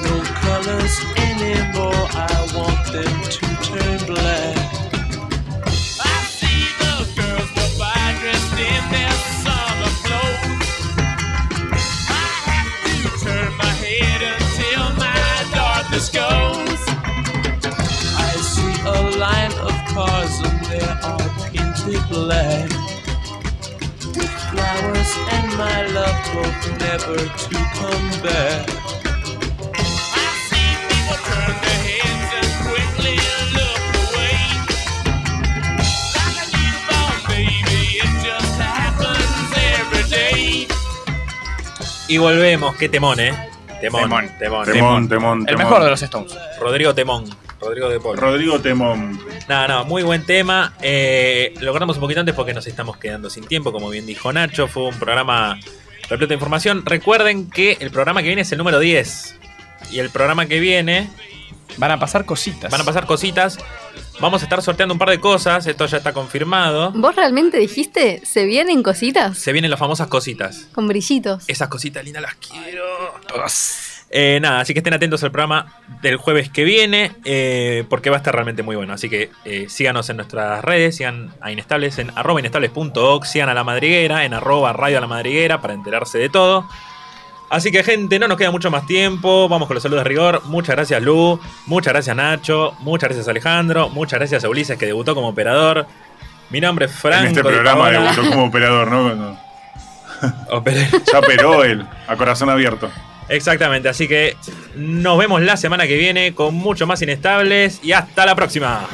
F: No colors anymore, I want them to turn black. With flowers and my love hope never to come back. I see people turn their heads and quickly look away. Like a newborn baby, it just happens every day.
A: Y volvemos, qué temón, ¿eh? Temón, temón,
B: Temón.
A: temón.
B: Temón, temón,
E: El
B: temón.
E: mejor de los Stones.
A: Rodrigo Temón. Rodrigo de Paul.
B: Rodrigo Temón.
A: Nada, no, muy buen tema. Eh, lo cortamos un poquito antes porque nos estamos quedando sin tiempo, como bien dijo Nacho. Fue un programa repleto de información. Recuerden que el programa que viene es el número 10. Y el programa que viene
E: Van a pasar cositas.
A: van a pasar cositas. Vamos a estar sorteando un par de cosas. Esto ya está confirmado.
C: ¿Vos realmente dijiste, se vienen cositas?
A: Se vienen las famosas cositas.
C: Con brillitos.
A: Esas cositas lindas las quiero. Todas. Eh, nada, así que estén atentos al programa del jueves que viene, eh, porque va a estar realmente muy bueno. Así que eh, síganos en nuestras redes, sigan a Inestables en arroba inestables.org, sigan a La Madriguera en arroba radio a La Madriguera para enterarse de todo. Así que gente, no nos queda mucho más tiempo, vamos con los saludos de rigor. Muchas gracias Lu, muchas gracias Nacho, muchas gracias Alejandro, muchas gracias a Ulises que debutó como operador. Mi nombre es Franco.
B: en este
A: de
B: programa
A: Paola.
B: debutó como operador, ¿no? Cuando-
A: Operé.
B: Ya operó él, a corazón abierto.
A: Exactamente, así que nos vemos la semana que viene con mucho más inestables y hasta la próxima.